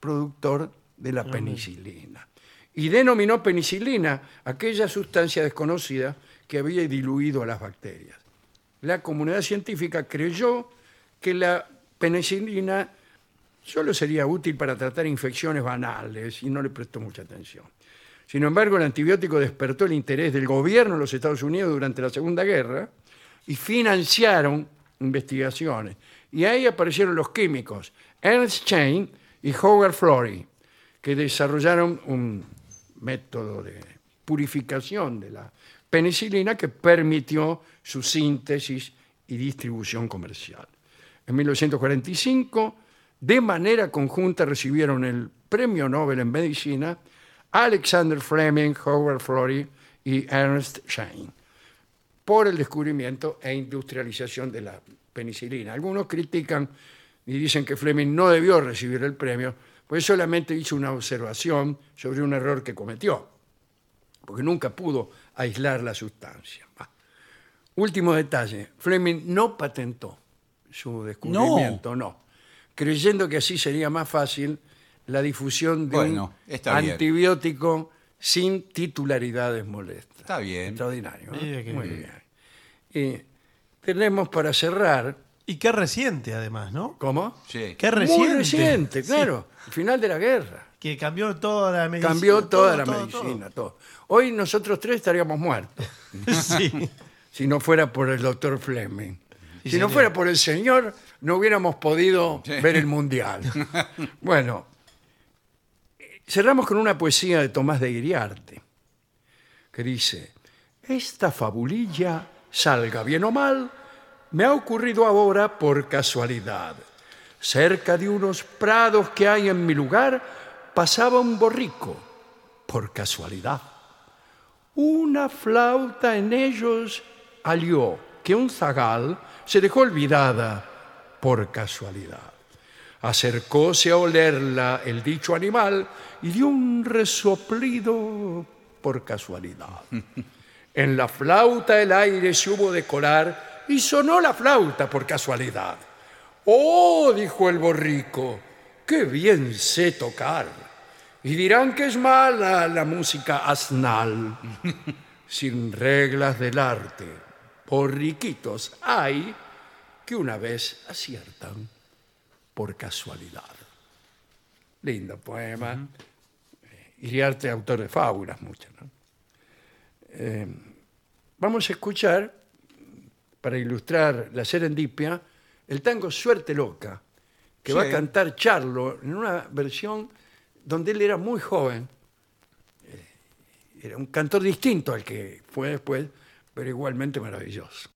[SPEAKER 1] productor de la penicilina. Y denominó penicilina aquella sustancia desconocida que había diluido a las bacterias. La comunidad científica creyó que la penicilina solo sería útil para tratar infecciones banales y no le prestó mucha atención. Sin embargo, el antibiótico despertó el interés del gobierno de los Estados Unidos durante la Segunda Guerra y financiaron investigaciones. Y ahí aparecieron los químicos Ernst Chain y Howard Florey, que desarrollaron un método de purificación de la penicilina que permitió su síntesis y distribución comercial. En 1945, de manera conjunta recibieron el Premio Nobel en Medicina Alexander Fleming, Howard Florey y Ernst Schein por el descubrimiento e industrialización de la penicilina. Algunos critican y dicen que Fleming no debió recibir el premio, pues solamente hizo una observación sobre un error que cometió, porque nunca pudo aislar la sustancia. Ah. Último detalle, Fleming no patentó su descubrimiento, no. creyendo que así sería más fácil la difusión de
[SPEAKER 3] Bueno,
[SPEAKER 1] un
[SPEAKER 3] está bien.
[SPEAKER 1] antibiótico sin titularidades molestas.
[SPEAKER 3] Está bien.
[SPEAKER 1] Extraordinario. ¿no?
[SPEAKER 2] Mira que
[SPEAKER 1] Muy
[SPEAKER 2] bien.
[SPEAKER 1] bien. Y tenemos para cerrar,
[SPEAKER 2] Y qué reciente, además, ¿no?
[SPEAKER 1] ¿cómo?
[SPEAKER 3] Sí.
[SPEAKER 2] Qué reciente.
[SPEAKER 1] Muy reciente,
[SPEAKER 2] Sí,
[SPEAKER 1] claro. El final de la guerra.
[SPEAKER 2] que cambió toda la medicina.
[SPEAKER 1] Cambió
[SPEAKER 2] todo,
[SPEAKER 1] toda la
[SPEAKER 2] todo,
[SPEAKER 1] medicina, todo. Hoy nosotros tres estaríamos muertos,
[SPEAKER 2] todo. Sí.
[SPEAKER 1] si no fuera por el doctor Fleming. si no
[SPEAKER 2] señor.
[SPEAKER 1] fuera por el señor, no hubiéramos podido
[SPEAKER 3] Sí.
[SPEAKER 1] ver el mundial. bueno, eh, cerramos con una poesía de Tomás de Iriarte, que dice, esta fabulilla, salga bien o mal, me ha ocurrido ahora por casualidad. Cerca de unos prados que hay en mi lugar, pasaba un borrico, por casualidad una flauta en ellos alió que un zagal se dejó olvidada por casualidad. Acercóse a olerla el dicho animal y dio un resoplido por casualidad. En la flauta el aire se hubo de colar y sonó la flauta por casualidad. Oh, dijo el borrico, qué bien sé tocar. Y dirán que es mala la música asnal sin reglas del arte, porriquitos hay que una vez aciertan por casualidad. Lindo poema. Eh, Iriarte, autor de fábulas, muchas. ¿no? Eh, vamos a escuchar, para ilustrar la serendipia, el tango Suerte Loca, que va a
[SPEAKER 3] Sí.
[SPEAKER 1] cantar Charlo en una versión donde él era muy Eh, joven era un cantor distinto al que fue después, pero igualmente maravilloso.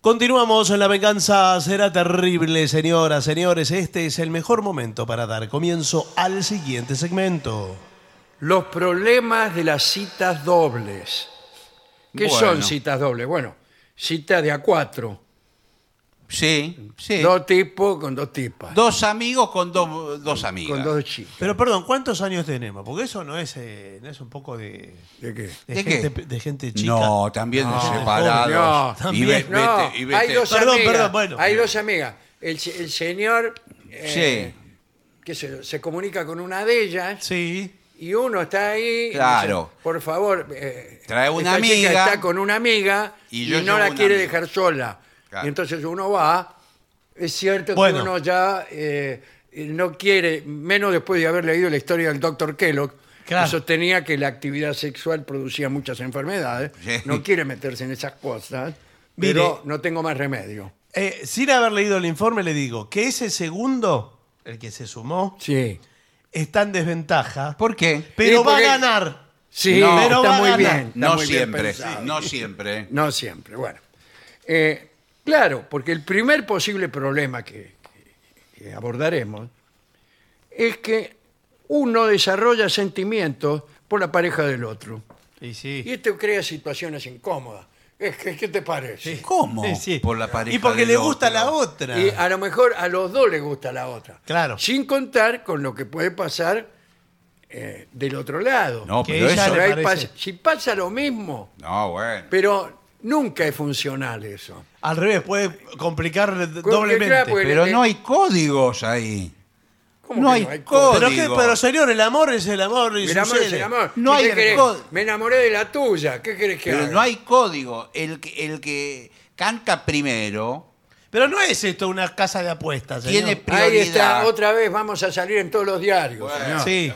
[SPEAKER 2] Continuamos en La Venganza Será Terrible, señoras, señores. Este es el mejor momento para dar comienzo al siguiente segmento.
[SPEAKER 1] Los problemas de las citas dobles. ¿Qué
[SPEAKER 3] Bueno.
[SPEAKER 1] son citas dobles? Bueno, cita de a cuatro.
[SPEAKER 3] Sí, sí.
[SPEAKER 1] Dos tipos con dos tipas.
[SPEAKER 3] Dos amigos con dos, dos amigas.
[SPEAKER 1] con dos chicas.
[SPEAKER 2] Pero perdón, ¿cuántos años tenemos? Porque eso no es, eh, no es un poco de,
[SPEAKER 1] ¿De qué?
[SPEAKER 2] de
[SPEAKER 3] ¿De qué?
[SPEAKER 2] gente, de gente chica.
[SPEAKER 3] No, también de
[SPEAKER 1] No,
[SPEAKER 3] separados. y ve-
[SPEAKER 2] también.
[SPEAKER 3] vete,
[SPEAKER 1] No,
[SPEAKER 3] y
[SPEAKER 1] hay
[SPEAKER 3] vete.
[SPEAKER 1] dos
[SPEAKER 2] Perdón,
[SPEAKER 1] amigas.
[SPEAKER 2] perdón, bueno.
[SPEAKER 1] Hay dos amigas. El, se- el señor eh,
[SPEAKER 3] Sí,
[SPEAKER 1] qué sé yo, se comunica con una de ellas
[SPEAKER 2] Sí.
[SPEAKER 1] y uno está ahí. y
[SPEAKER 3] Claro.
[SPEAKER 1] dice, Por favor, eh,
[SPEAKER 3] Trae una
[SPEAKER 1] esta chica
[SPEAKER 3] amiga.
[SPEAKER 1] está con una amiga
[SPEAKER 3] Y
[SPEAKER 1] y,
[SPEAKER 3] yo llevo
[SPEAKER 1] no la
[SPEAKER 3] una
[SPEAKER 1] quiere
[SPEAKER 3] amiga.
[SPEAKER 1] dejar sola.
[SPEAKER 3] Claro.
[SPEAKER 1] Y entonces uno va. Es cierto
[SPEAKER 2] Bueno.
[SPEAKER 1] que uno ya eh, no quiere, menos después de haber leído la historia del doctor Kellogg.
[SPEAKER 2] Claro.
[SPEAKER 1] Que sostenía que la actividad sexual producía muchas enfermedades.
[SPEAKER 3] Sí.
[SPEAKER 1] No quiere meterse en esas cosas,
[SPEAKER 2] Mire.
[SPEAKER 1] pero no tengo más remedio.
[SPEAKER 2] Eh, sin haber leído el informe, le digo que ese segundo, el que se sumó,
[SPEAKER 1] Sí.
[SPEAKER 2] está en desventaja.
[SPEAKER 3] ¿por qué?
[SPEAKER 2] Pero
[SPEAKER 1] Sí,
[SPEAKER 2] va a
[SPEAKER 1] porque-
[SPEAKER 2] ganar.
[SPEAKER 1] Sí,
[SPEAKER 3] No,
[SPEAKER 1] pero
[SPEAKER 2] va
[SPEAKER 1] está
[SPEAKER 2] a
[SPEAKER 1] muy
[SPEAKER 2] ganar.
[SPEAKER 1] bien. está
[SPEAKER 3] No
[SPEAKER 1] muy bien
[SPEAKER 3] siempre,
[SPEAKER 1] pensado.
[SPEAKER 3] no siempre.
[SPEAKER 1] No siempre, bueno. Eh, claro, porque el primer posible problema que, que- que abordaremos es que uno desarrolla sentimientos por la pareja del otro.
[SPEAKER 2] Y
[SPEAKER 1] Y
[SPEAKER 2] sí.
[SPEAKER 1] esto crea situaciones incómodas. Es que, ¿Qué te parece?
[SPEAKER 3] ¿Cómo?
[SPEAKER 2] Sí, sí.
[SPEAKER 3] Por la pareja
[SPEAKER 2] Y porque
[SPEAKER 3] del
[SPEAKER 2] le gusta
[SPEAKER 3] otro. ah,
[SPEAKER 2] la otra.
[SPEAKER 1] Y a lo mejor a los dos les gusta la otra.
[SPEAKER 2] Claro.
[SPEAKER 1] Sin contar con lo que puede pasar eh, del otro lado.
[SPEAKER 3] No,
[SPEAKER 2] Que
[SPEAKER 3] pero
[SPEAKER 2] ella
[SPEAKER 3] eso.
[SPEAKER 1] Por ahí
[SPEAKER 2] parece?
[SPEAKER 1] pasa- si pasa lo mismo,
[SPEAKER 3] No, bueno.
[SPEAKER 1] pero nunca es funcional eso.
[SPEAKER 2] Al revés, puede complicar
[SPEAKER 1] claro,
[SPEAKER 2] doblemente.
[SPEAKER 1] pues,
[SPEAKER 3] Pero
[SPEAKER 1] eh,
[SPEAKER 3] no hay códigos ahí.
[SPEAKER 1] ¿Cómo
[SPEAKER 3] No
[SPEAKER 1] que
[SPEAKER 3] hay
[SPEAKER 1] código?
[SPEAKER 2] pero,
[SPEAKER 3] digo.
[SPEAKER 2] que, pero señor, el amor es el amor. Y
[SPEAKER 1] El amor es
[SPEAKER 2] sucede.
[SPEAKER 1] el amor.
[SPEAKER 3] No
[SPEAKER 1] ¿Qué
[SPEAKER 3] hay
[SPEAKER 1] te querés?
[SPEAKER 3] código.
[SPEAKER 1] Me enamoré de la tuya. ¿Qué querés que
[SPEAKER 3] Pero
[SPEAKER 1] haga?
[SPEAKER 3] no hay código. El que, el que canta primero
[SPEAKER 2] Pero no es esto una casa de apuestas. señor.
[SPEAKER 3] Tiene-
[SPEAKER 1] Ahí
[SPEAKER 3] prioridad.
[SPEAKER 1] está, otra vez vamos a salir en todos los diarios. señor.
[SPEAKER 2] Sí.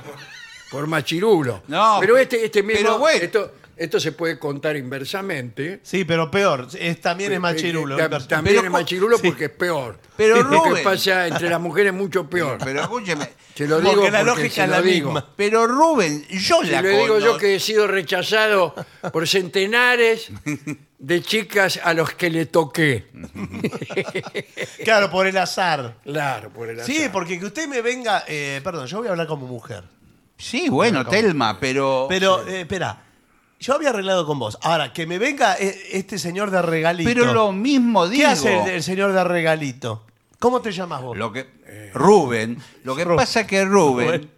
[SPEAKER 1] Por machirulo.
[SPEAKER 3] No,
[SPEAKER 1] pero este, este mismo.
[SPEAKER 3] pero bueno.
[SPEAKER 1] esto, esto se puede contar inversamente.
[SPEAKER 2] sí, pero peor. es- también es machirulo.
[SPEAKER 1] Eh, eh, tam- También
[SPEAKER 3] Pero
[SPEAKER 1] es
[SPEAKER 3] co-
[SPEAKER 1] machirulo
[SPEAKER 2] sí.
[SPEAKER 1] porque es peor.
[SPEAKER 3] Pero
[SPEAKER 1] Lo que
[SPEAKER 3] Rubén-
[SPEAKER 1] pasa entre las mujeres es mucho peor.
[SPEAKER 3] Pero escúcheme.
[SPEAKER 1] Te lo digo
[SPEAKER 2] Porque
[SPEAKER 1] porque
[SPEAKER 2] la lógica
[SPEAKER 1] se
[SPEAKER 2] es
[SPEAKER 1] lo
[SPEAKER 2] la
[SPEAKER 1] digo.
[SPEAKER 2] misma.
[SPEAKER 3] Pero Rubén, yo
[SPEAKER 1] Y
[SPEAKER 3] la
[SPEAKER 1] le digo
[SPEAKER 3] cono-
[SPEAKER 1] yo que he sido rechazado por centenares de chicas a los que le toqué.
[SPEAKER 2] Claro, por el azar.
[SPEAKER 1] Claro, por el
[SPEAKER 2] Sí,
[SPEAKER 1] azar.
[SPEAKER 2] porque que usted me venga. eh, perdón, yo voy a hablar como mujer.
[SPEAKER 3] Sí, bueno, Telma, pero.
[SPEAKER 2] Pero, eh, espera. Yo había arreglado con vos. Ahora, que me venga eh, este señor de regalito.
[SPEAKER 3] pero lo mismo
[SPEAKER 2] ¿Qué
[SPEAKER 3] digo.
[SPEAKER 2] hace el, el señor de regalito? ¿Cómo te llamas vos?
[SPEAKER 3] Lo que, Rubén, lo que
[SPEAKER 2] eh, Rubén.
[SPEAKER 3] pasa es que Rubén,
[SPEAKER 2] Rubén.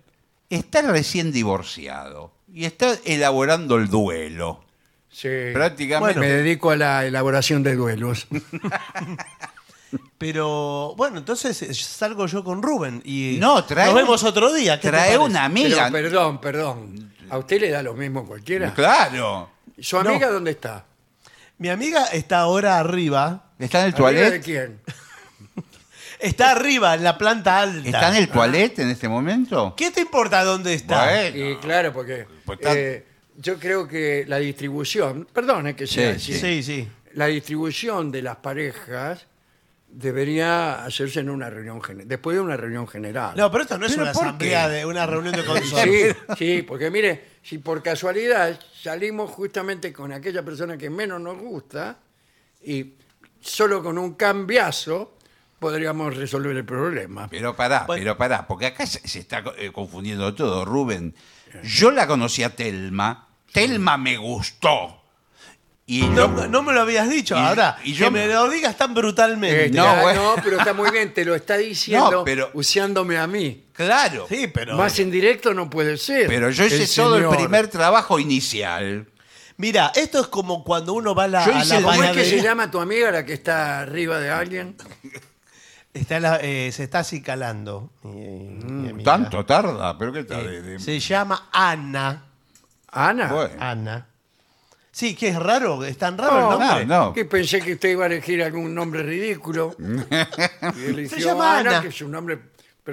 [SPEAKER 3] está recién divorciado y está elaborando el duelo.
[SPEAKER 1] Sí.
[SPEAKER 3] Prácticamente.
[SPEAKER 1] Me dedico a la elaboración de duelos.
[SPEAKER 2] Pero, bueno, entonces eh, salgo yo con Rubén y
[SPEAKER 3] No, trae
[SPEAKER 2] nos
[SPEAKER 3] un-
[SPEAKER 2] vemos otro día. ¿qué te
[SPEAKER 3] Trae
[SPEAKER 2] parece?
[SPEAKER 3] una
[SPEAKER 1] Pero,
[SPEAKER 3] amiga.
[SPEAKER 1] perdón, perdón. ¿A usted le da lo mismo cualquiera?
[SPEAKER 3] claro.
[SPEAKER 1] ¿Su amiga
[SPEAKER 2] No.
[SPEAKER 1] dónde está?
[SPEAKER 2] Mi amiga está ahora arriba.
[SPEAKER 3] Está en el
[SPEAKER 1] ¿Amiga de
[SPEAKER 3] toilet.
[SPEAKER 1] quién?
[SPEAKER 2] Está arriba, en la planta alta.
[SPEAKER 3] Está en el toilet en este momento.
[SPEAKER 2] Ah. ¿Qué te importa dónde está?
[SPEAKER 3] Bueno.
[SPEAKER 1] Y claro, porque
[SPEAKER 3] Pues está-
[SPEAKER 1] eh, yo creo que la distribución, perdone que sea
[SPEAKER 3] Sí,
[SPEAKER 1] así,
[SPEAKER 2] Sí, sí.
[SPEAKER 1] la distribución de las parejas debería hacerse en una reunión gen- después de una reunión general.
[SPEAKER 2] No, pero esto no es
[SPEAKER 3] ¿Pero
[SPEAKER 2] una
[SPEAKER 3] por qué?
[SPEAKER 2] asamblea de una reunión de
[SPEAKER 1] Sí,
[SPEAKER 2] consorcio.
[SPEAKER 1] sí, porque mire, si por casualidad salimos justamente con aquella persona que menos nos gusta y solo con un cambiazo podríamos resolver el problema.
[SPEAKER 3] Pero pará,
[SPEAKER 2] Bueno.
[SPEAKER 3] pero pará, porque acá se, se está eh, confundiendo todo, Rubén.
[SPEAKER 2] Eh.
[SPEAKER 3] Yo la conocí a Telma, Telma me gustó. Y
[SPEAKER 2] No,
[SPEAKER 3] yo-
[SPEAKER 2] no me lo habías dicho.
[SPEAKER 3] Y-
[SPEAKER 2] Ahora,
[SPEAKER 3] y
[SPEAKER 2] que
[SPEAKER 3] yo-
[SPEAKER 2] me lo digas tan brutalmente.
[SPEAKER 1] Este,
[SPEAKER 3] No,
[SPEAKER 1] ah,
[SPEAKER 3] bueno.
[SPEAKER 1] no, pero está muy bien, te lo está diciendo
[SPEAKER 3] No, pero-
[SPEAKER 1] usándome a mí.
[SPEAKER 3] claro,
[SPEAKER 2] Sí, pero.
[SPEAKER 1] Más indirecto no puede ser.
[SPEAKER 3] pero yo hice
[SPEAKER 1] El
[SPEAKER 3] todo
[SPEAKER 1] señor.
[SPEAKER 3] el primer trabajo inicial.
[SPEAKER 2] Mira, esto es como cuando uno va a la,
[SPEAKER 3] Yo
[SPEAKER 2] a
[SPEAKER 3] hice
[SPEAKER 2] la
[SPEAKER 3] el-
[SPEAKER 1] ¿Cómo es que
[SPEAKER 2] panadería.
[SPEAKER 1] se llama tu amiga la que está arriba de alguien?
[SPEAKER 2] Está la- eh, se está acicalando. mi- mi amiga.
[SPEAKER 3] Tanto tarda, pero qué tal.
[SPEAKER 2] Eh, se llama Ana.
[SPEAKER 1] Ana.
[SPEAKER 3] Bueno.
[SPEAKER 2] Ana. Sí, que es raro, es tan raro
[SPEAKER 1] No,
[SPEAKER 2] el nombre.
[SPEAKER 3] no, no.
[SPEAKER 1] Que pensé que usted iba a elegir algún nombre ridículo. Y eligió
[SPEAKER 2] llama
[SPEAKER 1] Ana,
[SPEAKER 2] Ana.
[SPEAKER 1] que es un nombre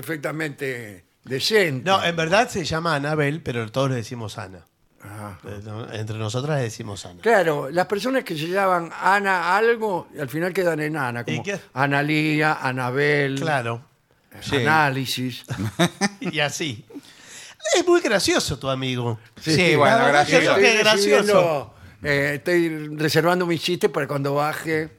[SPEAKER 1] perfectamente decente.
[SPEAKER 2] No, eh. en verdad se llama Anabel, pero todos le decimos Ana.
[SPEAKER 1] Ah.
[SPEAKER 2] Eh, no, Entre nosotras le decimos Ana.
[SPEAKER 1] Claro, las personas que se llaman Ana algo, al final quedan en Ana,
[SPEAKER 2] ¿Y
[SPEAKER 1] como
[SPEAKER 2] qué?
[SPEAKER 1] Analía, Anabel, eh,
[SPEAKER 2] Claro.
[SPEAKER 1] Análisis.
[SPEAKER 2] Y así. Es muy gracioso tu amigo.
[SPEAKER 3] Sí, bueno,
[SPEAKER 2] verdad que
[SPEAKER 3] gracias.
[SPEAKER 2] creo que es gracioso.
[SPEAKER 1] recibiendo, eh, estoy reservando mis chistes para cuando baje.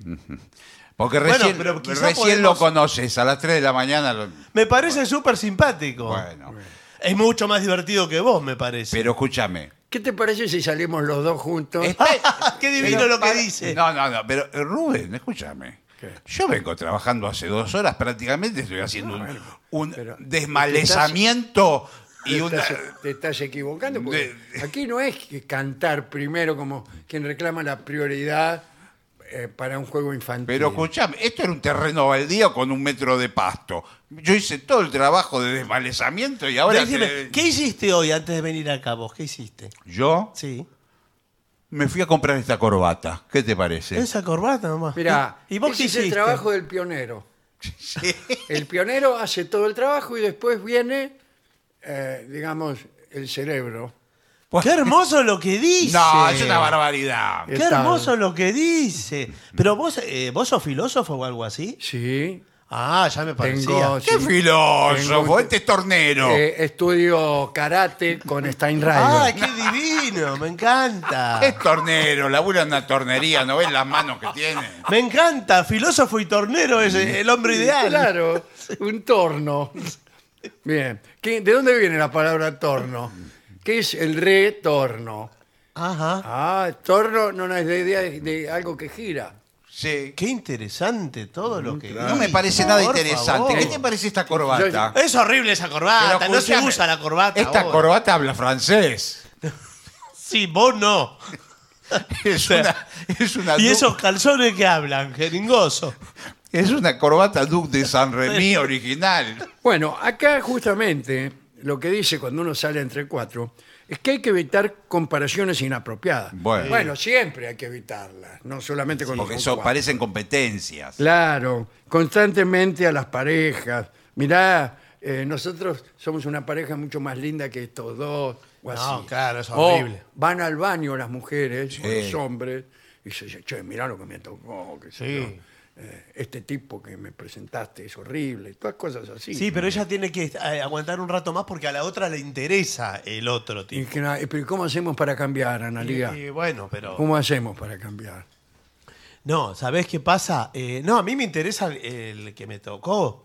[SPEAKER 3] Porque
[SPEAKER 2] Bueno,
[SPEAKER 3] recién,
[SPEAKER 2] pero quizá
[SPEAKER 3] recién lo
[SPEAKER 2] podemos-
[SPEAKER 3] conoces, a las 3 de la mañana. lo-
[SPEAKER 2] Me parece súper simpático.
[SPEAKER 3] Bueno,
[SPEAKER 2] Es mucho más divertido que vos, me parece.
[SPEAKER 3] pero escúchame.
[SPEAKER 1] ¿Qué te parece si salimos los dos juntos?
[SPEAKER 2] Ah, Qué divino
[SPEAKER 3] Pero
[SPEAKER 2] lo que
[SPEAKER 3] para-
[SPEAKER 2] dice.
[SPEAKER 3] No, no, no, pero eh, Rubén, escúchame. Yo vengo trabajando hace dos horas prácticamente, estoy haciendo un, un
[SPEAKER 1] pero-
[SPEAKER 3] desmalezamiento y eh,
[SPEAKER 1] te,
[SPEAKER 3] una...
[SPEAKER 1] estás, te estás equivocando. Porque aquí no es que cantar primero como quien reclama la prioridad eh, para un juego infantil.
[SPEAKER 3] Pero escúchame, esto era un terreno baldío con un metro de pasto. Yo hice todo el trabajo de desmalezamiento y ahora...
[SPEAKER 2] Decime,
[SPEAKER 3] te-
[SPEAKER 2] ¿qué hiciste hoy antes de venir acá vos? ¿Qué hiciste?
[SPEAKER 3] Yo
[SPEAKER 2] Sí.
[SPEAKER 3] me fui a comprar esta corbata. ¿Qué te parece?
[SPEAKER 2] Esa corbata nomás.
[SPEAKER 1] Mirá,
[SPEAKER 2] ¿Y y vos
[SPEAKER 1] ese
[SPEAKER 2] qué
[SPEAKER 1] es el
[SPEAKER 2] hiciste?
[SPEAKER 1] trabajo del pionero. El pionero hace todo el trabajo y después viene, eh, digamos, el cerebro.
[SPEAKER 2] Qué hermoso lo que dice.
[SPEAKER 3] No, es una barbaridad.
[SPEAKER 2] Qué
[SPEAKER 1] Está.
[SPEAKER 2] hermoso lo que dice. Pero vos, eh, vos sos filósofo o algo así.
[SPEAKER 1] Sí.
[SPEAKER 2] Ah, ya me parecía.
[SPEAKER 1] Tengo-
[SPEAKER 3] ¡Qué
[SPEAKER 1] sí. Tengo
[SPEAKER 3] filósofo!
[SPEAKER 1] un-
[SPEAKER 3] Este es tornero.
[SPEAKER 1] Eh, estudio karate con
[SPEAKER 2] Ah,
[SPEAKER 1] Steinreich.
[SPEAKER 2] qué divino, me encanta.
[SPEAKER 3] Es tornero, labura en una tornería, ¿no ves las manos que tiene?
[SPEAKER 2] Me encanta, filósofo y tornero es el hombre ideal.
[SPEAKER 1] Claro, un torno. Bien. ¿Qué- ¿De dónde viene la palabra torno? ¿Qué es el retorno?
[SPEAKER 2] Ajá.
[SPEAKER 1] Ah, torno no es de idea de, de algo que gira.
[SPEAKER 3] Sí.
[SPEAKER 2] Qué interesante todo lo que.
[SPEAKER 3] No me
[SPEAKER 2] dice,
[SPEAKER 3] parece nada
[SPEAKER 2] por
[SPEAKER 3] interesante.
[SPEAKER 2] favor.
[SPEAKER 3] ¿Qué te parece esta corbata?
[SPEAKER 2] Es horrible esa corbata,
[SPEAKER 3] Pero
[SPEAKER 2] no se
[SPEAKER 3] escúchame,
[SPEAKER 2] usa la corbata.
[SPEAKER 3] Esta
[SPEAKER 2] ahora.
[SPEAKER 3] corbata habla francés.
[SPEAKER 2] Sí, vos no.
[SPEAKER 3] Es una, es una
[SPEAKER 2] Y
[SPEAKER 3] Duc-
[SPEAKER 2] esos calzones que hablan, jeringoso.
[SPEAKER 3] es una corbata Duc de San Remy original.
[SPEAKER 1] Bueno, acá justamente lo que dice cuando uno sale entre cuatro es que hay que evitar comparaciones inapropiadas.
[SPEAKER 3] Bueno.
[SPEAKER 1] siempre hay que evitarlas, no solamente cuando
[SPEAKER 3] Porque
[SPEAKER 1] son
[SPEAKER 3] eso
[SPEAKER 1] cuatro.
[SPEAKER 3] parecen competencias.
[SPEAKER 1] Claro, constantemente a las parejas. Mirá, eh, nosotros somos una pareja mucho más linda que estos dos. O así.
[SPEAKER 2] No, claro, es
[SPEAKER 1] O
[SPEAKER 2] horrible.
[SPEAKER 1] van al baño las mujeres, o
[SPEAKER 3] Sí.
[SPEAKER 1] los hombres, y se dicen, che, mirá lo que me tocó, qué sé
[SPEAKER 2] Sí.
[SPEAKER 1] yo. Eh, este tipo que me presentaste es horrible, todas cosas así.
[SPEAKER 2] Sí, pero ella tiene que eh, aguantar un rato más porque a la otra le interesa el otro
[SPEAKER 1] Y
[SPEAKER 2] tipo.
[SPEAKER 1] que na- eh, pero ¿cómo hacemos para cambiar, Analia?
[SPEAKER 2] Y, y bueno, pero.
[SPEAKER 1] ¿Cómo hacemos para cambiar?
[SPEAKER 2] No, ¿sabés qué pasa? Eh, no, a mí me interesa el, el que me tocó.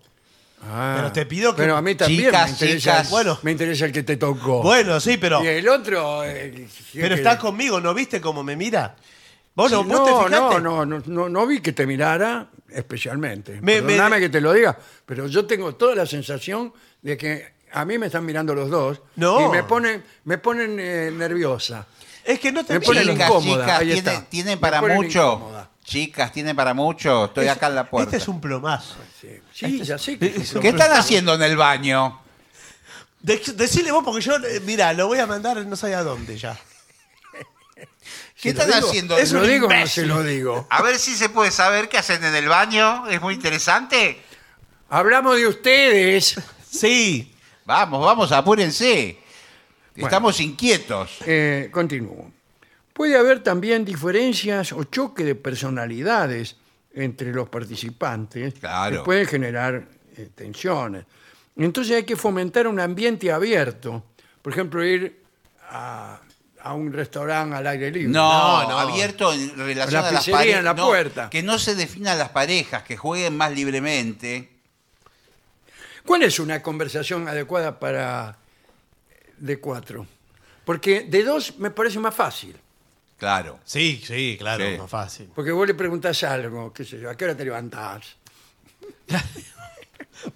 [SPEAKER 1] Ah.
[SPEAKER 2] Pero te pido que-
[SPEAKER 1] Pero a mí también
[SPEAKER 3] Chicas,
[SPEAKER 1] me, interesa,
[SPEAKER 3] chicas.
[SPEAKER 1] bueno. me interesa el que te tocó.
[SPEAKER 3] Oh.
[SPEAKER 2] Bueno, sí, pero.
[SPEAKER 1] Y el otro... eh, si es
[SPEAKER 2] Pero
[SPEAKER 1] que-
[SPEAKER 2] está conmigo, ¿no viste cómo me mira? Vos no,
[SPEAKER 1] Sí,
[SPEAKER 2] vos te fijaste.
[SPEAKER 1] no, no, no, no vi que te mirara especialmente.
[SPEAKER 2] Me- me-
[SPEAKER 1] Perdóname que te lo diga, pero yo tengo toda la sensación de que a mí me están mirando los dos
[SPEAKER 2] No.
[SPEAKER 1] y me ponen, me ponen eh, nerviosa.
[SPEAKER 2] Es que no te
[SPEAKER 1] Me
[SPEAKER 2] mira.
[SPEAKER 1] ponen
[SPEAKER 3] Chicas,
[SPEAKER 1] incómoda,
[SPEAKER 3] chicas,
[SPEAKER 1] ahí
[SPEAKER 3] tiene-
[SPEAKER 1] está.
[SPEAKER 3] tienen
[SPEAKER 1] Me
[SPEAKER 3] para
[SPEAKER 1] ponen
[SPEAKER 3] mucho.
[SPEAKER 1] incómoda.
[SPEAKER 3] Chicas, tienen para mucho. Estoy acá en la puerta.
[SPEAKER 2] Este es un plomazo.
[SPEAKER 1] Sí, sí, ya sé
[SPEAKER 2] Eh,
[SPEAKER 1] que es un
[SPEAKER 3] ¿Qué
[SPEAKER 1] problema.
[SPEAKER 3] están haciendo en el baño?
[SPEAKER 2] De- decile vos, porque yo, eh, mira, lo voy a mandar no sé a dónde ya.
[SPEAKER 3] ¿Qué
[SPEAKER 1] ¿Se lo
[SPEAKER 3] están
[SPEAKER 1] digo?
[SPEAKER 3] haciendo?
[SPEAKER 1] ¿Se ¿Lo
[SPEAKER 2] un
[SPEAKER 1] digo o no se
[SPEAKER 2] imbécil.
[SPEAKER 1] lo digo?
[SPEAKER 3] A ver si se puede saber qué hacen en el baño. Es muy interesante.
[SPEAKER 1] Hablamos de ustedes.
[SPEAKER 2] Sí.
[SPEAKER 3] Vamos, vamos, apúrense. Estamos inquietos.
[SPEAKER 1] Eh, continúo. Puede haber también diferencias o choque de personalidades entre los participantes
[SPEAKER 3] Claro.
[SPEAKER 1] que pueden generar eh, tensiones. Entonces hay que fomentar un ambiente abierto. Por ejemplo, ir a, a un restaurante al aire libre.
[SPEAKER 3] No,
[SPEAKER 2] No, no.
[SPEAKER 3] abierto en relación
[SPEAKER 1] La
[SPEAKER 3] a las
[SPEAKER 1] pizzería
[SPEAKER 3] parejas.
[SPEAKER 1] en la
[SPEAKER 3] no,
[SPEAKER 1] puerta.
[SPEAKER 3] Que no se definan las parejas, que jueguen más libremente.
[SPEAKER 1] ¿Cuál es una conversación adecuada para eh, de cuatro? Porque de dos me parece más fácil.
[SPEAKER 3] Claro.
[SPEAKER 2] Sí, sí, claro,
[SPEAKER 3] Sí.
[SPEAKER 2] más fácil.
[SPEAKER 1] Porque vos le preguntás algo, qué sé yo, ¿a qué hora te levantás?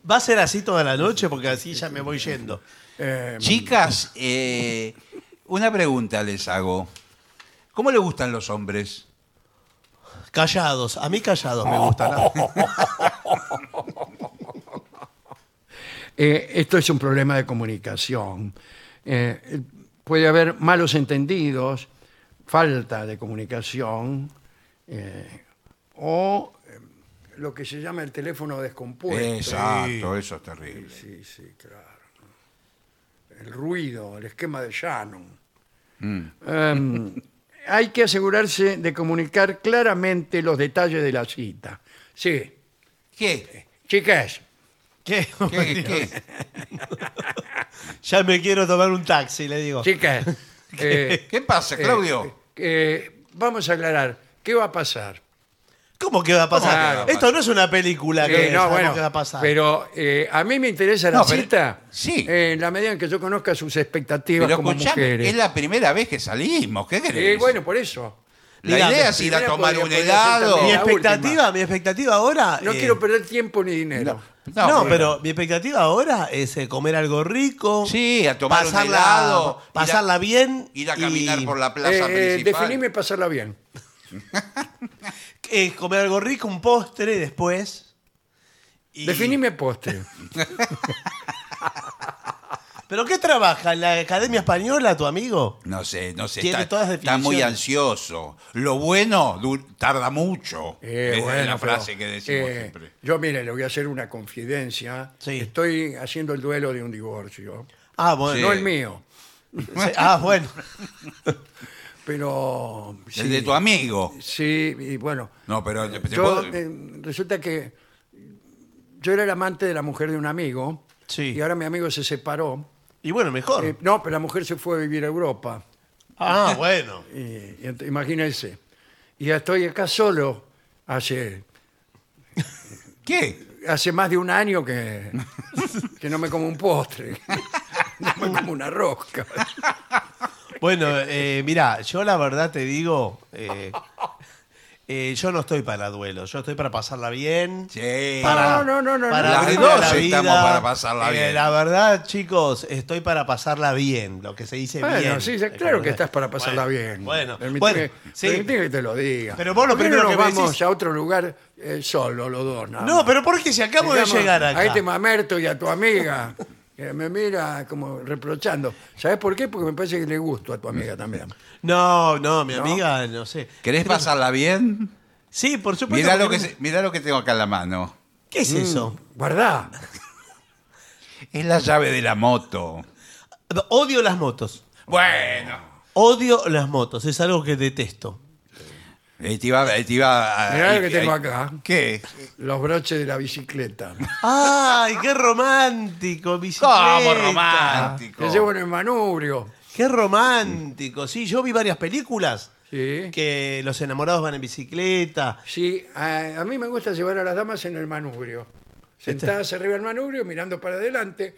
[SPEAKER 2] Va a ser así toda la noche porque así ya me voy yendo.
[SPEAKER 1] Eh,
[SPEAKER 3] Chicas, eh, una pregunta les hago. ¿Cómo le gustan los hombres?
[SPEAKER 2] Callados, a mí callados me gustan. ¿no?
[SPEAKER 1] Eh, esto es un problema de comunicación. Eh, eh, puede haber malos entendidos, falta de comunicación eh, o eh, lo que se llama el teléfono descompuesto.
[SPEAKER 3] eso es terrible.
[SPEAKER 1] Sí, sí, claro. El ruido, el esquema de Shannon.
[SPEAKER 3] Mm.
[SPEAKER 1] Em, hay que asegurarse de comunicar claramente los detalles de la cita. Sí,
[SPEAKER 3] ¿Qué?
[SPEAKER 1] chicas,
[SPEAKER 2] ¿Qué?
[SPEAKER 3] ¿Qué? ¿Qué?
[SPEAKER 2] Ya me quiero tomar un taxi, le digo.
[SPEAKER 1] Chicas, eh,
[SPEAKER 3] ¿Qué pasa, Claudio?
[SPEAKER 1] eh, vamos a aclarar. ¿Qué va a pasar?
[SPEAKER 2] ¿Cómo que va a pasar?
[SPEAKER 1] ¿Cómo que va a pasar?
[SPEAKER 2] Esto no es una película
[SPEAKER 1] Eh,
[SPEAKER 2] que
[SPEAKER 1] no,
[SPEAKER 2] sabemos
[SPEAKER 1] bueno,
[SPEAKER 2] que va a pasar.
[SPEAKER 1] Pero eh, a mí me interesa la
[SPEAKER 3] No, pero-
[SPEAKER 1] cita
[SPEAKER 3] sí.
[SPEAKER 1] eh, en la medida en que yo conozca sus expectativas
[SPEAKER 3] Pero
[SPEAKER 1] como
[SPEAKER 3] escuchame,
[SPEAKER 1] mujeres.
[SPEAKER 3] es la primera vez que salimos. ¿Qué
[SPEAKER 1] Eh,
[SPEAKER 3] querés?
[SPEAKER 1] bueno, por eso.
[SPEAKER 3] la
[SPEAKER 2] Dígame,
[SPEAKER 3] idea es ir a
[SPEAKER 1] primera
[SPEAKER 3] tomar
[SPEAKER 1] podría-
[SPEAKER 3] un
[SPEAKER 1] podría
[SPEAKER 3] helado.
[SPEAKER 1] ser
[SPEAKER 2] mi
[SPEAKER 1] la
[SPEAKER 2] expectativa,
[SPEAKER 1] última.
[SPEAKER 2] mi expectativa ahora.
[SPEAKER 1] No
[SPEAKER 2] eh,
[SPEAKER 1] quiero perder tiempo ni dinero.
[SPEAKER 2] No,
[SPEAKER 3] bueno.
[SPEAKER 2] pero mi expectativa ahora es eh, comer algo rico.
[SPEAKER 3] Sí, a tomar un helado, ir a-
[SPEAKER 2] pasarla bien.
[SPEAKER 3] Ir a
[SPEAKER 2] y-
[SPEAKER 3] caminar por la
[SPEAKER 1] Eh,
[SPEAKER 3] plaza
[SPEAKER 1] eh,
[SPEAKER 3] principal.
[SPEAKER 1] definime pasarla bien.
[SPEAKER 2] eh, comer algo rico, un postre después. y-
[SPEAKER 1] Definime postre.
[SPEAKER 2] ¿Pero qué trabaja? ¿En la Academia Española, tu amigo?
[SPEAKER 3] No sé, no sé.
[SPEAKER 2] Tiene
[SPEAKER 3] Está,
[SPEAKER 2] todas
[SPEAKER 3] está muy
[SPEAKER 2] definiciones.
[SPEAKER 3] ansioso. Lo bueno du- tarda mucho.
[SPEAKER 1] Eh,
[SPEAKER 3] es
[SPEAKER 1] bueno,
[SPEAKER 3] la
[SPEAKER 1] pero,
[SPEAKER 3] frase que decimos
[SPEAKER 1] eh,
[SPEAKER 3] siempre.
[SPEAKER 1] Yo, mire, le voy a hacer una confidencia.
[SPEAKER 2] Sí.
[SPEAKER 1] Estoy haciendo el duelo de un divorcio.
[SPEAKER 2] Ah, bueno.
[SPEAKER 1] No
[SPEAKER 3] Sí.
[SPEAKER 1] el mío,
[SPEAKER 2] Sí, Ah, bueno.
[SPEAKER 1] pero...
[SPEAKER 3] El de tu amigo.
[SPEAKER 1] Sí, y bueno,
[SPEAKER 3] No, pero te- te
[SPEAKER 1] Yo,
[SPEAKER 3] puedo-
[SPEAKER 1] eh, resulta que yo era el amante de la mujer de un amigo
[SPEAKER 2] Sí.
[SPEAKER 1] y ahora mi amigo se separó.
[SPEAKER 2] Y bueno, mejor.
[SPEAKER 1] Eh, no, pero la mujer se fue a vivir a Europa,
[SPEAKER 2] ah, bueno.
[SPEAKER 1] eh, y ent- imagínense. Y ya estoy acá solo hace,
[SPEAKER 3] ¿Qué?
[SPEAKER 1] hace más de un año que, que no me como un postre, no me como una rosca.
[SPEAKER 2] Bueno, eh, mira, yo la verdad te digo, eh, eh, yo no estoy para duelo, yo estoy para pasarla bien. Eh,
[SPEAKER 3] Sí.
[SPEAKER 1] Para- No, no, no, no,
[SPEAKER 2] para
[SPEAKER 1] no.
[SPEAKER 2] abrirme
[SPEAKER 1] Las
[SPEAKER 2] a la
[SPEAKER 3] dos
[SPEAKER 2] vida.
[SPEAKER 3] estamos para pasarla
[SPEAKER 2] Eh,
[SPEAKER 3] bien.
[SPEAKER 2] La verdad, chicos, estoy para pasarla bien, lo que se dice
[SPEAKER 1] Bueno,
[SPEAKER 2] bien.
[SPEAKER 1] sí, ya- claro que estás para pasarla
[SPEAKER 2] Bueno,
[SPEAKER 1] bien.
[SPEAKER 2] Bueno,
[SPEAKER 1] Permitime-
[SPEAKER 2] bueno, sí.
[SPEAKER 1] permitime que te lo diga.
[SPEAKER 2] Pero vos lo
[SPEAKER 1] ¿Por qué no
[SPEAKER 2] primero
[SPEAKER 1] nos
[SPEAKER 2] que me
[SPEAKER 1] vamos
[SPEAKER 2] decís-
[SPEAKER 1] a otro lugar eh, solo, los dos. nada
[SPEAKER 2] No,
[SPEAKER 1] más?
[SPEAKER 2] pero porque si acabo de
[SPEAKER 1] Digamos,
[SPEAKER 2] llegar acá.
[SPEAKER 1] A este mamerto y a tu amiga. Que me mira como reprochando. ¿Sabes por qué? Porque me parece que le gusto a tu amiga también.
[SPEAKER 2] No, no, mi
[SPEAKER 1] ¿No?
[SPEAKER 2] amiga, no sé.
[SPEAKER 3] ¿Querés pasarla bien?
[SPEAKER 2] Sí, por supuesto.
[SPEAKER 3] Mirá lo,
[SPEAKER 2] porque
[SPEAKER 3] que,
[SPEAKER 2] no-
[SPEAKER 3] se- Mm. mirá lo que tengo acá en la mano.
[SPEAKER 2] ¿Qué es eso?
[SPEAKER 1] Guardá.
[SPEAKER 3] Es la llave de la moto.
[SPEAKER 2] Odio las motos.
[SPEAKER 3] Bueno.
[SPEAKER 2] Odio las motos, es algo que detesto.
[SPEAKER 3] Eh, te iba- eh, te iba a-
[SPEAKER 1] Mirá lo que
[SPEAKER 3] eh,
[SPEAKER 1] tengo
[SPEAKER 3] eh,
[SPEAKER 1] acá.
[SPEAKER 3] ¿Qué?
[SPEAKER 1] Los broches de la bicicleta.
[SPEAKER 2] ¡Ay, qué romántico! Bicicleta.
[SPEAKER 3] ¿Cómo romántico?
[SPEAKER 1] Que llevo en el manubrio.
[SPEAKER 2] ¡Qué romántico! Sí, yo vi varias películas
[SPEAKER 1] Sí.
[SPEAKER 2] que los enamorados van en bicicleta.
[SPEAKER 1] Sí, a, a mí me gusta llevar a las damas en el manubrio.
[SPEAKER 2] Este-
[SPEAKER 1] Sentadas arriba del manubrio, mirando para adelante.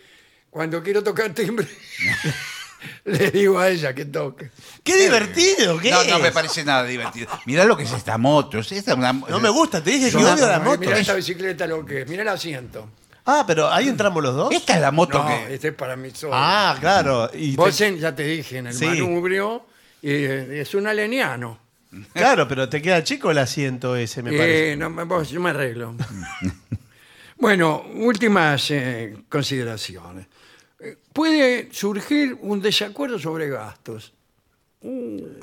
[SPEAKER 1] Cuando quiero tocar timbre, le digo a ella que toque.
[SPEAKER 2] ¡Qué divertido! ¿Qué
[SPEAKER 3] no,
[SPEAKER 2] es?
[SPEAKER 3] no me parece nada divertido. Mirá lo que es esta moto. es esta una-
[SPEAKER 2] No me gusta, te dije que
[SPEAKER 3] Yo-
[SPEAKER 2] odio ¿eh? las
[SPEAKER 1] Ay, Mirá esta
[SPEAKER 2] motos.
[SPEAKER 1] bicicleta lo que es. Mirá el asiento.
[SPEAKER 2] Ah, pero ahí entramos los dos.
[SPEAKER 3] Esta es la moto
[SPEAKER 1] No,
[SPEAKER 3] que.
[SPEAKER 1] este es para mí solo.
[SPEAKER 2] Ah, claro. y te-
[SPEAKER 1] Bosen, ya te dije, en el
[SPEAKER 2] Sí.
[SPEAKER 1] manubrio, eh, es un aleniano.
[SPEAKER 2] claro, pero te queda chico el asiento ese, me
[SPEAKER 1] Eh,
[SPEAKER 2] parece.
[SPEAKER 1] no me- vos, yo me arreglo. bueno, últimas eh, consideraciones. Eh, Puede surgir un desacuerdo sobre gastos.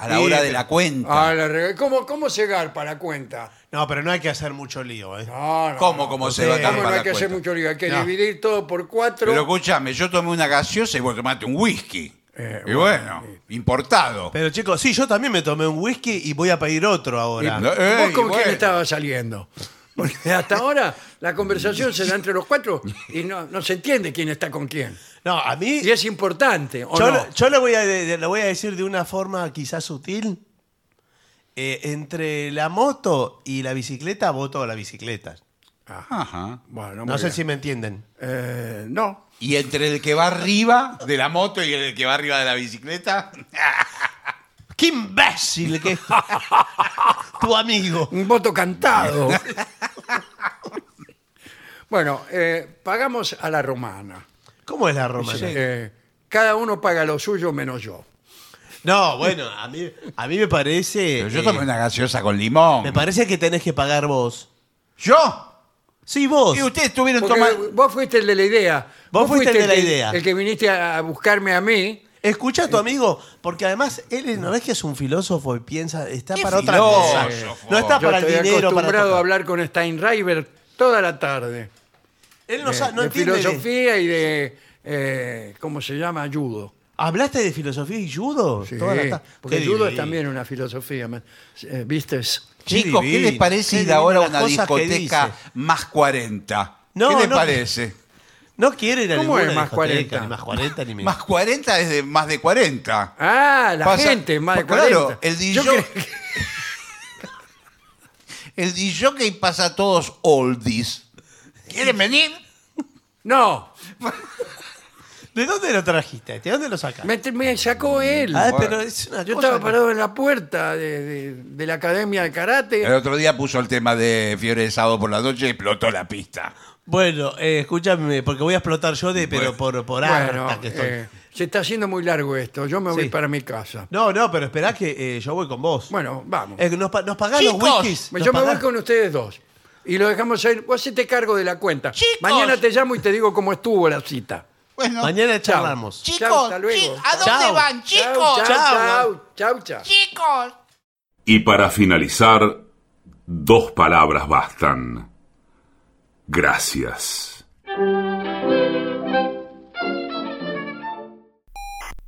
[SPEAKER 3] A la hora de la cuenta.
[SPEAKER 1] Ah, la re- ¿Cómo, ¿Cómo se garpa la cuenta?
[SPEAKER 2] No, pero no hay que hacer mucho lío. ¿eh?
[SPEAKER 1] No, no,
[SPEAKER 3] ¿Cómo,
[SPEAKER 1] no.
[SPEAKER 3] cómo se
[SPEAKER 2] Sí.
[SPEAKER 3] va a
[SPEAKER 1] ¿Cómo
[SPEAKER 3] tapar
[SPEAKER 1] no hay
[SPEAKER 3] la
[SPEAKER 1] que hacer
[SPEAKER 3] cuenta?
[SPEAKER 1] mucho lío? Hay que
[SPEAKER 2] No.
[SPEAKER 1] dividir todo por cuatro.
[SPEAKER 3] Pero escúchame, yo tomé una gaseosa y vos tomaste un whisky.
[SPEAKER 1] Eh,
[SPEAKER 3] y bueno, importado.
[SPEAKER 2] Pero chicos, sí, yo también me tomé un whisky y voy a pedir otro ahora.
[SPEAKER 3] No, eh,
[SPEAKER 1] ¿Vos con
[SPEAKER 3] bueno.
[SPEAKER 1] quién estabas saliendo? Porque hasta ahora la conversación se da entre los cuatro y no, no se entiende quién está con quién.
[SPEAKER 2] No, a mí.
[SPEAKER 1] Y es importante, ¿o
[SPEAKER 2] Yo,
[SPEAKER 1] no?
[SPEAKER 2] lo- yo lo, voy a, de- de- lo voy a decir de una forma quizás sutil. Eh, entre la moto y la bicicleta, voto a la bicicleta.
[SPEAKER 3] Ajá.
[SPEAKER 1] Bueno,
[SPEAKER 2] No
[SPEAKER 1] muy
[SPEAKER 2] sé
[SPEAKER 1] bien.
[SPEAKER 2] si me entienden.
[SPEAKER 1] Eh, no.
[SPEAKER 3] Y entre el que va arriba de la moto y el que va arriba de la bicicleta.
[SPEAKER 2] Eh, ¡Qué imbécil que es tu amigo!
[SPEAKER 1] Un voto cantado. bueno, eh, pagamos a la romana.
[SPEAKER 2] ¿Cómo es la romana?
[SPEAKER 1] Eh, cada uno paga lo suyo menos yo.
[SPEAKER 2] No, bueno, a mí, a mí me parece.
[SPEAKER 3] Pero yo
[SPEAKER 2] eh,
[SPEAKER 3] tomé una gaseosa con limón.
[SPEAKER 2] Me parece que tenés que pagar vos.
[SPEAKER 3] ¿Yo?
[SPEAKER 2] Sí, vos.
[SPEAKER 3] Y ustedes estuvieron
[SPEAKER 1] Porque
[SPEAKER 3] tomando.
[SPEAKER 1] vos fuiste el de la idea.
[SPEAKER 2] Vos fuiste el de
[SPEAKER 1] que-
[SPEAKER 2] la idea.
[SPEAKER 1] El que viniste a a buscarme a mí.
[SPEAKER 2] Escucha a tu amigo, porque además él es- no es que es un filósofo y piensa, está
[SPEAKER 3] ¿Qué
[SPEAKER 2] para otra cosa.
[SPEAKER 3] filósofo?
[SPEAKER 2] No está
[SPEAKER 1] Yo
[SPEAKER 2] Ah, para el
[SPEAKER 1] estoy
[SPEAKER 2] dinero, para
[SPEAKER 1] acostumbrado a
[SPEAKER 2] todo.
[SPEAKER 1] hablar con Steinreiber toda la tarde.
[SPEAKER 2] Él no,
[SPEAKER 1] de-
[SPEAKER 2] sa- no
[SPEAKER 1] de
[SPEAKER 2] entiende. de-
[SPEAKER 1] filosofía y de, eh, ¿cómo se llama? Ayudo.
[SPEAKER 2] ¿Hablaste de filosofía y judo? Toda la ta-
[SPEAKER 1] porque
[SPEAKER 2] Qué
[SPEAKER 1] el judo es
[SPEAKER 2] divino.
[SPEAKER 1] también una filosofía. man. Eh, ¿Viste? Es-
[SPEAKER 3] Chicos, ¿qué
[SPEAKER 2] divino,
[SPEAKER 3] les parece
[SPEAKER 2] qué
[SPEAKER 3] ir ahora a
[SPEAKER 2] divino
[SPEAKER 3] una
[SPEAKER 2] las cosas que
[SPEAKER 3] discoteca
[SPEAKER 2] dice.
[SPEAKER 3] más 40?
[SPEAKER 2] No,
[SPEAKER 3] ¿Qué les
[SPEAKER 2] no.
[SPEAKER 3] parece?
[SPEAKER 2] No quiere ir a
[SPEAKER 1] ¿Cómo
[SPEAKER 2] ninguna
[SPEAKER 1] es más
[SPEAKER 2] discoteca,
[SPEAKER 1] 40?
[SPEAKER 2] ni más 40 ni menos.
[SPEAKER 3] Más 40 es de más de 40.
[SPEAKER 1] Ah, la
[SPEAKER 3] Pasa-
[SPEAKER 1] gente, más de
[SPEAKER 3] Pues, claro,
[SPEAKER 1] 40.
[SPEAKER 3] el
[SPEAKER 1] Yo
[SPEAKER 3] DJ
[SPEAKER 1] creo que-
[SPEAKER 3] El DJ pasa a todos oldies. ¿Quieren venir?
[SPEAKER 1] No,
[SPEAKER 2] ¿De dónde lo trajiste? ¿De dónde lo sacaste?
[SPEAKER 1] me, me sacó él.
[SPEAKER 2] Ah,
[SPEAKER 3] Bueno.
[SPEAKER 2] pero es una
[SPEAKER 1] Yo
[SPEAKER 2] cosa
[SPEAKER 1] estaba
[SPEAKER 2] que-
[SPEAKER 1] parado en la puerta de, de- de la Academia de
[SPEAKER 3] El
[SPEAKER 1] Karate.
[SPEAKER 3] otro día puso el tema de Fiebre de Sábado por la Noche y explotó la pista.
[SPEAKER 2] Bueno, eh, escúchame, porque voy a explotar yo de, pero
[SPEAKER 3] Bueno.
[SPEAKER 2] por, por
[SPEAKER 1] Bueno,
[SPEAKER 2] harta que estoy.
[SPEAKER 1] eh, se está haciendo muy largo esto. Yo me voy
[SPEAKER 2] Sí.
[SPEAKER 1] para mi casa.
[SPEAKER 2] No, no, pero esperá que eh, yo voy con vos.
[SPEAKER 1] Bueno, vamos.
[SPEAKER 2] Eh, nos, pa- nos pagás los
[SPEAKER 3] Chicos,
[SPEAKER 2] whiskies.
[SPEAKER 1] Me-
[SPEAKER 2] nos
[SPEAKER 1] Yo me voy
[SPEAKER 2] pagás-
[SPEAKER 1] con ustedes dos. Y lo dejamos ahí. Vos hacete cargo de la cuenta.
[SPEAKER 4] Chicos.
[SPEAKER 1] Mañana te llamo y te digo cómo estuvo la cita.
[SPEAKER 3] Bueno,
[SPEAKER 2] Mañana charlamos.
[SPEAKER 4] Chicos,
[SPEAKER 1] Chao, hasta luego.
[SPEAKER 4] chi- ¿a dónde
[SPEAKER 2] Chao.
[SPEAKER 4] van, chicos?
[SPEAKER 1] Chau, chau, chau, chau.
[SPEAKER 4] Chicos.
[SPEAKER 5] Y para finalizar, dos palabras bastan. Gracias.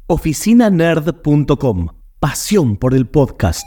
[SPEAKER 6] oficinanerd.com. Pasión por el podcast.